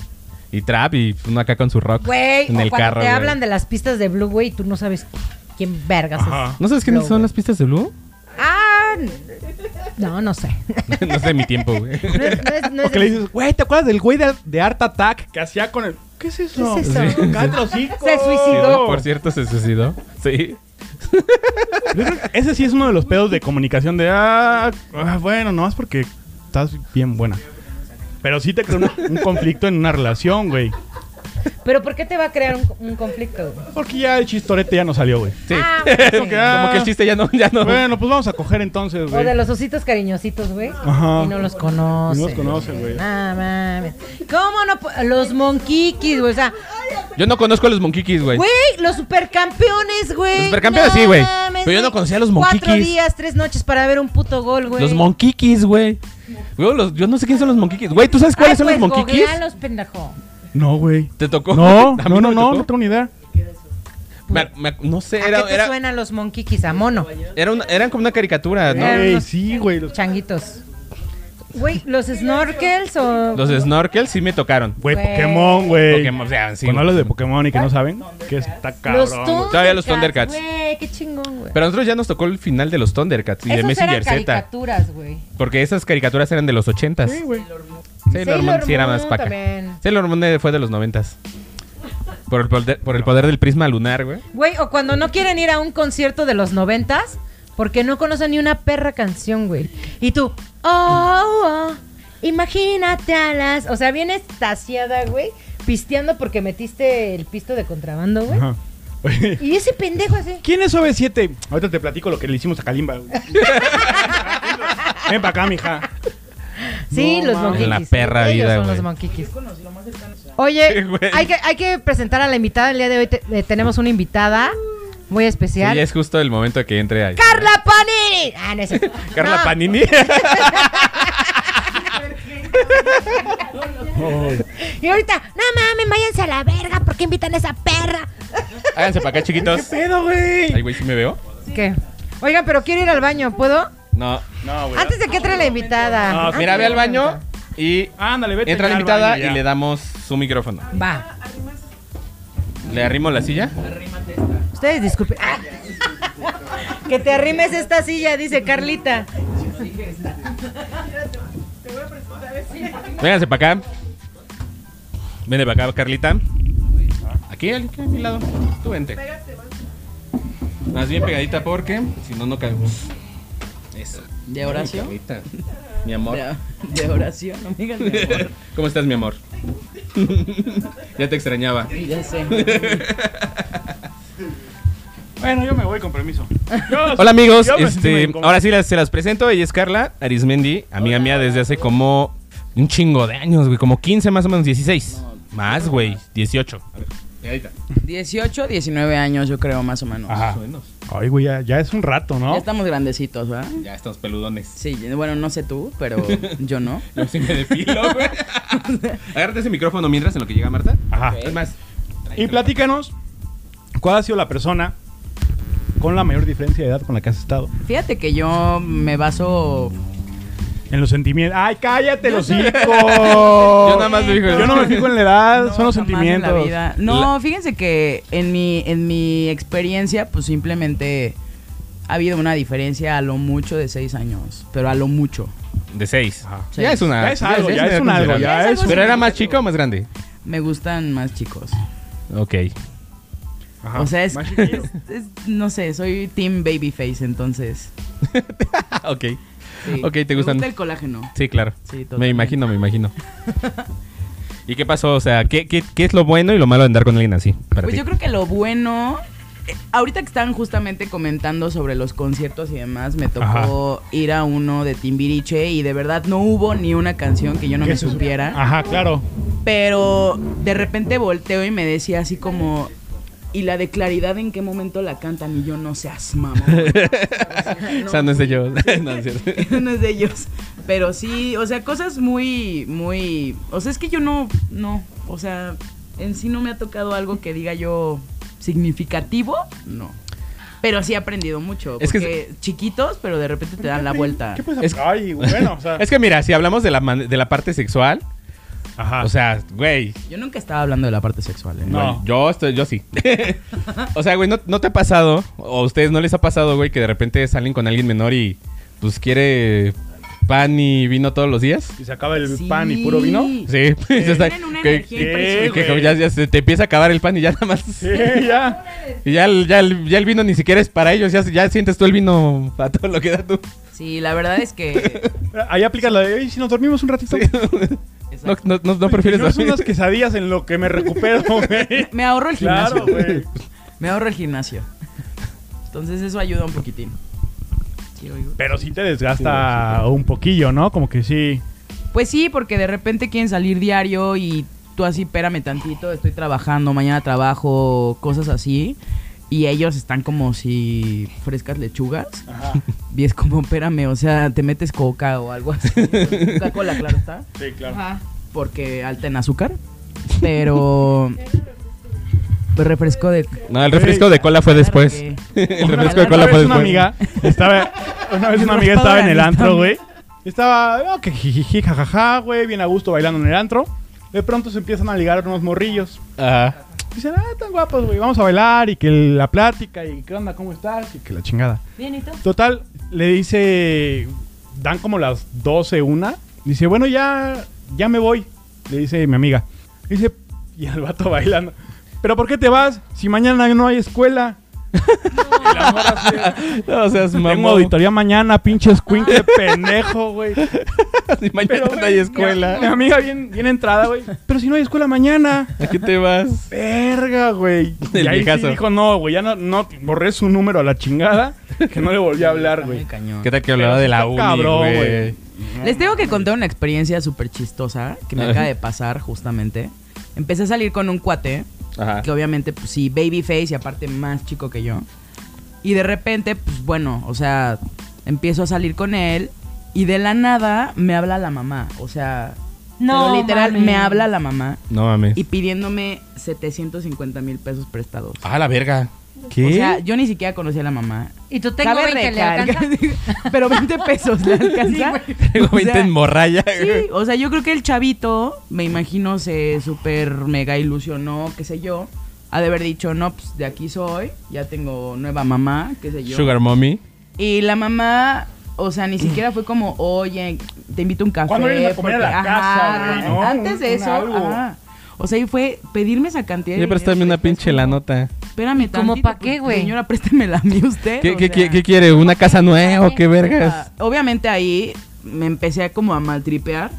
[SPEAKER 4] y trap, y uno acá con su rock
[SPEAKER 5] Güey,
[SPEAKER 4] en
[SPEAKER 5] o
[SPEAKER 4] el
[SPEAKER 5] cuando
[SPEAKER 4] carro,
[SPEAKER 5] te
[SPEAKER 4] güey.
[SPEAKER 5] hablan de las pistas de Blue, güey, y tú no sabes quién vergas
[SPEAKER 2] Ajá.
[SPEAKER 5] es.
[SPEAKER 4] ¿No sabes quiénes
[SPEAKER 5] Blue,
[SPEAKER 4] son
[SPEAKER 5] güey.
[SPEAKER 4] las pistas de Blue?
[SPEAKER 5] Ah, no, no sé.
[SPEAKER 4] [laughs]
[SPEAKER 5] [laughs]
[SPEAKER 4] no sé de mi tiempo, güey.
[SPEAKER 5] No es, no es- no
[SPEAKER 2] O
[SPEAKER 5] es-
[SPEAKER 2] que le dices, güey, ¿te acuerdas del güey de, de Art Attack que hacía con el. ¿Qué es eso?
[SPEAKER 5] ¿Qué es eso? [laughs]
[SPEAKER 2] Cállate los hocico.
[SPEAKER 5] Se suicidó.
[SPEAKER 4] Por cierto, se suicidó. Sí.
[SPEAKER 2] Yo creo que Ese sí es uno de los pedos de comunicación de ah, ah, bueno, nomás porque estás bien buena. Pero sí te crea un, un conflicto en una relación, güey.
[SPEAKER 5] Pero ¿por qué te va a crear un, un conflicto? güey?
[SPEAKER 2] Porque ya el chistorete ya no salió,
[SPEAKER 4] [laughs]
[SPEAKER 2] güey.
[SPEAKER 4] Sí.
[SPEAKER 2] [laughs]
[SPEAKER 5] Ah, güey.
[SPEAKER 2] Como que, ah,
[SPEAKER 4] Como que el chiste ya no, ya no.
[SPEAKER 2] Bueno, pues vamos a coger entonces,
[SPEAKER 5] O
[SPEAKER 2] güey.
[SPEAKER 5] de los ositos cariñositos, güey.
[SPEAKER 2] Ajá.
[SPEAKER 5] Y no los conoce.
[SPEAKER 2] No los conoce, güey.
[SPEAKER 5] Ah, mames. ¿Cómo no? po- Los monquiquis, güey. O sea,
[SPEAKER 4] Yo no conozco a los Monquiquis, güey.
[SPEAKER 5] güey, los supercampeones, güey.
[SPEAKER 4] Los supercampeones, sí, güey.
[SPEAKER 5] mames,
[SPEAKER 4] Pero yo no
[SPEAKER 5] güey.
[SPEAKER 4] conocía a los
[SPEAKER 5] Cuatro
[SPEAKER 4] monquiquis.
[SPEAKER 5] días, tres noches para ver un puto gol, güey.
[SPEAKER 4] Los Monquiquis, güey. Güey, los- yo no sé quién son los Monquiquis. Güey, ¿tú sabes
[SPEAKER 5] Ay,
[SPEAKER 4] cuáles son
[SPEAKER 5] pues,
[SPEAKER 4] los Monquiquis?
[SPEAKER 5] googlealos, pendejo.
[SPEAKER 2] No, güey.
[SPEAKER 4] ¿Te tocó?
[SPEAKER 2] No,
[SPEAKER 4] [laughs] A mí
[SPEAKER 2] no, no,
[SPEAKER 4] me
[SPEAKER 2] no,
[SPEAKER 4] tocó.
[SPEAKER 2] no tengo ni idea.
[SPEAKER 4] Me- me- no sé,
[SPEAKER 5] ¿A
[SPEAKER 4] era,
[SPEAKER 5] qué te
[SPEAKER 4] era,
[SPEAKER 5] suenan los monquiquis? A mono.
[SPEAKER 4] era una- eran como una caricatura, ¿no?
[SPEAKER 5] Eran
[SPEAKER 2] Güey,
[SPEAKER 5] los-
[SPEAKER 2] sí, güey. los-
[SPEAKER 5] Changuitos. Güey, ¿los snorkels o...?
[SPEAKER 4] Los snorkels sí me tocaron.
[SPEAKER 2] Güey,
[SPEAKER 5] Güey.
[SPEAKER 2] Pokémon, güey.
[SPEAKER 4] Pokémon, o sea, sí.
[SPEAKER 2] Cuando hablas de Pokémon y que no saben, que está cabrón. güey.
[SPEAKER 4] Todavía los Thundercats.
[SPEAKER 5] Güey, qué chingón, güey.
[SPEAKER 4] Pero a nosotros ya nos tocó el final de los Thundercats y de
[SPEAKER 5] Esos
[SPEAKER 4] Messenger
[SPEAKER 5] eran
[SPEAKER 4] Z.
[SPEAKER 5] caricaturas, güey.
[SPEAKER 4] Porque esas caricaturas eran de los 80s.
[SPEAKER 2] Sí, güey.
[SPEAKER 4] Sailor Moon sí era más
[SPEAKER 5] Moon
[SPEAKER 4] paca.
[SPEAKER 5] también.
[SPEAKER 4] Sailor Moon eh, fue de los 90s. Por el poder, por el poder del prisma lunar, güey.
[SPEAKER 5] Güey, o cuando no quieren ir a un concierto de los noventas porque no conocen ni una perra canción, güey. Y tú, oh, oh, imagínate a las... O sea, vienes taseada, güey, pisteando porque metiste el pisto de contrabando, güey.
[SPEAKER 2] Ajá. Oye,
[SPEAKER 5] Y ese pendejo así...
[SPEAKER 2] ¿Quién es OV7? Ahorita te platico lo que le hicimos a Kalimba. güey. Ven para acá, mija.
[SPEAKER 5] Sí,
[SPEAKER 2] No
[SPEAKER 5] los
[SPEAKER 2] mames.
[SPEAKER 5] monquiquis.
[SPEAKER 4] La perra
[SPEAKER 5] Ellos
[SPEAKER 4] vida,
[SPEAKER 5] son
[SPEAKER 4] güey.
[SPEAKER 5] los monquiquis. Oye,
[SPEAKER 4] Sí, güey.
[SPEAKER 5] hay que, hay que presentar a la invitada. El día de hoy te- eh, tenemos una invitada muy
[SPEAKER 4] Sí,
[SPEAKER 5] especial.
[SPEAKER 4] ya es justo el momento de que entre ahí.
[SPEAKER 5] ¡Carla Panini! Ah, no es cierto.
[SPEAKER 4] Carla
[SPEAKER 5] No,
[SPEAKER 2] [laughs]
[SPEAKER 4] Panini.
[SPEAKER 5] Y ahorita, no mames, váyanse a la verga. ¿Por qué invitan a esa perra?
[SPEAKER 4] Háganse para acá, chiquitos.
[SPEAKER 2] ¿Qué pedo, güey?
[SPEAKER 4] Ay, güey, ¿sí me veo?
[SPEAKER 5] ¿Qué? Oigan, pero quiero ir al baño, ¿puedo?
[SPEAKER 4] No. Ah,
[SPEAKER 2] No, güey.
[SPEAKER 5] Antes de que entre la invitada.
[SPEAKER 2] No,
[SPEAKER 5] Antes
[SPEAKER 4] Mira,
[SPEAKER 5] de
[SPEAKER 4] ve al
[SPEAKER 5] que entre la
[SPEAKER 4] baño y
[SPEAKER 2] Ándale, Ah, vete.
[SPEAKER 4] entra la
[SPEAKER 2] ya al
[SPEAKER 4] invitada
[SPEAKER 2] baño,
[SPEAKER 4] y
[SPEAKER 2] ya.
[SPEAKER 4] le damos su micrófono.
[SPEAKER 5] invitada. Va.
[SPEAKER 4] ¿Le arrimo la silla?
[SPEAKER 5] Ustedes disculpen.
[SPEAKER 4] [laughs]
[SPEAKER 5] Ah. que te arrimes esta silla, dice Carlita.
[SPEAKER 4] Vénganse para acá. Vene para acá, Carlita. Aquí, aquí a mi lado. Tú vente. Más bien pegadita porque si no, no caemos. Eso.
[SPEAKER 11] ¿De Horacio?
[SPEAKER 4] Mi pegadita. Mi amor.
[SPEAKER 11] De, de Horacio, no me digas mi amor.
[SPEAKER 4] [laughs] ¿Cómo estás, mi amor? [laughs] ya te extrañaba.
[SPEAKER 11] Ya sé.
[SPEAKER 2] Bueno, yo me voy con permiso. Yo-
[SPEAKER 4] Hola amigos,
[SPEAKER 2] yo me sentí muy
[SPEAKER 4] este,
[SPEAKER 2] incómodo.
[SPEAKER 4] ahora sí las- se las presento, ella es Carla Arismendi, amiga mía desde hace como un chingo de años, güey, como 15 más o menos, 16. Más, güey, 18. A ver, pegadita.
[SPEAKER 11] 18, 19 años, yo creo, más o menos.
[SPEAKER 2] Ajá.
[SPEAKER 4] Más o menos.
[SPEAKER 2] Ay, güey, ya, ya es un rato,
[SPEAKER 11] Ya
[SPEAKER 2] ¿no?
[SPEAKER 11] estamos grandecitos, ¿verdad?
[SPEAKER 4] Ya estamos peludones. [laughs]
[SPEAKER 11] Sí, bueno, no sé tú, pero
[SPEAKER 2] [laughs]
[SPEAKER 11] yo no.
[SPEAKER 4] Yo sí me depilo, güey. Agárrate ese micrófono mientras en lo que llega Marta.
[SPEAKER 2] Ajá.
[SPEAKER 4] Es más.
[SPEAKER 2] Y platícanos, ¿cuál ha sido la persona con la mayor diferencia de edad con la que has estado?
[SPEAKER 11] Fíjate que yo me baso.
[SPEAKER 2] En los sentimientos. ¡Ay, cállate, los hijos!
[SPEAKER 4] [laughs] Yo
[SPEAKER 2] Yo
[SPEAKER 4] nada más me fijo en-
[SPEAKER 2] Yo no me fijo en la edad,
[SPEAKER 11] [laughs] No,
[SPEAKER 2] Ah, son los
[SPEAKER 11] jamás en la
[SPEAKER 2] sentimientos.
[SPEAKER 11] vida. No, fíjense que en mi, en mi experiencia, pues simplemente ha habido una diferencia a lo mucho de 6 años, pero a lo mucho.
[SPEAKER 4] De 6.
[SPEAKER 2] Ajá.
[SPEAKER 4] Ya es una.
[SPEAKER 2] Ya es algo, ya es un
[SPEAKER 4] una
[SPEAKER 2] algo, ya
[SPEAKER 4] considerable.
[SPEAKER 2] es.
[SPEAKER 4] Pero era más chica o más grande.
[SPEAKER 11] Me gustan más chicos.
[SPEAKER 4] Ok.
[SPEAKER 2] Ajá.
[SPEAKER 11] o sea, es,
[SPEAKER 2] Más chiquillo.
[SPEAKER 11] es- es- No sé, soy Team Babyface, entonces.
[SPEAKER 4] ok.
[SPEAKER 11] sí.
[SPEAKER 4] Ok, ¿te gustan?
[SPEAKER 11] Me gusta el colágeno.
[SPEAKER 4] Sí, claro.
[SPEAKER 11] Sí,
[SPEAKER 4] Me
[SPEAKER 11] totalmente.
[SPEAKER 4] imagino, me imagino. [laughs] ¿Y qué pasó? O sea, ¿qué, qué, qué es lo bueno y lo malo de andar con alguien así? Para
[SPEAKER 11] Pues
[SPEAKER 4] ti?
[SPEAKER 11] yo creo que lo bueno. eh, Ahorita que estaban justamente comentando sobre los conciertos y demás, me tocó ir a uno de Timbiriche y de verdad no hubo ni una canción que yo no me
[SPEAKER 2] Eso es-
[SPEAKER 4] Ah.
[SPEAKER 11] supiera.
[SPEAKER 2] Ajá, claro.
[SPEAKER 11] Pero de repente volteo y me decía así como. Y la de claridad en qué momento la cantan y yo no seas mamón.
[SPEAKER 4] O sea, no sé yo. [laughs] no, es cierto.
[SPEAKER 11] [laughs] Eso no es de ellos. Pero sí, o sea, cosas muy, muy. O sea, es que yo no, no. O sea, en sí no me ha tocado algo que diga yo significativo, no. Pero sí he aprendido mucho.
[SPEAKER 4] Es que es-
[SPEAKER 11] porque chiquitos, pero de repente te dan la vuelta.
[SPEAKER 2] ¿Qué pasa?
[SPEAKER 4] Es-
[SPEAKER 2] Ay, bueno, o sea.
[SPEAKER 4] Es que mira, si hablamos de la, man- de la parte sexual,
[SPEAKER 2] Ajá.
[SPEAKER 4] o sea, güey.
[SPEAKER 11] Yo nunca estaba hablando de la parte sexual, ¿eh?
[SPEAKER 2] No.
[SPEAKER 4] güey, Yo, estoy, yo sí. [laughs] o sea, güey, ¿no, ¿no te ha pasado? ¿O a ustedes no les ha pasado, güey, que de repente salen con alguien menor y pues quiere pan y vino todos los días?
[SPEAKER 2] y se acaba el
[SPEAKER 11] Sí.
[SPEAKER 2] pan y puro vino.
[SPEAKER 11] Sí,
[SPEAKER 4] Sí. [laughs] O sea,
[SPEAKER 11] Tienen una
[SPEAKER 4] que-
[SPEAKER 11] energía
[SPEAKER 4] que-
[SPEAKER 11] impresionante.
[SPEAKER 4] que ya, ya se te empieza a acabar el pan y ya nada más.
[SPEAKER 2] Sí, ya.
[SPEAKER 4] Y ya, el- ya, el, ya el vino ni siquiera es para ellos, ya, ya sientes tú el vino para todo lo que da tú. [laughs]
[SPEAKER 11] Sí, la verdad es
[SPEAKER 2] [laughs]
[SPEAKER 11] que.
[SPEAKER 2] Ahí aplicas la de, "Oye, si nos dormimos un ratito.
[SPEAKER 4] No,
[SPEAKER 11] Exacto.
[SPEAKER 4] no, no, no prefieres
[SPEAKER 2] Yo hice
[SPEAKER 4] dormir.
[SPEAKER 2] unas quesadillas en lo que me recupero, [laughs] güey.
[SPEAKER 11] Me ahorro el gimnasio.
[SPEAKER 2] Claro, güey.
[SPEAKER 11] Me ahorro el gimnasio. Entonces eso ayuda un poquitín. Sí, oigo.
[SPEAKER 2] Pero sí te desgasta un poquillo, ¿no? Como que sí.
[SPEAKER 11] Pues sí, porque de repente quieren salir diario y tú así, espérame tantito, estoy trabajando, mañana trabajo, cosas así. Y ellos están como si frescas lechugas. [laughs] Y es como, espérame, o sea, te metes coca o
[SPEAKER 4] [laughs]
[SPEAKER 11] algo así. Coca-Cola, claro está.
[SPEAKER 2] Sí, claro.
[SPEAKER 11] Porque alta en azúcar.
[SPEAKER 4] [laughs]
[SPEAKER 11] Pero. Refresco de.
[SPEAKER 4] No, el refresco de cola fue después.
[SPEAKER 11] Claro que-
[SPEAKER 4] [laughs] El refresco de
[SPEAKER 11] Una
[SPEAKER 4] cola
[SPEAKER 2] Una
[SPEAKER 4] fue
[SPEAKER 2] vez una
[SPEAKER 4] después.
[SPEAKER 2] amiga estaba, una vez una amiga estaba en el antro, güey. Estaba, ah, que jijiji, jajaja, güey, bien a gusto bailando en el antro. De pronto se empiezan a ligar unos morrillos.
[SPEAKER 4] Ajá.
[SPEAKER 2] Dicen, ah, tan guapos, güey, vamos a bailar y que la plática y qué onda, cómo estás y que la chingada.
[SPEAKER 5] Bien, ¿y tú?
[SPEAKER 2] Total, le dice, dan como las 12, una. Dice, bueno, ya, ya me voy. Le dice mi amiga. Dice, y el vato bailando. ¿Pero por qué te vas? Si mañana no hay escuela.
[SPEAKER 4] No seas
[SPEAKER 2] Tengo
[SPEAKER 4] mamón. [laughs]
[SPEAKER 2] auditoría mañana, pinche squinkle pendejo, güey.
[SPEAKER 4] Ni mañana no hay
[SPEAKER 2] Mi
[SPEAKER 4] escuela.
[SPEAKER 2] amiga bien, bien entrada, güey. Pero si no hay escuela mañana.
[SPEAKER 4] ¿A qué te vas?
[SPEAKER 2] Verga,
[SPEAKER 11] [laughs]
[SPEAKER 2] güey.
[SPEAKER 4] El
[SPEAKER 2] Y ahí sí
[SPEAKER 4] viejazo.
[SPEAKER 2] dijo, no, güey, ya no, no, borré su número a la chingada. Que no le volví a hablar, güey.
[SPEAKER 4] ¿Qué tal que hablaba de la uni,
[SPEAKER 2] Cabrón,
[SPEAKER 4] güey?
[SPEAKER 2] güey.
[SPEAKER 11] Les tengo que contar una experiencia súper chistosa que me
[SPEAKER 4] Ajá.
[SPEAKER 11] acaba de pasar justamente. Empecé a salir con un cuate,
[SPEAKER 4] Ajá.
[SPEAKER 11] que obviamente, pues sí, babyface y aparte más chico que yo. Y de repente, pues bueno, o sea, empiezo a salir con él y de la nada me habla la mamá. O sea,
[SPEAKER 5] No
[SPEAKER 11] pero literal,
[SPEAKER 5] mames.
[SPEAKER 11] me habla la mamá
[SPEAKER 4] No mames.
[SPEAKER 11] y pidiéndome 750 mil pesos prestados.
[SPEAKER 4] Ah, la verga.
[SPEAKER 11] O sea, yo ni siquiera conocía a la mamá.
[SPEAKER 5] Y tú tengo
[SPEAKER 11] Cabe
[SPEAKER 5] 20, ¿le
[SPEAKER 11] recalcar-
[SPEAKER 5] [laughs] alcanza?
[SPEAKER 11] [laughs] Pero 20 pesos le alcanza.
[SPEAKER 4] [laughs] Tengo
[SPEAKER 11] O
[SPEAKER 4] 20
[SPEAKER 11] sea,
[SPEAKER 4] en morralla.
[SPEAKER 5] [laughs]
[SPEAKER 11] Sí, o sea, yo creo que el chavito, me imagino, se súper mega ilusionó, qué sé yo. Ha de haber dicho, no, pues de aquí soy, ya tengo nueva mamá, qué sé yo.
[SPEAKER 4] Sugar mommy.
[SPEAKER 11] Y la mamá, o sea, ni siquiera fue como, oye, te invito a un café.
[SPEAKER 2] ¿Cuándo vienes a comer a la casa, güey, no?
[SPEAKER 11] Antes de
[SPEAKER 2] Un-
[SPEAKER 11] eso,
[SPEAKER 2] algo.
[SPEAKER 11] ajá. O sea, y fue pedirme esa cantidad de
[SPEAKER 4] Oye,
[SPEAKER 11] dinero,
[SPEAKER 4] préstame una
[SPEAKER 11] fue
[SPEAKER 4] pinche la nota.
[SPEAKER 11] Espérame
[SPEAKER 5] cómo
[SPEAKER 11] tantito,
[SPEAKER 5] pa' qué,
[SPEAKER 11] pues,
[SPEAKER 5] güey?
[SPEAKER 11] Señora, préstemela a mí usted.
[SPEAKER 4] ¿Qué,
[SPEAKER 11] o
[SPEAKER 4] qué-
[SPEAKER 11] sea.
[SPEAKER 4] qué- qué quiere? ¿Una casa nueva o qué
[SPEAKER 11] Ah,
[SPEAKER 4] vergas?
[SPEAKER 11] obviamente ahí me empecé a como a maltripear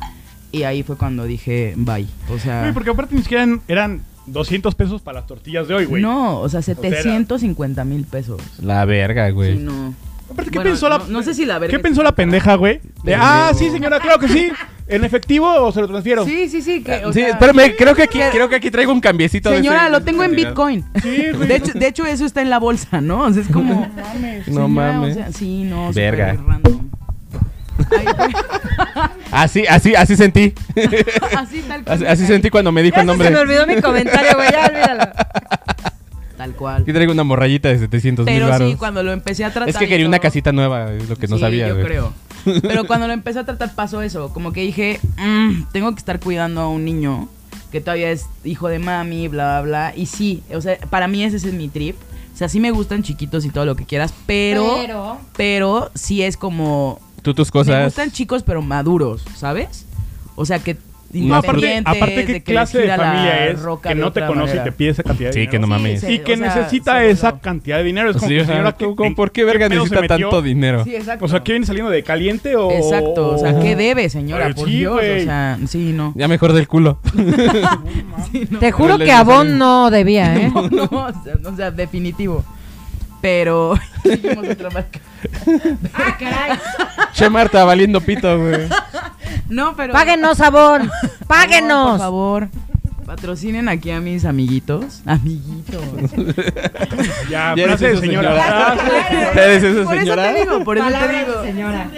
[SPEAKER 11] y ahí fue cuando dije bye. O sea,
[SPEAKER 2] Güey, porque aparte ni siquiera eran, eran 200 pesos para las tortillas de hoy, güey.
[SPEAKER 11] no, o sea,
[SPEAKER 2] era-
[SPEAKER 11] 750 mil pesos.
[SPEAKER 4] La verga, güey.
[SPEAKER 11] Sí, no.
[SPEAKER 2] Aparte, ¿qué
[SPEAKER 11] Bueno,
[SPEAKER 2] pensó la
[SPEAKER 11] no- no sé si eh, la verga
[SPEAKER 2] ¿Qué pensó la pendeja, güey? De,
[SPEAKER 4] Pendejo.
[SPEAKER 2] ah, sí, señora, claro que sí. ¿En efectivo o se lo transfiero?
[SPEAKER 11] Sí, sí, Ah, sí. que, o
[SPEAKER 4] Sí,
[SPEAKER 11] sea,
[SPEAKER 4] espérame, creo que aquí, creo que aquí traigo un cambiecito. de
[SPEAKER 11] Señora,
[SPEAKER 4] ese-
[SPEAKER 11] lo tengo en Bitcoin.
[SPEAKER 2] Sí, güey.
[SPEAKER 11] De hecho, de hecho, eso está en la bolsa, ¿no? O sea, es como.
[SPEAKER 4] No
[SPEAKER 11] señora,
[SPEAKER 4] mames.
[SPEAKER 11] o sea, sí, no.
[SPEAKER 4] Verga.
[SPEAKER 11] súper random. Ay, güey, [laughs]
[SPEAKER 4] Así, así, así sentí.
[SPEAKER 11] así tal cual.
[SPEAKER 4] Así, así sentí cuando me dijo
[SPEAKER 5] Ya
[SPEAKER 4] el
[SPEAKER 5] se
[SPEAKER 4] nombre.
[SPEAKER 5] me olvidó mi comentario, güey. Ya, olvídalo.
[SPEAKER 11] Tal cual.
[SPEAKER 4] Aquí traigo una morrayita de 700 mil
[SPEAKER 11] Pero sí,
[SPEAKER 4] baros.
[SPEAKER 11] cuando lo empecé a tratar.
[SPEAKER 4] Es que
[SPEAKER 11] y
[SPEAKER 4] quería una
[SPEAKER 11] todo-
[SPEAKER 4] casita nueva, es lo que no
[SPEAKER 11] Sí,
[SPEAKER 4] sabía.
[SPEAKER 11] Yo
[SPEAKER 2] [laughs]
[SPEAKER 4] güey.
[SPEAKER 11] creo. Pero cuando lo empecé a tratar pasó eso. Como que dije, "Mm, tengo que estar cuidando a un niño que todavía es hijo de mami, bla, bla, bla. Y sí, o sea, para mí ese es mi trip. O sea, sí me gustan chiquitos y todo lo que quieras, pero. Pero, sí es como.
[SPEAKER 4] Tú tus
[SPEAKER 11] Me
[SPEAKER 4] cosas.
[SPEAKER 11] gustan chicos, pero maduros, ¿sabes? O sea, que.
[SPEAKER 4] No, aparte-
[SPEAKER 11] independientes,
[SPEAKER 2] Aparte, ¿qué
[SPEAKER 11] de que les
[SPEAKER 2] clase de
[SPEAKER 11] gira la
[SPEAKER 2] familia es
[SPEAKER 11] roca
[SPEAKER 2] que
[SPEAKER 11] de
[SPEAKER 2] no te
[SPEAKER 11] otra
[SPEAKER 2] conoce y
[SPEAKER 11] manera?
[SPEAKER 2] te pide esa cantidad de
[SPEAKER 4] Sí,
[SPEAKER 2] dinero?
[SPEAKER 4] que no mames.
[SPEAKER 11] sí,
[SPEAKER 2] Y
[SPEAKER 11] o
[SPEAKER 2] que
[SPEAKER 11] sea,
[SPEAKER 2] necesita
[SPEAKER 11] se
[SPEAKER 2] esa
[SPEAKER 11] voló.
[SPEAKER 2] cantidad de dinero. Es como,
[SPEAKER 4] Pues Sí,
[SPEAKER 2] que,
[SPEAKER 4] o sea,
[SPEAKER 2] señora, ¿qué-
[SPEAKER 4] ¿cómo- cómo-
[SPEAKER 2] en-
[SPEAKER 4] ¿Por qué
[SPEAKER 2] en
[SPEAKER 4] verga
[SPEAKER 2] pedo se
[SPEAKER 4] necesita
[SPEAKER 2] metió?
[SPEAKER 4] tanto dinero?
[SPEAKER 11] Sí, exacto.
[SPEAKER 2] O sea, ¿qué viene saliendo de caliente o...?
[SPEAKER 11] Exacto, o sea, ¿qué debe, señora?
[SPEAKER 2] Ay,
[SPEAKER 11] Por
[SPEAKER 2] sí,
[SPEAKER 11] Dios,
[SPEAKER 2] güey.
[SPEAKER 11] o sea, sí,
[SPEAKER 2] [laughs]
[SPEAKER 11] no. [laughs]
[SPEAKER 4] Ya mejor del [laughs] culo.
[SPEAKER 5] Te juro
[SPEAKER 4] le
[SPEAKER 5] que
[SPEAKER 4] dices a
[SPEAKER 5] Avon
[SPEAKER 4] alguien.
[SPEAKER 5] no debía,
[SPEAKER 4] [laughs]
[SPEAKER 5] ¿eh?
[SPEAKER 11] No, no, o sea, no, o sea, definitivo. Pero. [laughs] Dijimos otra marca.
[SPEAKER 5] Ah,
[SPEAKER 4] Che Marta, valiendo pito, güey.
[SPEAKER 11] No, pero.
[SPEAKER 5] Páguenos, [laughs] Avon.
[SPEAKER 11] No, Por
[SPEAKER 5] Páguenos.
[SPEAKER 11] favor. Patrocinen aquí a mis amiguitos. Amiguitos. [laughs]
[SPEAKER 2] Ya,
[SPEAKER 4] Ya eres
[SPEAKER 2] frase de
[SPEAKER 4] esa
[SPEAKER 2] Ah, señora. Ah,
[SPEAKER 4] señora.
[SPEAKER 2] Frase de-
[SPEAKER 4] ¿Eres esa
[SPEAKER 11] Por eso
[SPEAKER 4] señora?
[SPEAKER 11] te digo, por eso te
[SPEAKER 1] Palabras
[SPEAKER 11] digo.
[SPEAKER 1] de señora.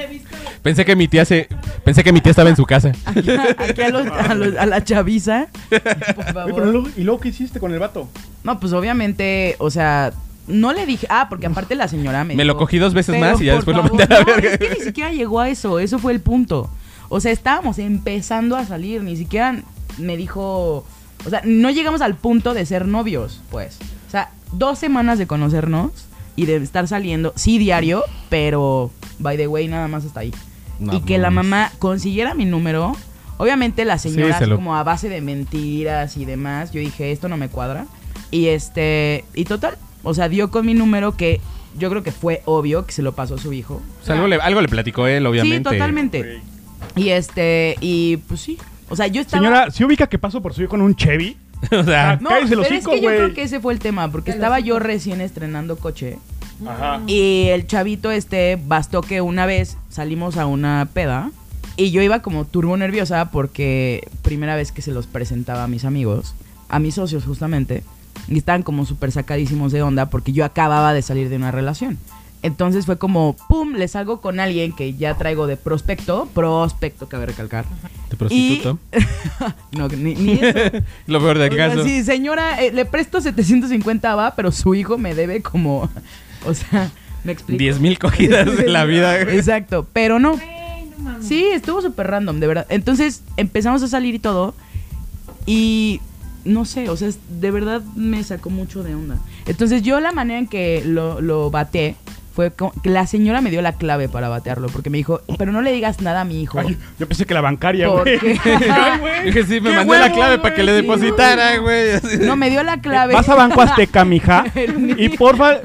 [SPEAKER 4] Pensé que mi tía se. Pensé que mi tía estaba en su casa.
[SPEAKER 11] Aquí, aquí a, los- a los- a la chaviza. Por
[SPEAKER 2] Oye, pero
[SPEAKER 11] favor.
[SPEAKER 2] luego- ¿Y luego qué hiciste con el vato?
[SPEAKER 11] No, pues obviamente, o sea. No le dije. Ah, porque aparte la señora me.
[SPEAKER 4] Me lo
[SPEAKER 11] dijo,
[SPEAKER 4] cogí dos veces
[SPEAKER 11] Pero,
[SPEAKER 4] más y ya
[SPEAKER 11] por
[SPEAKER 4] después lo
[SPEAKER 11] favor,
[SPEAKER 4] mandé a la
[SPEAKER 11] no,
[SPEAKER 4] verga.
[SPEAKER 11] Es que ni siquiera llegó a eso, eso fue el punto. O sea, estábamos empezando a salir, ni siquiera me dijo. O sea, no llegamos al punto de ser novios, pues. O sea, dos semanas de conocernos y de estar saliendo, sí, diario, pero by the way, nada más hasta ahí.
[SPEAKER 4] No
[SPEAKER 11] y que la
[SPEAKER 4] mames.
[SPEAKER 11] mamá consiguiera mi número. Obviamente la señora
[SPEAKER 4] se
[SPEAKER 11] así
[SPEAKER 4] lo-
[SPEAKER 11] como a base de mentiras y demás. Yo dije, esto no me cuadra. Y este, y total, o sea, dio con mi número que yo creo que fue obvio que se lo pasó a su hijo.
[SPEAKER 4] O sea, algo, le, algo le platicó él, obviamente.
[SPEAKER 11] Sí, totalmente. Y este, y pues sí. O sea, yo estaba
[SPEAKER 2] Señora, ¿se ubica que paso por su hijo con un Chevy?
[SPEAKER 4] [laughs] o sea,
[SPEAKER 11] No,
[SPEAKER 2] cállese el
[SPEAKER 11] pero es
[SPEAKER 2] hocico,
[SPEAKER 11] que yo
[SPEAKER 2] güey.
[SPEAKER 11] creo que ese fue el tema, porque estaba yo recién estrenando coche.
[SPEAKER 2] Ajá.
[SPEAKER 11] Y el chavito este bastó que una vez salimos a una peda y yo iba como turbo nerviosa porque primera vez que se los presentaba a mis amigos, a mis socios justamente, y estaban como súper sacadísimos de onda porque yo acababa de salir de una relación. Entonces fue como, pum, les salgo con alguien que ya traigo de prospecto, prospecto cabe recalcar.
[SPEAKER 4] ¿Te prostituto?
[SPEAKER 11] Y... [laughs] no, ni, ni eso.
[SPEAKER 4] [laughs] Lo peor del
[SPEAKER 11] O sea,
[SPEAKER 4] caso.
[SPEAKER 11] sí, señora, eh, le presto 750 va, pero su hijo me debe como, o sea, me explico.
[SPEAKER 4] 10 mil cogidas de la vida, güey.
[SPEAKER 11] Exacto, pero no. Sí, estuvo súper random, de verdad. Entonces empezamos a salir y todo. Y no sé, o sea, es- de verdad me sacó mucho de onda. Entonces yo la manera en que lo, lo baté fue co- que la señora me dio la clave para batearlo. Porque me dijo, pero no le digas nada a mi hijo.
[SPEAKER 2] Ay, yo pensé que la bancaria, güey. [laughs]
[SPEAKER 11] porque...
[SPEAKER 4] Dije, sí, me
[SPEAKER 2] Qué
[SPEAKER 4] mandó la
[SPEAKER 2] huevo,
[SPEAKER 4] clave
[SPEAKER 2] güey,
[SPEAKER 4] para que le
[SPEAKER 2] sí,
[SPEAKER 4] depositara, güey. así de-
[SPEAKER 11] no, me dio
[SPEAKER 2] [laughs]
[SPEAKER 11] [laughs] la clave.
[SPEAKER 2] Vas a Banco Azteca, mija.
[SPEAKER 11] [laughs] El
[SPEAKER 2] y porfa...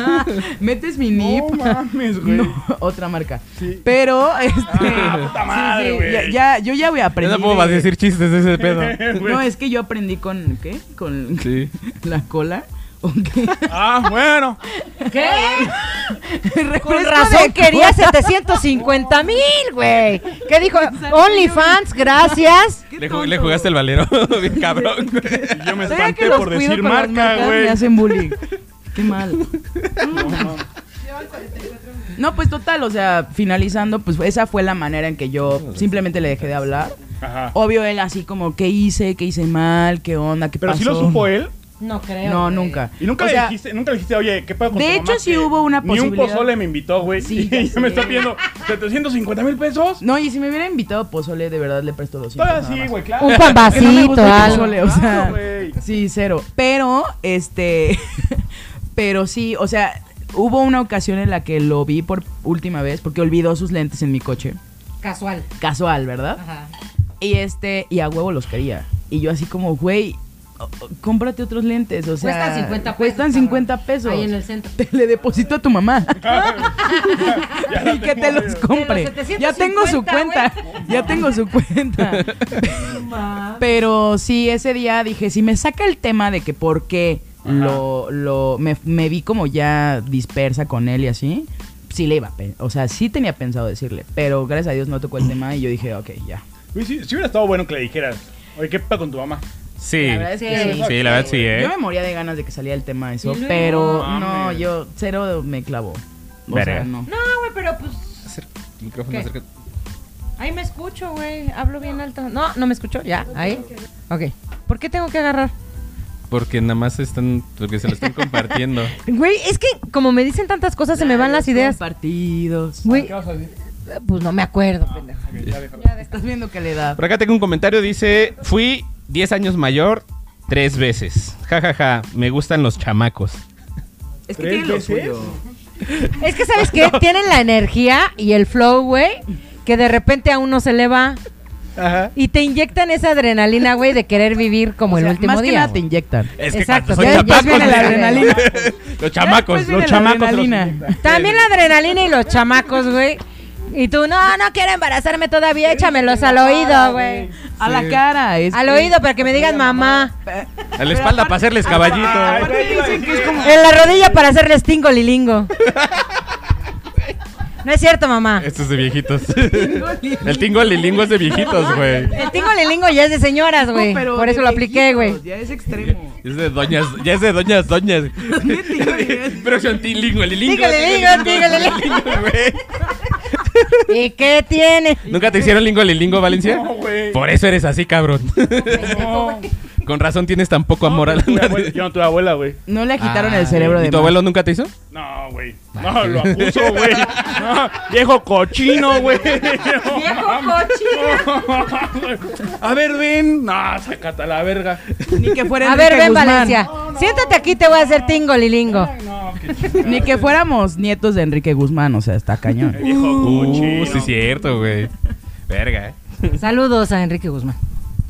[SPEAKER 11] [laughs] Metes mi NIP.
[SPEAKER 2] No mames, güey. [laughs]
[SPEAKER 11] No, [laughs] otra marca.
[SPEAKER 2] Sí.
[SPEAKER 11] Pero, este.
[SPEAKER 2] puta madre,
[SPEAKER 11] sí, sí,
[SPEAKER 2] güey.
[SPEAKER 11] ya, ya- yo ya voy a
[SPEAKER 4] Ya
[SPEAKER 11] aprender.
[SPEAKER 4] no puedo más decir chistes de ese
[SPEAKER 11] [laughs]
[SPEAKER 4] pedo.
[SPEAKER 2] [laughs]
[SPEAKER 11] No, es que yo aprendí con. ¿Qué? Con
[SPEAKER 4] Sí.
[SPEAKER 11] [laughs] la cola. [laughs] ¿O qué?
[SPEAKER 2] Ah, bueno.
[SPEAKER 5] Con
[SPEAKER 11] Refresco
[SPEAKER 5] razón
[SPEAKER 11] de
[SPEAKER 5] quería
[SPEAKER 11] cola.
[SPEAKER 5] 750 mil, güey. ¿Qué [laughs] dijo? OnlyFans, gracias.
[SPEAKER 11] Qué
[SPEAKER 4] Le, ju-
[SPEAKER 11] tonto.
[SPEAKER 4] le jugaste el valero, [laughs] bien cabrón, güey.
[SPEAKER 2] Y yo me
[SPEAKER 11] Sabía
[SPEAKER 2] espanté
[SPEAKER 11] que los
[SPEAKER 2] por
[SPEAKER 11] cuido
[SPEAKER 2] decir
[SPEAKER 11] con las
[SPEAKER 2] marca,
[SPEAKER 11] marcas,
[SPEAKER 2] güey.
[SPEAKER 11] Me hacen bullying.
[SPEAKER 2] [laughs]
[SPEAKER 11] Qué mal. No, pues total, o sea, finalizando, pues esa fue la manera en que yo simplemente le dejé de hablar.
[SPEAKER 2] Ajá.
[SPEAKER 11] Obvio, él así como, ¿qué hice? ¿Qué hice mal? ¿Qué onda? ¿Qué
[SPEAKER 2] Pero
[SPEAKER 11] pasó?
[SPEAKER 2] sí lo supo él.
[SPEAKER 5] No creo.
[SPEAKER 11] No, nunca.
[SPEAKER 2] Y nunca
[SPEAKER 11] O
[SPEAKER 2] le
[SPEAKER 11] sea,
[SPEAKER 2] dijiste, nunca le dijiste, oye, ¿qué pedo con
[SPEAKER 11] De
[SPEAKER 2] tu
[SPEAKER 11] hecho,
[SPEAKER 2] mamá
[SPEAKER 11] sí
[SPEAKER 2] que
[SPEAKER 11] hubo una
[SPEAKER 2] Ni
[SPEAKER 11] posibilidad?
[SPEAKER 2] un pozole me invitó, güey.
[SPEAKER 11] Sí, ya
[SPEAKER 2] [laughs] y ya me
[SPEAKER 11] sé.
[SPEAKER 2] está pidiendo 750 mil pesos.
[SPEAKER 11] No, y si me hubiera invitado pozole, de verdad le presto 200.
[SPEAKER 2] Todavía
[SPEAKER 11] nada
[SPEAKER 2] sí,
[SPEAKER 11] más.
[SPEAKER 2] güey, claro.
[SPEAKER 5] Un
[SPEAKER 11] Que no me
[SPEAKER 5] pambacito,
[SPEAKER 11] gusta el
[SPEAKER 5] algo.
[SPEAKER 11] pozole, o sea.
[SPEAKER 2] Claro, güey.
[SPEAKER 11] sí, cero. Pero, este. [laughs] pero sí, o sea, hubo una ocasión en la que lo vi por última vez porque olvidó sus lentes en mi coche.
[SPEAKER 5] Casual.
[SPEAKER 11] Casual, ¿verdad?
[SPEAKER 5] Ajá.
[SPEAKER 11] Y este, y a huevo los quería. Y yo así como, güey, cómprate otros lentes, o sea,
[SPEAKER 5] Cuestan 50 pesos,
[SPEAKER 11] Cuestan
[SPEAKER 5] cabrón.
[SPEAKER 11] 50 pesos.
[SPEAKER 5] Ahí en el centro.
[SPEAKER 11] Te le deposito a tu mamá. y que te los compre.
[SPEAKER 5] De los
[SPEAKER 11] ya tengo su
[SPEAKER 5] 750,
[SPEAKER 11] cuenta. Ya tengo su cuenta. Pero sí, ese día dije, si me saca el tema de que por qué lo, lo me, me vi como ya dispersa con él y así, sí le iba a pe- O sea, sí tenía pensado decirle. Pero gracias a Dios no tocó el tema y yo dije, ok, ya.
[SPEAKER 2] Uy, sí, sí hubiera estado bueno que le dijeras, oye, ¿qué pasa con tu mamá?
[SPEAKER 4] Sí.
[SPEAKER 11] La verdad es que sí.
[SPEAKER 4] Sí, la verdad sí,
[SPEAKER 11] Yo
[SPEAKER 4] ¿eh?
[SPEAKER 11] me moría de ganas de que saliera el tema eso,
[SPEAKER 5] Y luego-
[SPEAKER 11] pero
[SPEAKER 2] Mames.
[SPEAKER 11] no, yo cero me clavó. O
[SPEAKER 4] Verga.
[SPEAKER 11] sea, no.
[SPEAKER 5] No, güey, pero pues. ¿Qué? Ahí me escucho, güey. Hablo bien alto. No, no me escucho. Ya, ahí. Ok. ¿Por qué tengo que agarrar?
[SPEAKER 4] Porque nada más están, porque se lo están [laughs] compartiendo.
[SPEAKER 5] Güey, es que como me dicen tantas cosas, se me van las ideas.
[SPEAKER 11] Partidos.
[SPEAKER 5] Güey,
[SPEAKER 12] ¿Qué vas a decir?
[SPEAKER 5] pues no me acuerdo, pendejo.
[SPEAKER 12] Ok, ya déjalo.
[SPEAKER 11] Ah, Estás viendo que le da.
[SPEAKER 4] Por acá tengo un comentario, dice, fui 10 años mayor tres veces. Ja, ja, ja, me gustan los chamacos.
[SPEAKER 11] Es que
[SPEAKER 2] ¿Tres
[SPEAKER 11] tiene lo
[SPEAKER 2] veces?
[SPEAKER 11] suyo.
[SPEAKER 5] Es que,
[SPEAKER 11] [laughs]
[SPEAKER 5] ¿sabes qué? Tienen la energía y el flow, güey, que de repente a uno se le va
[SPEAKER 4] Ajá.
[SPEAKER 5] y te inyectan esa adrenalina, güey, de querer vivir como
[SPEAKER 11] O sea,
[SPEAKER 5] el último
[SPEAKER 11] más que
[SPEAKER 5] día.
[SPEAKER 11] nada te inyectan.
[SPEAKER 4] Es
[SPEAKER 5] Exacto,
[SPEAKER 4] cuando
[SPEAKER 5] ya-
[SPEAKER 4] son
[SPEAKER 5] ya
[SPEAKER 4] chamacos,
[SPEAKER 5] viene
[SPEAKER 4] güey.
[SPEAKER 5] la adrenalina.
[SPEAKER 4] [laughs] los chamacos, los
[SPEAKER 11] Los
[SPEAKER 2] chamacos
[SPEAKER 11] chamacos.
[SPEAKER 2] se los
[SPEAKER 5] También la adrenalina y los chamacos, güey. Y tú, no, no quiero embarazarme todavía, échamelos al oído, güey.
[SPEAKER 11] A la cara. Es
[SPEAKER 5] Al
[SPEAKER 11] que- [laughs]
[SPEAKER 5] oído para que me digan mamá.
[SPEAKER 4] a la espalda
[SPEAKER 5] Ah,
[SPEAKER 4] para hacerles caballito.
[SPEAKER 11] Ah,
[SPEAKER 4] eh.
[SPEAKER 11] Aparte dicen que es como...
[SPEAKER 5] En la rodilla para hacerles tingo
[SPEAKER 11] [laughs]
[SPEAKER 5] lilingo. No es cierto, mamá.
[SPEAKER 4] Estos de
[SPEAKER 5] [laughs]
[SPEAKER 4] viejitos. [laughs] El tingo lilingo es de viejitos, güey.
[SPEAKER 5] El tingo lilingo ya es de señoras, güey.
[SPEAKER 11] Pero
[SPEAKER 5] Por
[SPEAKER 11] de
[SPEAKER 5] eso lo apliqué, güey.
[SPEAKER 11] viejitos, Ya es extremo. [laughs]
[SPEAKER 4] Es de doñas, ya es de doñas, doñas. [laughs]
[SPEAKER 11] ¿Dónde tingo lilingo?
[SPEAKER 4] Pero son tilingo, lilingo.
[SPEAKER 5] Tingo lilingo, tingo lilingo.
[SPEAKER 4] güey.
[SPEAKER 5] ¿Y qué
[SPEAKER 11] [laughs]
[SPEAKER 5] tiene?
[SPEAKER 4] ¿Nunca te hicieron lingo lilingo, Valencia?
[SPEAKER 2] No, güey.
[SPEAKER 4] Por eso eres así, cabrón.
[SPEAKER 2] No.
[SPEAKER 4] [laughs] Con razón tienes tan poco
[SPEAKER 2] [laughs]
[SPEAKER 4] amor a la
[SPEAKER 2] Tu abuela- Yo no tuve abuela, güey.
[SPEAKER 11] No le agitaron
[SPEAKER 4] Ah,
[SPEAKER 11] el cerebro de
[SPEAKER 4] ¿Y tu
[SPEAKER 11] más.
[SPEAKER 4] abuelo nunca te hizo?
[SPEAKER 2] No, güey. No, lo acuso, güey. No, viejo cochino,
[SPEAKER 11] [laughs]
[SPEAKER 2] güey.
[SPEAKER 5] Viejo cochino.
[SPEAKER 2] A ver, ven. No, sácate a la verga.
[SPEAKER 11] Ni que fuera
[SPEAKER 5] A ver,
[SPEAKER 11] Enrique
[SPEAKER 5] ven,
[SPEAKER 11] Guzmán.
[SPEAKER 5] Valencia. Siéntate aquí, te voy a hacer tingo [laughs] lilingo.
[SPEAKER 2] No, qué
[SPEAKER 11] Ni que fuéramos nietos de Enrique Guzmán, o sea, está cañón.
[SPEAKER 4] [laughs]
[SPEAKER 2] Viejo cochino.
[SPEAKER 4] Uh, sí, cierto, güey. Verga, eh.
[SPEAKER 5] Saludos a Enrique Guzmán.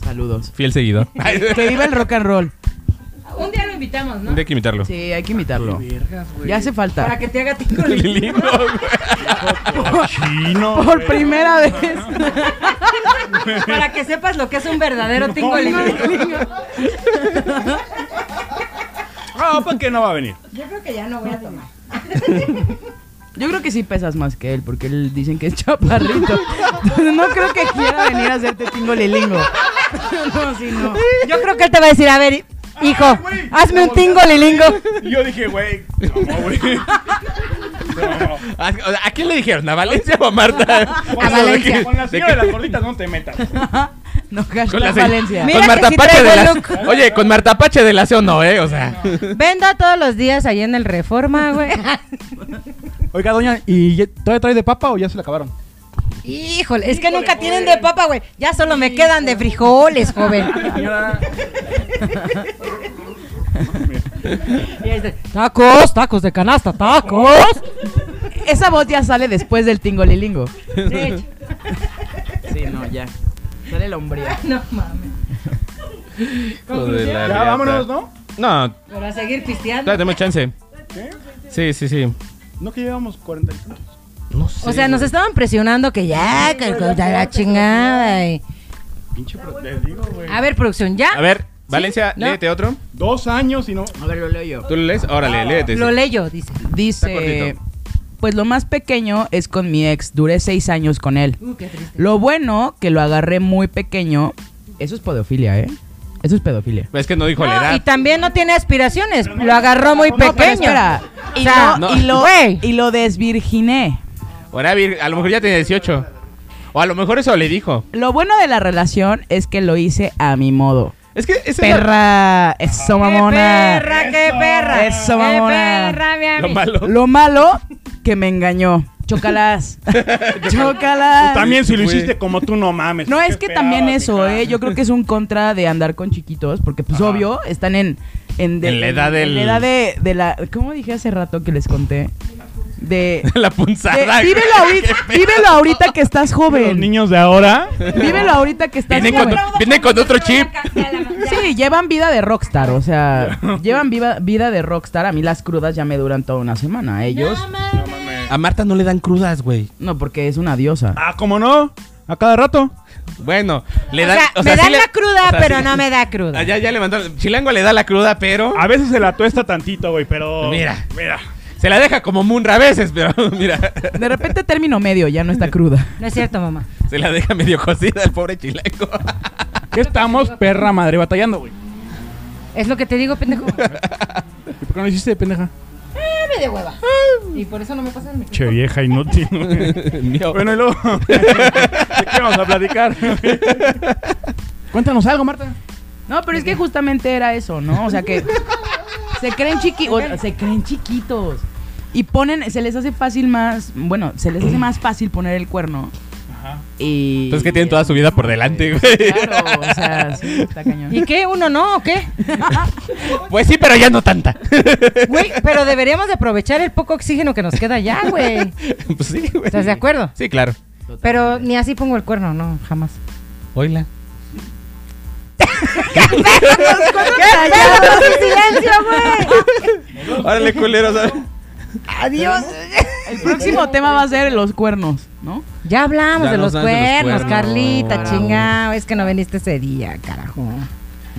[SPEAKER 11] Saludos.
[SPEAKER 4] Fiel seguidor. Ay,
[SPEAKER 11] Que viva el rock and roll.
[SPEAKER 5] Un día lo invitamos, ¿no?
[SPEAKER 4] Hay que imitarlo. [laughs]
[SPEAKER 11] Sí, hay que imitarlo. Ya hace falta.
[SPEAKER 5] Para que te haga tingo lilingo.
[SPEAKER 4] Lilingo,
[SPEAKER 2] Cochino.
[SPEAKER 11] Por primera vez.
[SPEAKER 5] [laughs] Para que sepas lo que es un verdadero tingo lilingo.
[SPEAKER 2] Ah, ¿para qué no va a venir?
[SPEAKER 5] [laughs] Yo creo que ya no voy a tomar.
[SPEAKER 11] Yo creo que sí pesas más que él, porque él dicen que es chaparrito. Entonces, no creo que quiera venir a hacerte tingo lilingo. No, sí, no.
[SPEAKER 5] Yo creo que él te va a decir, a ver, hijo,
[SPEAKER 2] güey!
[SPEAKER 5] hazme un tingo lilingo.
[SPEAKER 2] Y yo dije, güey. No, güey. No.
[SPEAKER 4] ¿A, Ah, o sea, ¿a quién le dijeron? ¿A Valencia o a [laughs] Marta?
[SPEAKER 2] Con la-
[SPEAKER 5] Valencia.
[SPEAKER 2] Con la señora de las gorditas no te metas.
[SPEAKER 11] [laughs] No, hashtag
[SPEAKER 4] Con, la se-
[SPEAKER 11] Valencia.
[SPEAKER 5] Mira
[SPEAKER 4] con
[SPEAKER 5] que
[SPEAKER 4] Marta
[SPEAKER 5] sí
[SPEAKER 4] Pache
[SPEAKER 5] traigo
[SPEAKER 4] de
[SPEAKER 5] el
[SPEAKER 4] la
[SPEAKER 5] look.
[SPEAKER 4] [laughs] Oye, con Marta Pache de la C o no, ¿eh? O sea.
[SPEAKER 5] Vendo todos los días ahí en el Reforma, güey.
[SPEAKER 2] Oiga, doña, ¿y ya- todavía trae de papa o ya se la acabaron?
[SPEAKER 5] [laughs] Híjole, es que nunca tienen de papa, güey. Ya solo me quedan de frijoles, joven.
[SPEAKER 11] [laughs]
[SPEAKER 5] Y ahí dice, tacos, tacos de canasta, tacos.
[SPEAKER 11] [laughs] Esa voz ya sale después del tingo lilingo.
[SPEAKER 5] [laughs] De hecho,
[SPEAKER 11] Sí, no, ya. Sale el hombre.
[SPEAKER 5] no mames.
[SPEAKER 4] Joder, la
[SPEAKER 2] Ya,
[SPEAKER 4] riata.
[SPEAKER 2] vámonos, ¿no?
[SPEAKER 4] No,
[SPEAKER 5] Pero a seguir pisteando.
[SPEAKER 4] todavía tenemos chance. Sí, sí, sí.
[SPEAKER 2] No que llevamos 40 y tantos.
[SPEAKER 4] No sé.
[SPEAKER 5] O sea, nos estaban presionando que ya, que que- da la chingada. y-
[SPEAKER 2] Pinche, pero te digo, güey.
[SPEAKER 5] A ver, producción,
[SPEAKER 4] A
[SPEAKER 5] ya.
[SPEAKER 4] ver, Valencia,
[SPEAKER 5] No.
[SPEAKER 4] léete otro.
[SPEAKER 2] Dos años y no.
[SPEAKER 11] A ver, lo leo yo.
[SPEAKER 4] ¿Tú lo lees? Órale, léete.
[SPEAKER 5] Lo
[SPEAKER 4] sí.
[SPEAKER 5] leyo, dice.
[SPEAKER 11] Dice,
[SPEAKER 4] Está
[SPEAKER 11] pues lo más pequeño es con mi ex, duré seis años con él. Lo bueno que lo agarré muy pequeño, eso es pedofilia, ¿eh? Eso es pedofilia.
[SPEAKER 4] Es que no dijo la
[SPEAKER 5] No,
[SPEAKER 4] edad.
[SPEAKER 5] y también no tiene aspiraciones. Lo agarró muy
[SPEAKER 11] No, pero
[SPEAKER 5] pequeño.
[SPEAKER 11] espera, y,
[SPEAKER 5] O sea,
[SPEAKER 11] lo,
[SPEAKER 4] no.
[SPEAKER 11] y, lo,
[SPEAKER 5] Güey.
[SPEAKER 11] y lo desvirginé.
[SPEAKER 4] Ahora, vir- a lo mejor ya tenía 18. O a lo mejor eso le dijo.
[SPEAKER 11] Lo bueno de la relación es que lo hice a mi modo.
[SPEAKER 4] Es que ese es
[SPEAKER 11] Perra, eso mamona.
[SPEAKER 5] ¡Qué perra, qué perra!
[SPEAKER 11] Eso,
[SPEAKER 5] ¡Qué
[SPEAKER 11] mamona.
[SPEAKER 5] perra, mi
[SPEAKER 4] lo, lo
[SPEAKER 5] amigo!
[SPEAKER 4] malo. [laughs]
[SPEAKER 11] Lo malo que me engañó. [laughs] Chócalas. Chócalas.
[SPEAKER 2] También si lo
[SPEAKER 4] Güey.
[SPEAKER 2] hiciste como tú, no
[SPEAKER 4] [laughs]
[SPEAKER 2] mames.
[SPEAKER 11] No,
[SPEAKER 2] ¿Qué
[SPEAKER 11] es que
[SPEAKER 2] esperabas,
[SPEAKER 11] también eso,
[SPEAKER 2] mija?
[SPEAKER 11] ¿eh? Yo creo que es un contra de andar con chiquitos, porque pues obvio, están en... En,
[SPEAKER 4] En la edad
[SPEAKER 11] en
[SPEAKER 4] del-
[SPEAKER 11] la edad de, de la... ¿Cómo dije hace rato que les conté?
[SPEAKER 4] [laughs]
[SPEAKER 11] de...
[SPEAKER 4] La
[SPEAKER 1] Eh,
[SPEAKER 11] de-
[SPEAKER 4] punzada. güey. [laughs]
[SPEAKER 11] vívelo, ahorita, vívelo ahorita que estás
[SPEAKER 2] Los
[SPEAKER 11] joven.
[SPEAKER 2] niños de ahora.
[SPEAKER 11] Vívelo ahorita que estás
[SPEAKER 4] Viene con,
[SPEAKER 11] joven.
[SPEAKER 4] viene con otro chip.
[SPEAKER 11] Sí, llevan vida de rockstar,
[SPEAKER 4] [laughs]
[SPEAKER 11] o sea, llevan viva- vida de rockstar. A mí las crudas ya me duran toda una semana. A Ellos,
[SPEAKER 4] A Marta no le dan crudas, güey.
[SPEAKER 11] no, porque es una diosa.
[SPEAKER 2] Ah, ¿cómo no? A cada rato.
[SPEAKER 4] Bueno, le
[SPEAKER 1] O
[SPEAKER 4] dan.
[SPEAKER 1] sea, me
[SPEAKER 4] sí
[SPEAKER 1] dan
[SPEAKER 4] le-
[SPEAKER 1] la cruda,
[SPEAKER 4] o sea,
[SPEAKER 1] pero
[SPEAKER 4] sí- [laughs]
[SPEAKER 1] no me da cruda.
[SPEAKER 4] Ah, Ya, ya levantó. Chilango le da la cruda, pero.
[SPEAKER 2] A veces se la tuesta tantito, güey, pero.
[SPEAKER 4] Mira.
[SPEAKER 2] Mira.
[SPEAKER 4] Se la deja como Munra a veces, pero [laughs] mira.
[SPEAKER 11] De repente término medio, ya no está cruda.
[SPEAKER 1] No es cierto, mamá.
[SPEAKER 4] Se la deja medio cocida el pobre chilango. [laughs]
[SPEAKER 2] ¿Qué estamos, perra madre, batallando, güey?
[SPEAKER 1] Es lo que te digo, pendejo.
[SPEAKER 2] ¿Y por qué no lo hiciste, pendeja?
[SPEAKER 1] de hueva. Y por eso no me pasan mi
[SPEAKER 2] Che, vieja [laughs] inútil. güey.
[SPEAKER 4] Mío.
[SPEAKER 2] bueno, y luego. ¿De qué vamos a platicar? Cuéntanos algo, Marta.
[SPEAKER 11] No, pero es que justamente era eso, ¿no? O
[SPEAKER 1] [laughs]
[SPEAKER 11] sea que se creen chiqui o- se creen chiquitos y ponen, se les hace fácil más, bueno, se les hace más fácil poner el cuerno. Y
[SPEAKER 4] Entonces Pues que tienen toda su vida por delante, güey.
[SPEAKER 11] Claro, o sea, sí, está cañón.
[SPEAKER 1] ¿Y qué? ¿Uno no o qué?
[SPEAKER 4] [laughs] Pues sí, pero ya no tanta. [laughs]
[SPEAKER 1] Güey, pero deberíamos de aprovechar el poco oxígeno que nos queda ya, güey.
[SPEAKER 4] Pues sí, güey.
[SPEAKER 1] ¿Estás de acuerdo?
[SPEAKER 4] Sí, claro.
[SPEAKER 1] Pero ni así pongo el cuerno, no, [laughs] jamás.
[SPEAKER 4] Oila.
[SPEAKER 1] silencio, güey!
[SPEAKER 4] Órale, culero, ¿sabes?
[SPEAKER 1] ¡Adiós!
[SPEAKER 11] El próximo tema va a ser los cuernos, ¿no?
[SPEAKER 1] Ya hablamos
[SPEAKER 4] Ya
[SPEAKER 1] de, los
[SPEAKER 4] nos dan de los
[SPEAKER 1] cuernos,
[SPEAKER 4] cuernos,
[SPEAKER 1] Carlita,
[SPEAKER 4] carajo.
[SPEAKER 1] chingado. Es que no veniste ese día, carajo.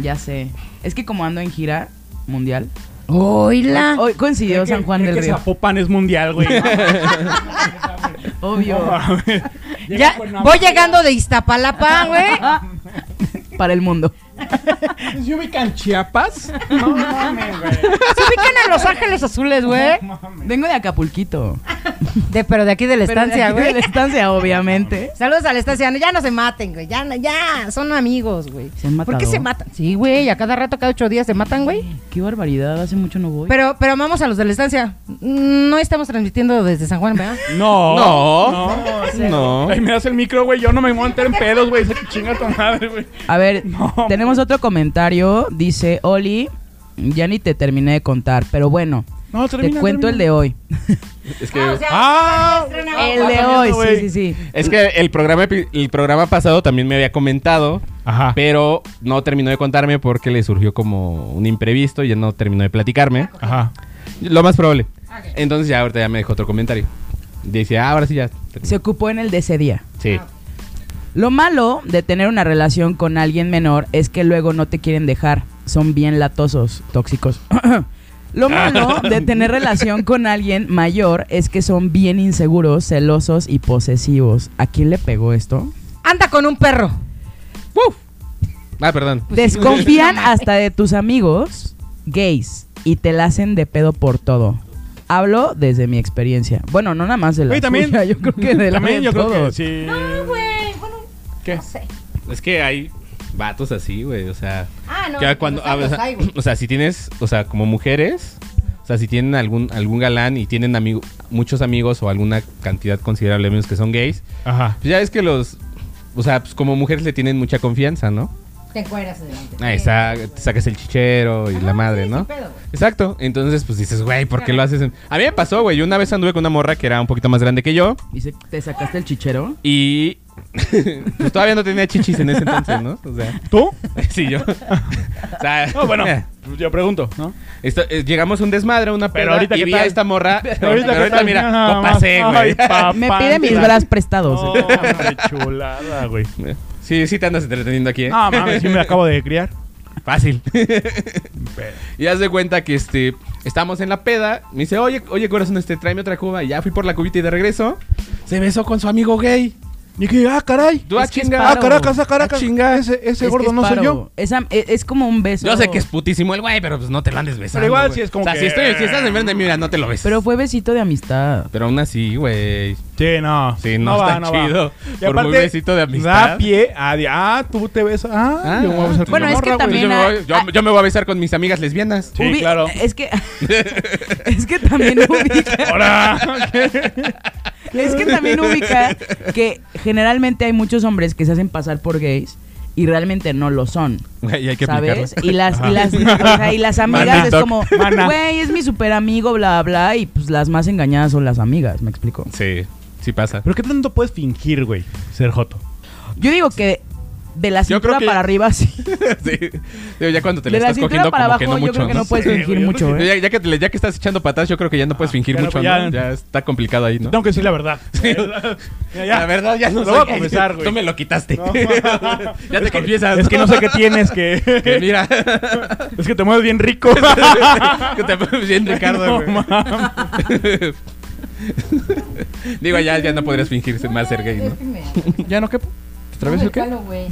[SPEAKER 11] Ya sé. Es que como ando en gira mundial,
[SPEAKER 1] Oila.
[SPEAKER 11] hoy coincidió San Juan del
[SPEAKER 2] que
[SPEAKER 11] Río.
[SPEAKER 2] Zapopan es mundial,
[SPEAKER 11] [laughs]
[SPEAKER 2] güey.
[SPEAKER 11] Obvio,
[SPEAKER 1] Ya
[SPEAKER 2] pues,
[SPEAKER 1] voy llegando de Iztapalapa, güey.
[SPEAKER 11] para el mundo.
[SPEAKER 2] ¿Se ubican Chiapas? No mames, güey.
[SPEAKER 1] Se ubican a Los Ángeles Azules, güey.
[SPEAKER 11] Vengo de Acapulquito.
[SPEAKER 1] De, Ah, pero de aquí de la
[SPEAKER 11] Pero de
[SPEAKER 1] estancia,
[SPEAKER 11] aquí de
[SPEAKER 1] güey.
[SPEAKER 11] La estancia, obviamente.
[SPEAKER 1] Saludos a la estancia. No, Ya no se maten, güey. Ya, no- ya. Son amigos, güey.
[SPEAKER 11] Se han
[SPEAKER 1] ¿Por qué
[SPEAKER 11] matado.
[SPEAKER 1] se matan? Sí, güey. A cada rato, cada ocho días se matan, güey.
[SPEAKER 11] Qué barbaridad, hace mucho no voy.
[SPEAKER 1] Pero, pero amamos a los de la estancia. No estamos transmitiendo desde San Juan, ¿verdad?
[SPEAKER 2] No.
[SPEAKER 4] No. No.
[SPEAKER 2] Ay, me das el micro, güey. Yo no me voy a meter en pedos, güey. Se chinga tu madre, güey.
[SPEAKER 11] A [laughs] ver,
[SPEAKER 2] No.
[SPEAKER 11] tenemos otro comentario. Dice, Oli, ya ni te terminé de contar, pero bueno,
[SPEAKER 2] No,
[SPEAKER 11] te cuento el de hoy.
[SPEAKER 4] Es que,
[SPEAKER 2] Ah,
[SPEAKER 11] el de
[SPEAKER 2] cambiando,
[SPEAKER 11] hoy,
[SPEAKER 2] güey.
[SPEAKER 11] sí, sí, sí.
[SPEAKER 4] es que el programa epi- el programa pasado también me había comentado,
[SPEAKER 2] Ajá.
[SPEAKER 4] pero no terminó de contarme porque le surgió como un imprevisto y ya no terminó de platicarme.
[SPEAKER 2] Ajá.
[SPEAKER 4] Lo más probable. Entonces ya ahorita ya me dejó otro comentario. Dice, ah, ahora sí ya. terminé.
[SPEAKER 11] Se ocupó en el de ese día.
[SPEAKER 4] Sí.
[SPEAKER 11] Lo malo de tener una relación con alguien menor es que luego no te quieren dejar. Son bien latosos, tóxicos. [clears throat] Lo [laughs] malo de tener relación con alguien mayor es que son bien inseguros, celosos y posesivos. ¿A quién le pegó esto?
[SPEAKER 1] Anda con un perro.
[SPEAKER 4] Ah, perdón.
[SPEAKER 11] Desconfían hasta de tus amigos gays y te la hacen de pedo por todo. Hablo desde mi experiencia. Bueno, no nada más de la
[SPEAKER 2] Güey, también-
[SPEAKER 11] tuya, [laughs] yo creo que de la
[SPEAKER 2] También
[SPEAKER 11] de
[SPEAKER 2] yo creo que
[SPEAKER 11] todos.
[SPEAKER 2] sí.
[SPEAKER 1] güey. Bueno, no sé.
[SPEAKER 4] Es que hay vatos así, güey. O sea,
[SPEAKER 1] Ah, no.
[SPEAKER 4] que cuando,
[SPEAKER 5] pues,
[SPEAKER 4] ah, o, sea, [laughs] [clears throat] o sea, si tienes, o sea, como mujeres, o sea, si tienen algún algún galán y tienen amigo, muchos amigos o alguna cantidad considerable de amigos que son gays,
[SPEAKER 2] Ajá.
[SPEAKER 4] pues ya ves que los, o sea, pues como mujeres le tienen mucha confianza, ¿no?
[SPEAKER 1] Te encueras delante.
[SPEAKER 5] Ah,
[SPEAKER 4] Ahí está, te sacas el chichero y la madre, ¿no? Exacto. Entonces, pues dices, güey, ¿por qué lo haces? en-?" A mí me pasó, güey. Yo una vez anduve con una morra que era un poquito más grande que yo.
[SPEAKER 11] Y se- te sacaste el chichero.
[SPEAKER 4] Y [laughs] pues todavía no tenía chichis en ese entonces, ¿no? O sea, [laughs]
[SPEAKER 2] ¿Tú?
[SPEAKER 4] sí, yo. o sea,
[SPEAKER 2] No,
[SPEAKER 4] [laughs]
[SPEAKER 2] bueno.
[SPEAKER 4] mira,
[SPEAKER 2] pues Yo pregunto, ¿no?
[SPEAKER 4] esto- eh, llegamos a un desmadre, a una peda,
[SPEAKER 2] Pero ahorita,
[SPEAKER 4] y
[SPEAKER 2] ¿qué
[SPEAKER 4] vi a
[SPEAKER 2] tal?
[SPEAKER 4] esta morra.
[SPEAKER 2] [laughs]
[SPEAKER 4] Pero
[SPEAKER 2] ahorita,
[SPEAKER 4] ahorita,
[SPEAKER 2] ¿qué tal?
[SPEAKER 4] mira,
[SPEAKER 2] Nada
[SPEAKER 4] lo
[SPEAKER 2] más.
[SPEAKER 4] pasé,
[SPEAKER 2] Ay,
[SPEAKER 4] [laughs] güey.
[SPEAKER 2] papá.
[SPEAKER 11] Me pide mis
[SPEAKER 2] Panza.
[SPEAKER 11] bras prestados.
[SPEAKER 2] Ah,
[SPEAKER 11] ¿eh?
[SPEAKER 2] No, hombre, chulada, güey.
[SPEAKER 4] Sí, sí te andas entreteniendo aquí, ¿eh?
[SPEAKER 2] No, mames, sí me acabo de criar.
[SPEAKER 4] Fácil. [laughs] y haz de cuenta que este estábamos en la peda. Me dice, oye, oye, corazón, este, tráeme otra cuba. Y ya fui por la cubita y de regreso. Se besó con su amigo gay.
[SPEAKER 2] Y que, ah, caray.
[SPEAKER 4] Tú a
[SPEAKER 11] Es que es
[SPEAKER 4] chinga.
[SPEAKER 2] Ah,
[SPEAKER 11] paro.
[SPEAKER 2] caracas, ah, caracas.
[SPEAKER 4] Ah, chinga.
[SPEAKER 2] Ese, ese
[SPEAKER 11] Es
[SPEAKER 2] gordo
[SPEAKER 11] que es
[SPEAKER 2] no soy
[SPEAKER 11] paro.
[SPEAKER 2] yo.
[SPEAKER 11] Esa- es, es como un beso.
[SPEAKER 4] Yo sé que es putísimo el güey, pero pues no te lo andes besando.
[SPEAKER 2] Pero igual
[SPEAKER 4] güey.
[SPEAKER 2] sí es como
[SPEAKER 4] O sea,
[SPEAKER 2] que-
[SPEAKER 4] si, estoy, si estás enfrente de mí, mira, no te lo besas.
[SPEAKER 11] Pero fue besito de amistad.
[SPEAKER 4] Pero aún así, güey.
[SPEAKER 2] Sí, no.
[SPEAKER 4] Sí, no está chido.
[SPEAKER 2] Y
[SPEAKER 4] Por muy
[SPEAKER 2] aparte,
[SPEAKER 4] besito de amistad.
[SPEAKER 2] Da pie a. di- Ah, tú te besas. Ah,
[SPEAKER 4] Ah,
[SPEAKER 2] yo me voy a besar con
[SPEAKER 11] bueno,
[SPEAKER 2] una
[SPEAKER 11] es que
[SPEAKER 2] morra, güey.
[SPEAKER 4] Yo
[SPEAKER 11] también-
[SPEAKER 4] me,
[SPEAKER 11] ah,
[SPEAKER 4] voy, yo- yo me voy a besar con mis amigas lesbianas.
[SPEAKER 2] Sí, claro.
[SPEAKER 11] Es que. [laughs] es que también ubica.
[SPEAKER 2] Ahora.
[SPEAKER 11] Es que también ubica que generalmente hay muchos hombres que se hacen pasar por gays y realmente no lo son.
[SPEAKER 4] [laughs] Güey, hay que aplicarla.
[SPEAKER 11] ¿Sabes? Y las, y las, o sea, y las amigas
[SPEAKER 4] Mana.
[SPEAKER 11] es como,
[SPEAKER 2] Mana.
[SPEAKER 11] güey, es mi super amigo, bla, bla, y pues las más engañadas son las amigas, ¿me explico?
[SPEAKER 4] Sí, sí pasa. [laughs]
[SPEAKER 13] ¿Pero qué tanto puedes fingir, güey? Ser joto.
[SPEAKER 11] Yo digo que de la
[SPEAKER 4] Yo creo
[SPEAKER 11] cintura
[SPEAKER 4] que-
[SPEAKER 11] para arriba sí.
[SPEAKER 4] Sí. Digo, ya cuando te la
[SPEAKER 11] de la
[SPEAKER 4] estás
[SPEAKER 11] cintura
[SPEAKER 4] cogiendo
[SPEAKER 11] para
[SPEAKER 4] como
[SPEAKER 11] abajo
[SPEAKER 4] que no
[SPEAKER 11] yo
[SPEAKER 4] mucho,
[SPEAKER 11] creo que no
[SPEAKER 4] ¿no?
[SPEAKER 11] puedes fingir mucho,
[SPEAKER 4] [laughs]
[SPEAKER 11] ¿eh?
[SPEAKER 4] Ya, ya que te- ya que estás echando patas, yo creo que ya no puedes fingir
[SPEAKER 2] ya no,
[SPEAKER 4] mucho,
[SPEAKER 2] Ah, pues ya-
[SPEAKER 4] ¿no? Ya está complicado ahí, ¿no?
[SPEAKER 2] Tengo que decir la verdad. Ya, ya.
[SPEAKER 4] La verdad, ya no
[SPEAKER 2] Lo
[SPEAKER 4] soy
[SPEAKER 2] voy a
[SPEAKER 4] gay.
[SPEAKER 2] confesar, güey.
[SPEAKER 4] Tú me lo quitaste. [laughs] ya te confiesas.
[SPEAKER 2] Es que no sé qué tienes,
[SPEAKER 4] [laughs] Que
[SPEAKER 2] que... [laughs]
[SPEAKER 4] mira,
[SPEAKER 2] es que te mueves bien
[SPEAKER 4] [laughs]
[SPEAKER 2] rico.
[SPEAKER 4] que te pones
[SPEAKER 2] [laughs]
[SPEAKER 4] bien Ricardo. güey. Digo, ya, ya no podrías fingirse más ser gay, ¿no?
[SPEAKER 2] ¿Ya no quepo? ¿Te atraviesa el qué?
[SPEAKER 14] palo, güey.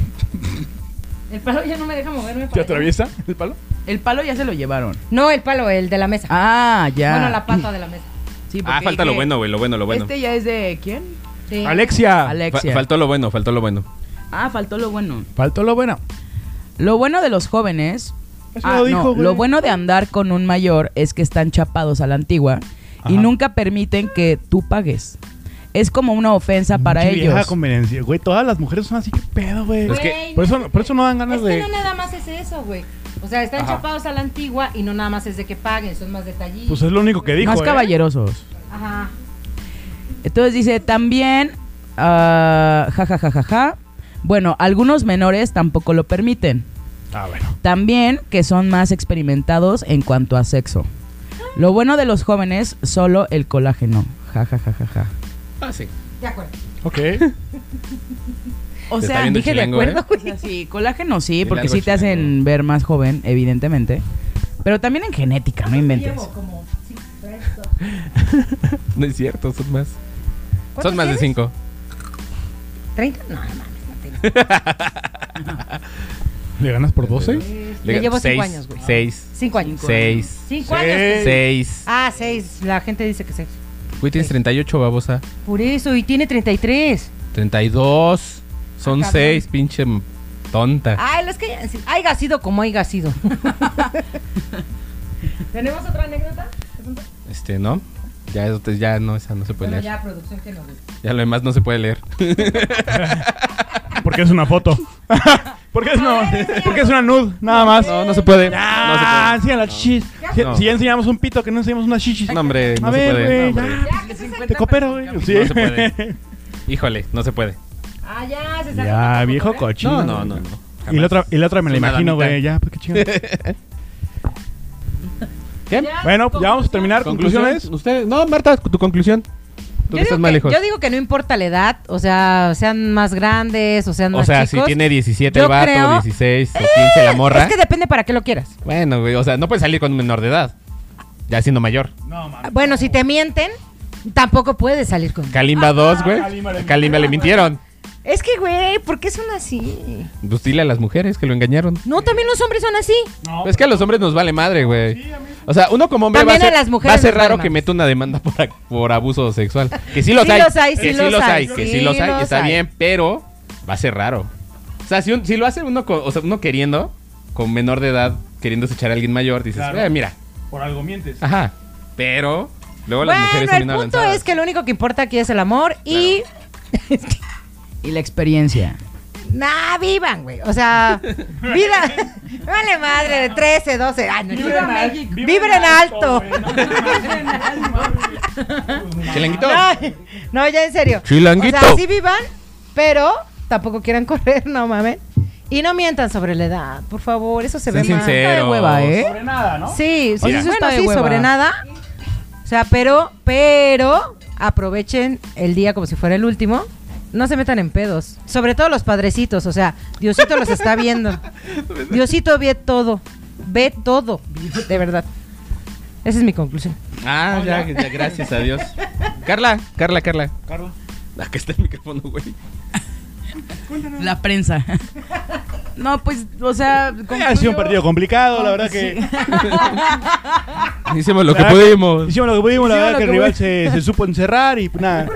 [SPEAKER 14] El palo ya no me deja moverme.
[SPEAKER 2] ¿Te atraviesa el palo?
[SPEAKER 11] El palo ya se lo llevaron.
[SPEAKER 5] No, el palo, el de la mesa.
[SPEAKER 11] Ah, ya.
[SPEAKER 5] Bueno, la pata de la mesa.
[SPEAKER 11] Sí,
[SPEAKER 4] Ah,
[SPEAKER 11] porque
[SPEAKER 4] falta lo
[SPEAKER 11] dije,
[SPEAKER 4] bueno, güey, lo bueno, lo bueno. Ah,
[SPEAKER 11] Este ya es de quién?
[SPEAKER 5] Sí.
[SPEAKER 2] Alexia.
[SPEAKER 4] Fa-
[SPEAKER 11] Alexia.
[SPEAKER 4] faltó lo bueno, faltó lo bueno.
[SPEAKER 11] ah, faltó lo bueno.
[SPEAKER 2] Faltó lo bueno.
[SPEAKER 11] Lo bueno de los jóvenes.
[SPEAKER 2] Eso
[SPEAKER 11] Ah,
[SPEAKER 2] lo dijo,
[SPEAKER 11] no,
[SPEAKER 2] güey.
[SPEAKER 11] lo bueno de andar con un mayor es que están chapados a la antigua y
[SPEAKER 13] Ajá.
[SPEAKER 11] nunca permiten que tú pagues. Es como una ofensa
[SPEAKER 2] Mm,
[SPEAKER 11] para
[SPEAKER 13] Qué
[SPEAKER 11] ellos.
[SPEAKER 13] vieja conveniencia. Güey, todas las mujeres son así, qué pedo, güey.
[SPEAKER 4] Es
[SPEAKER 5] Güey,
[SPEAKER 4] que-
[SPEAKER 5] no-
[SPEAKER 13] Por eso, por eso no dan ganas
[SPEAKER 5] Es que
[SPEAKER 13] de...
[SPEAKER 5] no nada más es eso, güey. O sea, están chapados a la antigua y no nada más es de que paguen, son más detallitos.
[SPEAKER 2] Pues es lo único que dijo,
[SPEAKER 11] Más
[SPEAKER 2] ¿eh?
[SPEAKER 11] caballerosos.
[SPEAKER 5] Ajá.
[SPEAKER 11] Entonces dice también, ah, ja, ja, ja, ja, ja. Bueno, algunos menores tampoco lo permiten.
[SPEAKER 2] Ah, bueno.
[SPEAKER 11] También que son más experimentados en cuanto a sexo. Lo bueno de los jóvenes, solo el colágeno. Ja, ja, ja, ja, ja.
[SPEAKER 4] Ah, sí.
[SPEAKER 5] De acuerdo.
[SPEAKER 2] Ok.
[SPEAKER 11] O
[SPEAKER 4] Se está
[SPEAKER 11] sea,
[SPEAKER 4] viendo
[SPEAKER 11] dije
[SPEAKER 4] chilango,
[SPEAKER 11] de acuerdo,
[SPEAKER 4] ¿eh?
[SPEAKER 11] güey. O sea, sí, colágeno sí,
[SPEAKER 4] Dile
[SPEAKER 11] porque
[SPEAKER 4] algo
[SPEAKER 11] sí te hacen
[SPEAKER 4] chilango.
[SPEAKER 11] ver más joven, evidentemente. Pero también en genética, no inventes.
[SPEAKER 4] No es cierto, son más. Son más de cinco.
[SPEAKER 5] ¿30? No, no mames, no tengo.
[SPEAKER 4] [laughs]
[SPEAKER 2] ¿Le ganas por 12?
[SPEAKER 5] Yo Este, llevo
[SPEAKER 4] seis,
[SPEAKER 5] cinco años, güey.
[SPEAKER 4] Seis.
[SPEAKER 5] 5 años.
[SPEAKER 4] Seis.
[SPEAKER 5] 5 años.
[SPEAKER 4] Seis.
[SPEAKER 5] Ah, 6. La gente dice que 6.
[SPEAKER 4] Güey, tienes 38, babosa.
[SPEAKER 5] Por eso, y tiene 33.
[SPEAKER 4] 32. Son
[SPEAKER 5] Ah, cabrón. Ah.
[SPEAKER 4] seis, pinche m- tonta.
[SPEAKER 5] Ay, los que haya sido como haya
[SPEAKER 4] [laughs]
[SPEAKER 5] sido. ¿Tenemos otra anécdota?
[SPEAKER 4] Este, ¿no? Ya, eso te- ya no, esa no se puede
[SPEAKER 5] Bueno,
[SPEAKER 4] leer.
[SPEAKER 5] ya producción que nos gusta.
[SPEAKER 4] Ya lo demás no se puede
[SPEAKER 5] [laughs]
[SPEAKER 4] leer.
[SPEAKER 2] Porque es una foto. [laughs] Porque es una, porque es una nude, nada más.
[SPEAKER 4] No, no se puede. No se
[SPEAKER 2] Ah,
[SPEAKER 4] puede.
[SPEAKER 2] enseñan las chichis. Si,
[SPEAKER 4] No.
[SPEAKER 2] si ya enseñamos un pito, que no enseñamos unas chichis.
[SPEAKER 4] No, hombre, no
[SPEAKER 2] A
[SPEAKER 4] se
[SPEAKER 2] ver,
[SPEAKER 4] puede.
[SPEAKER 2] güey,
[SPEAKER 4] No,
[SPEAKER 2] ya.
[SPEAKER 4] hombre.
[SPEAKER 2] pues, Te coopero, güey. Sí.
[SPEAKER 4] No se puede. Híjole, no se puede.
[SPEAKER 5] Ah, ya, se ¿eh? sacó.
[SPEAKER 2] Ya, viejo cochino.
[SPEAKER 4] No, no, no.
[SPEAKER 2] Y
[SPEAKER 4] no.
[SPEAKER 2] la
[SPEAKER 4] Jamás.
[SPEAKER 2] otra, y la otra me la
[SPEAKER 4] Es una
[SPEAKER 2] imagino,
[SPEAKER 4] damita.
[SPEAKER 2] güey. Ya, pues qué chido. [laughs]
[SPEAKER 4] ¿Qué?
[SPEAKER 2] Bueno, pues ya vamos a terminar. ¿Conclusiones?
[SPEAKER 4] Usted, no, Marta, tu conclusión. Tú
[SPEAKER 5] Yo
[SPEAKER 4] que
[SPEAKER 5] digo,
[SPEAKER 4] estás más
[SPEAKER 5] que,
[SPEAKER 4] lejos.
[SPEAKER 5] yo digo que no importa la edad, o sea, sean más grandes o sean
[SPEAKER 4] O
[SPEAKER 5] más
[SPEAKER 4] sea,
[SPEAKER 5] chicos.
[SPEAKER 4] si tiene 17
[SPEAKER 5] Yo
[SPEAKER 4] el vato,
[SPEAKER 5] creo-
[SPEAKER 4] 16 o 15
[SPEAKER 5] [laughs]
[SPEAKER 4] la morra.
[SPEAKER 5] Es que depende para qué lo quieras.
[SPEAKER 4] Bueno, güey, o sea, no puedes salir con un menor de edad. Ya siendo mayor.
[SPEAKER 5] Bueno, si te mienten, tampoco puedes salir con.
[SPEAKER 4] Kalimba 2, güey.
[SPEAKER 2] Kalimba le
[SPEAKER 4] A Kalimba le mintieron.
[SPEAKER 5] Es que, güey, ¿por qué son así?
[SPEAKER 4] Pues dile a las mujeres que lo engañaron.
[SPEAKER 5] No, también los hombres son así.
[SPEAKER 4] es que a los hombres nos vale madre, güey. O sea, uno como hombre va a
[SPEAKER 5] También a
[SPEAKER 4] ser,
[SPEAKER 5] las mujeres
[SPEAKER 4] va a ser
[SPEAKER 5] nos vale
[SPEAKER 4] raro
[SPEAKER 5] madre.
[SPEAKER 4] que meta una demanda por, a- por abuso
[SPEAKER 5] [laughs]
[SPEAKER 4] sexual. Que sí los
[SPEAKER 5] Sí
[SPEAKER 4] hay.
[SPEAKER 5] los hay,
[SPEAKER 4] que
[SPEAKER 5] sí los hay,
[SPEAKER 4] Que
[SPEAKER 5] sí
[SPEAKER 4] sí los hay.
[SPEAKER 5] los
[SPEAKER 4] Está
[SPEAKER 5] hay.
[SPEAKER 4] bien, pero va a ser raro. O sea, si, un- si lo hace uno, con- o sea, uno queriendo, con menor de edad, queriéndose echar a alguien mayor, dices,
[SPEAKER 2] Claro.
[SPEAKER 4] "Eh, mira,
[SPEAKER 2] Por algo mientes.
[SPEAKER 4] Ajá. Pero luego las mujeres
[SPEAKER 5] Bueno, el
[SPEAKER 4] también
[SPEAKER 5] punto
[SPEAKER 4] avanzadas.
[SPEAKER 5] es que lo único que importa aquí es el amor y.
[SPEAKER 11] Y la
[SPEAKER 4] [laughs]
[SPEAKER 11] experiencia.
[SPEAKER 5] Nah, vivan, güey. O [laughs] sea, vida. vale madre, de 13, 12. Ay, no,
[SPEAKER 2] Vibra en
[SPEAKER 5] no.
[SPEAKER 2] al- vibra
[SPEAKER 5] Vibra en alto.
[SPEAKER 2] güey. No,
[SPEAKER 4] Chilanguito.
[SPEAKER 5] No, no, ya en serio.
[SPEAKER 4] Chilanguito.
[SPEAKER 5] O sea, sí vivan, pero tampoco quieran [laughs] correr, no mamen. Y no mientan sobre la edad, por favor, eso se
[SPEAKER 4] Sean
[SPEAKER 5] ve mal.
[SPEAKER 4] sinceros.
[SPEAKER 11] Está de hueva, ¿eh?
[SPEAKER 2] Sobre nada, ¿no?
[SPEAKER 5] Sí, sí,
[SPEAKER 11] Oye,
[SPEAKER 5] sí,
[SPEAKER 11] eso
[SPEAKER 5] bueno,
[SPEAKER 11] está de
[SPEAKER 5] sí,
[SPEAKER 11] hueva.
[SPEAKER 5] sobre nada. O sea, pero, pero aprovechen el día como si fuera el último. No se metan en pedos. Sobre todo los padrecitos, o sea, Diosito los está viendo. Diosito ve todo. Ve todo. De verdad. Esa es mi conclusión.
[SPEAKER 4] Ah, ya, ya, gracias a Dios. Carla, Carla, Carla.
[SPEAKER 2] Carla.
[SPEAKER 4] Acá está el micrófono, güey.
[SPEAKER 11] La prensa. [laughs] No, pues, o sea,
[SPEAKER 2] Eh, Ha sido un
[SPEAKER 11] concluyo-
[SPEAKER 2] partido complicado, la verdad que.
[SPEAKER 4] Hicimos lo que
[SPEAKER 2] La verdad [laughs]
[SPEAKER 4] pudimos.
[SPEAKER 2] Hicimos lo que pudimos, la
[SPEAKER 11] Hicimos
[SPEAKER 2] verdad
[SPEAKER 11] lo
[SPEAKER 2] que el
[SPEAKER 11] que
[SPEAKER 2] rival
[SPEAKER 11] pudimos.
[SPEAKER 2] se, se supo encerrar y pues, nada.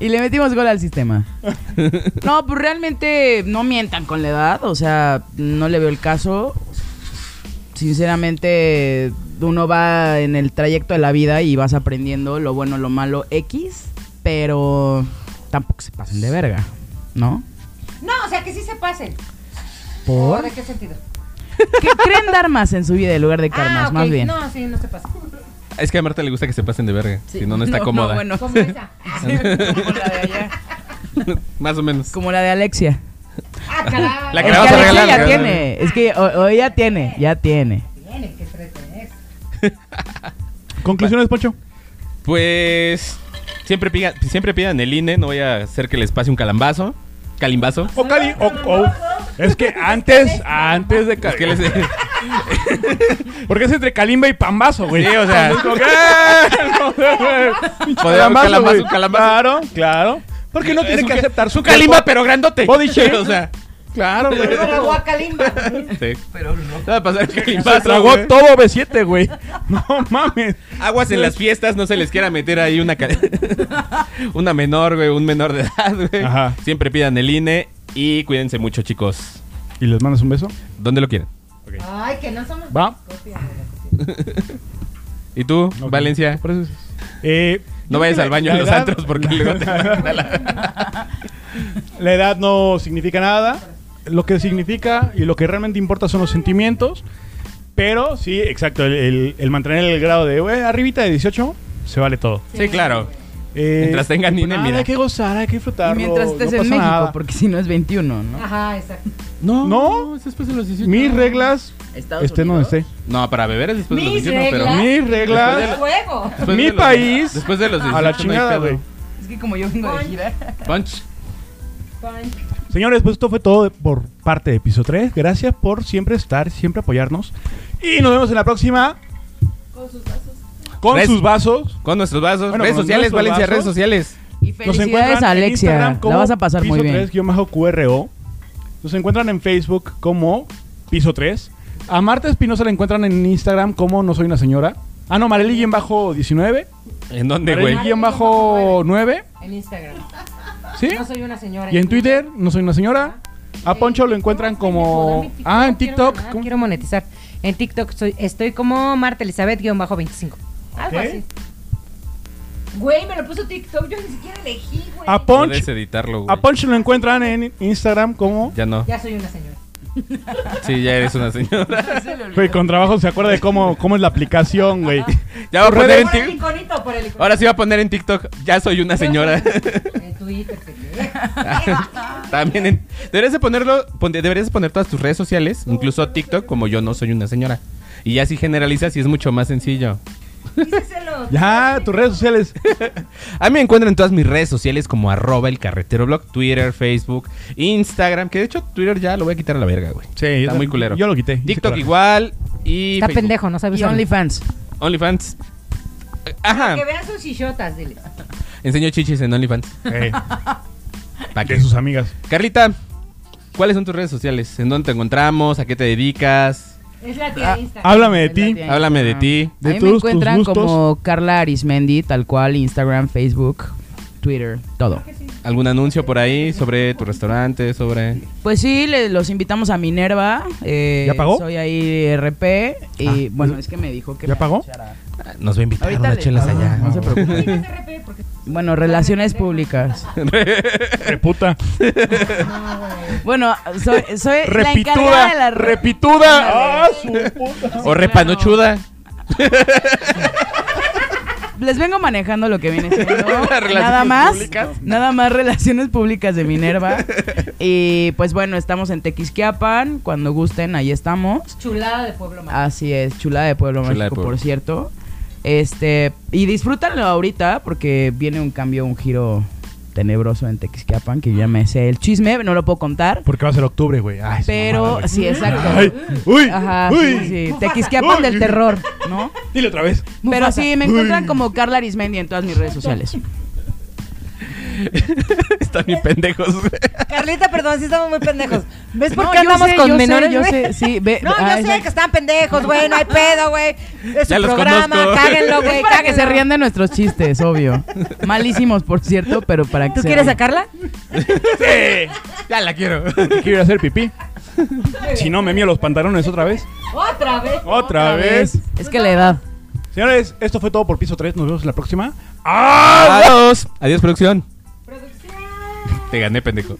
[SPEAKER 11] Y le metimos gol
[SPEAKER 4] [laughs]
[SPEAKER 11] al sistema. No, pues realmente no mientan con la edad, o sea, no le veo el caso. Sinceramente, uno va en el trayecto de la vida y vas aprendiendo lo bueno, lo malo, X, pero tampoco se pasen de verga, ¿no?
[SPEAKER 5] No, o sea, que sí se pasen. ¿O
[SPEAKER 1] ¿Por?
[SPEAKER 5] ¿De qué sentido?
[SPEAKER 11] Que creen dar más en su vida en lugar de karmas,
[SPEAKER 5] Ah, ok.
[SPEAKER 11] más bien.
[SPEAKER 5] No, sí, no se pasen.
[SPEAKER 4] Es que a Marta le gusta que se pasen de verga. Si no, no está cómoda.
[SPEAKER 11] bueno.
[SPEAKER 5] Como [laughs] esa.
[SPEAKER 11] como la de allá.
[SPEAKER 4] [laughs] Más o menos.
[SPEAKER 11] Como la de Alexia.
[SPEAKER 5] Ah, caray.
[SPEAKER 4] La que
[SPEAKER 11] es
[SPEAKER 4] le vas a
[SPEAKER 11] Alexia
[SPEAKER 4] regalar,
[SPEAKER 11] ya
[SPEAKER 4] la que le vas a
[SPEAKER 11] tiene. Es que o, o ella tiene, ya tiene.
[SPEAKER 5] Tiene que entretener.
[SPEAKER 2] Conclusiones, Poncho.
[SPEAKER 4] Pues siempre pidan, siempre pidan el INE, no voy a hacer que les pase un calambazo. Calimbazo.
[SPEAKER 2] O Cali. O, o- Es que antes, antes de
[SPEAKER 4] Es que les- [laughs]
[SPEAKER 2] Cali. Porque es entre Kalimba y Pambazo, güey.
[SPEAKER 4] Sí, o sea.
[SPEAKER 2] Como que, ¡eh! No, güey. Pinche
[SPEAKER 4] Podría
[SPEAKER 2] calambazo,
[SPEAKER 4] un calambazo,
[SPEAKER 2] güey.
[SPEAKER 4] un calambazo.
[SPEAKER 2] Claro, [laughs] claro. Porque no
[SPEAKER 4] Es
[SPEAKER 2] tiene
[SPEAKER 4] un
[SPEAKER 2] que
[SPEAKER 4] ca-
[SPEAKER 2] aceptar su
[SPEAKER 4] un calimba,
[SPEAKER 2] cuerpo.
[SPEAKER 4] pero grandote.
[SPEAKER 2] Body shape.
[SPEAKER 4] [laughs] o sea,
[SPEAKER 2] Claro, güey.
[SPEAKER 5] Pero la
[SPEAKER 2] [laughs]
[SPEAKER 5] guacalimba.
[SPEAKER 4] sí. Pero no. Va a pasar el
[SPEAKER 2] Se
[SPEAKER 4] calimbazo,
[SPEAKER 2] tragó
[SPEAKER 4] güey.
[SPEAKER 2] todo B7, güey. No mames.
[SPEAKER 4] Aguas en las fiestas, no se les quiera meter ahí una ca- [laughs] una menor, güey, un menor de edad, güey.
[SPEAKER 2] Ajá.
[SPEAKER 4] Siempre pidan el INE y cuídense mucho, chicos.
[SPEAKER 2] ¿Y les mandas un beso?
[SPEAKER 4] ¿Dónde lo quieren?
[SPEAKER 5] Ay, que no somos.
[SPEAKER 2] Va.
[SPEAKER 4] ¿Y tú,
[SPEAKER 2] Ok.
[SPEAKER 4] Valencia?
[SPEAKER 2] Por eso es- Eh,
[SPEAKER 4] No vayas al baño
[SPEAKER 2] La
[SPEAKER 4] en los
[SPEAKER 2] edad-
[SPEAKER 4] antros porque
[SPEAKER 2] [laughs]
[SPEAKER 4] luego te mandan a la...
[SPEAKER 5] [laughs]
[SPEAKER 2] La edad no significa nada. Lo que significa y lo que realmente importa son los sentimientos. Pero sí, exacto, el, el- el mantener el grado de, güey, arribita de 18, se vale todo.
[SPEAKER 4] Sí, claro.
[SPEAKER 2] Eh,
[SPEAKER 4] Mientras tengan INE,
[SPEAKER 2] nada,
[SPEAKER 4] mira.
[SPEAKER 2] Hay que gozar, hay que disfrutarlo.
[SPEAKER 11] Mientras estés
[SPEAKER 2] no
[SPEAKER 11] en
[SPEAKER 2] pasa
[SPEAKER 11] México,
[SPEAKER 2] nada.
[SPEAKER 11] porque si no es 21, ¿no?
[SPEAKER 5] Ajá, exacto.
[SPEAKER 4] No,
[SPEAKER 2] No.
[SPEAKER 4] es después de los 18.
[SPEAKER 2] Mis reglas,
[SPEAKER 11] [laughs] Estados
[SPEAKER 2] estén donde
[SPEAKER 11] Unidos.
[SPEAKER 2] esté.
[SPEAKER 4] No, para beber es después de los
[SPEAKER 5] Mis
[SPEAKER 4] 18, Pues pero...
[SPEAKER 5] reglas.
[SPEAKER 2] Mis reglas,
[SPEAKER 5] Juego.
[SPEAKER 4] Después
[SPEAKER 2] Mi
[SPEAKER 4] de los-
[SPEAKER 2] país.
[SPEAKER 4] Después de los 18.
[SPEAKER 2] a la
[SPEAKER 4] no hay
[SPEAKER 2] chingada,
[SPEAKER 4] pedo.
[SPEAKER 2] güey.
[SPEAKER 11] Es que como yo vengo de [laughs] gira.
[SPEAKER 4] Punch.
[SPEAKER 2] Señores, pues esto fue todo de- por parte de Piso 3. Gracias por siempre estar, siempre apoyarnos. Y nos vemos en la próxima. Con
[SPEAKER 4] Res-
[SPEAKER 2] sus vasos.
[SPEAKER 4] Con nuestros vasos.
[SPEAKER 2] Bueno,
[SPEAKER 4] redes
[SPEAKER 2] con
[SPEAKER 4] sociales,
[SPEAKER 2] nuestros
[SPEAKER 4] Valencia,
[SPEAKER 2] vasos.
[SPEAKER 4] redes sociales.
[SPEAKER 11] Y
[SPEAKER 2] Nos
[SPEAKER 11] felicidades
[SPEAKER 2] encuentran
[SPEAKER 11] a
[SPEAKER 2] en Instagram
[SPEAKER 11] Alexia. La
[SPEAKER 2] como
[SPEAKER 11] vas a pasar muy bien.
[SPEAKER 2] Piso 3-QRO. Nos encuentran en Facebook como Piso 3. A Marta Espinosa la encuentran en Instagram como No Soy una Señora. Ah, no, Marely-19.
[SPEAKER 4] ¿En dónde, güey?
[SPEAKER 2] Marely-9.
[SPEAKER 5] En Instagram.
[SPEAKER 2] ¿Sí?
[SPEAKER 5] No soy una señora.
[SPEAKER 2] Y en Twitter, No Soy una Señora. A Poncho lo encuentran como... Ah, en TikTok.
[SPEAKER 5] Ah,
[SPEAKER 2] ¿cómo?
[SPEAKER 5] quiero monetizar. En TikTok soy, estoy como Marta Elizabeth-25. Algo
[SPEAKER 2] Ok.
[SPEAKER 5] así. Güey, me lo puso TikTok. Yo ni siquiera elegí, güey.
[SPEAKER 2] A
[SPEAKER 4] Puedes
[SPEAKER 2] Poncho,
[SPEAKER 4] editarlo, güey.
[SPEAKER 2] a Poncho lo encuentran en Instagram como...
[SPEAKER 4] Ya no.
[SPEAKER 5] Ya soy una
[SPEAKER 2] [laughs]
[SPEAKER 5] señora.
[SPEAKER 4] Sí, ya eres una señora.
[SPEAKER 2] Güey, con trabajo se acuerda de cómo, cómo es la aplicación, güey. [laughs]
[SPEAKER 4] Ya va a
[SPEAKER 2] Tus
[SPEAKER 4] poner
[SPEAKER 2] redes-
[SPEAKER 4] en
[SPEAKER 5] Por el
[SPEAKER 4] TikTok.
[SPEAKER 5] iconito, por el iconito.
[SPEAKER 4] Ahora sí va a poner en TikTok. Ya soy una señora.
[SPEAKER 5] En
[SPEAKER 2] [laughs]
[SPEAKER 5] Twitter, pendejo.
[SPEAKER 4] [laughs] También en- deberías de ponerlo, pon- deberías de poner todas tus redes sociales, incluso TikTok, como yo no soy una señora. Y ya si generalizas, y es mucho más sencillo.
[SPEAKER 5] Díselo.
[SPEAKER 2] Ya, tus redes sociales.
[SPEAKER 4] A mí me encuentran en todas mis redes sociales como arroba el carretero blog, Twitter, Facebook, Instagram, que de hecho Twitter ya lo voy a quitar a la verga, güey.
[SPEAKER 2] Sí,
[SPEAKER 4] Está muy culero.
[SPEAKER 2] Yo lo quité. hice
[SPEAKER 4] TikTok
[SPEAKER 2] coraje.
[SPEAKER 4] igual y
[SPEAKER 5] Está
[SPEAKER 4] Facebook.
[SPEAKER 5] pendejo, no sabes
[SPEAKER 11] Y OnlyFans.
[SPEAKER 4] OnlyFans. Ajá.
[SPEAKER 5] Que vean sus chichotas, dile.
[SPEAKER 4] Enseño chichis en OnlyFans.
[SPEAKER 2] [laughs] Eh,
[SPEAKER 4] Pa' que-
[SPEAKER 2] de sus amigas.
[SPEAKER 4] Carlita, ¿cuáles son tus redes sociales? ¿En dónde te encontramos? ¿A qué te dedicas?
[SPEAKER 5] Es la
[SPEAKER 2] Ah,
[SPEAKER 5] tía de Instagram.
[SPEAKER 2] Háblame de ti.
[SPEAKER 4] Háblame
[SPEAKER 11] Ah.
[SPEAKER 4] de ti.
[SPEAKER 2] De
[SPEAKER 11] a mí
[SPEAKER 2] todos
[SPEAKER 11] me
[SPEAKER 2] tus
[SPEAKER 11] encuentran
[SPEAKER 2] gustos.
[SPEAKER 11] como Carla Arismendi, tal cual, Instagram, Facebook, Twitter, todo.
[SPEAKER 4] ¿Algún anuncio por ahí sobre tu restaurante? Sobre.
[SPEAKER 11] Pues sí, le- los invitamos a Minerva. eh,
[SPEAKER 2] ¿Ya pagó?
[SPEAKER 11] Soy ahí RP y
[SPEAKER 2] Ah,
[SPEAKER 11] bueno,
[SPEAKER 2] pues-
[SPEAKER 11] es que me dijo que...
[SPEAKER 2] ¿Ya
[SPEAKER 11] me
[SPEAKER 2] pagó?
[SPEAKER 11] anunciara.
[SPEAKER 4] Nos va a invitar
[SPEAKER 11] Ahorita
[SPEAKER 4] unas
[SPEAKER 11] le-
[SPEAKER 4] chelas allá.
[SPEAKER 11] no se preocupe.
[SPEAKER 5] Sí, es RP, porque-
[SPEAKER 11] [laughs] Bueno, relaciones públicas.
[SPEAKER 2] Reputa.
[SPEAKER 11] Bueno, soy, soy la encargada
[SPEAKER 2] Repituda.
[SPEAKER 11] de la...
[SPEAKER 2] Repituda. Ah, su puta.
[SPEAKER 4] [laughs] O [laughs] repanochuda.
[SPEAKER 11] Les vengo manejando lo que viene
[SPEAKER 4] [laughs]
[SPEAKER 11] siendo.
[SPEAKER 4] Relaciones
[SPEAKER 11] nada más.
[SPEAKER 4] públicas.
[SPEAKER 11] Nada más relaciones públicas
[SPEAKER 4] [laughs]
[SPEAKER 11] de Minerva. y pues bueno, estamos en Tequisquiapan. Cuando gusten, ahí estamos.
[SPEAKER 5] Chulada de
[SPEAKER 2] Ah,
[SPEAKER 5] pueblo mágico.
[SPEAKER 11] Así es, chula de Pueblo
[SPEAKER 4] Chulada de
[SPEAKER 11] Mágico,
[SPEAKER 4] Pueblo.
[SPEAKER 11] por cierto. Este, y disfrútalo ahorita porque viene un cambio, un giro tenebroso en Tequisquiapan, que yo ya me sé el chisme, no lo puedo contar.
[SPEAKER 2] Porque va a ser octubre, güey. Ay, su mamada,
[SPEAKER 11] Pero
[SPEAKER 2] güey.
[SPEAKER 11] sí,
[SPEAKER 2] Ay,
[SPEAKER 11] exacto.
[SPEAKER 2] uy,
[SPEAKER 11] Ajá,
[SPEAKER 2] uy.
[SPEAKER 11] sí, sí. Tequisquiapan del
[SPEAKER 2] Uy.
[SPEAKER 11] terror, ¿no?
[SPEAKER 2] Dile otra vez.
[SPEAKER 11] Pero sí, me encuentran como Carla Arismendi en todas mis redes sociales.
[SPEAKER 4] Están bien pendejos.
[SPEAKER 5] Carlita, perdón, sí estamos muy pendejos. ¿Ves por
[SPEAKER 11] No,
[SPEAKER 5] qué
[SPEAKER 11] yo
[SPEAKER 5] andamos
[SPEAKER 11] sé,
[SPEAKER 5] con
[SPEAKER 11] yo sé,
[SPEAKER 5] menores?
[SPEAKER 11] yo
[SPEAKER 5] güey?
[SPEAKER 11] sé, sí, ve-
[SPEAKER 5] no,
[SPEAKER 11] ah,
[SPEAKER 5] yo sé
[SPEAKER 11] ya-
[SPEAKER 5] que están pendejos, güey, no hay pedo, güey. Es
[SPEAKER 4] Ya
[SPEAKER 5] su
[SPEAKER 4] los
[SPEAKER 5] programa,
[SPEAKER 4] conozco.
[SPEAKER 5] cáguenlo,
[SPEAKER 11] Es
[SPEAKER 5] güey,
[SPEAKER 11] para que se
[SPEAKER 5] cáguenlo.
[SPEAKER 11] rían de nuestros chistes, [laughs] obvio. Malísimos, por cierto, pero para que
[SPEAKER 5] ¿Tú
[SPEAKER 11] se
[SPEAKER 5] quieres
[SPEAKER 11] rían.
[SPEAKER 5] sacarla?
[SPEAKER 4] sí. Ya la [laughs] quiero.
[SPEAKER 2] Quiero ir a hacer pipí. [laughs] Si no, me mío los pantalones otra vez.
[SPEAKER 5] Otra vez.
[SPEAKER 2] Otra vez.
[SPEAKER 11] Es que la edad.
[SPEAKER 2] Señores, esto fue todo por piso 3. Nos vemos en la próxima.
[SPEAKER 4] Adiós. Adiós, producción.
[SPEAKER 5] Producción.
[SPEAKER 4] Te gané, pendejo.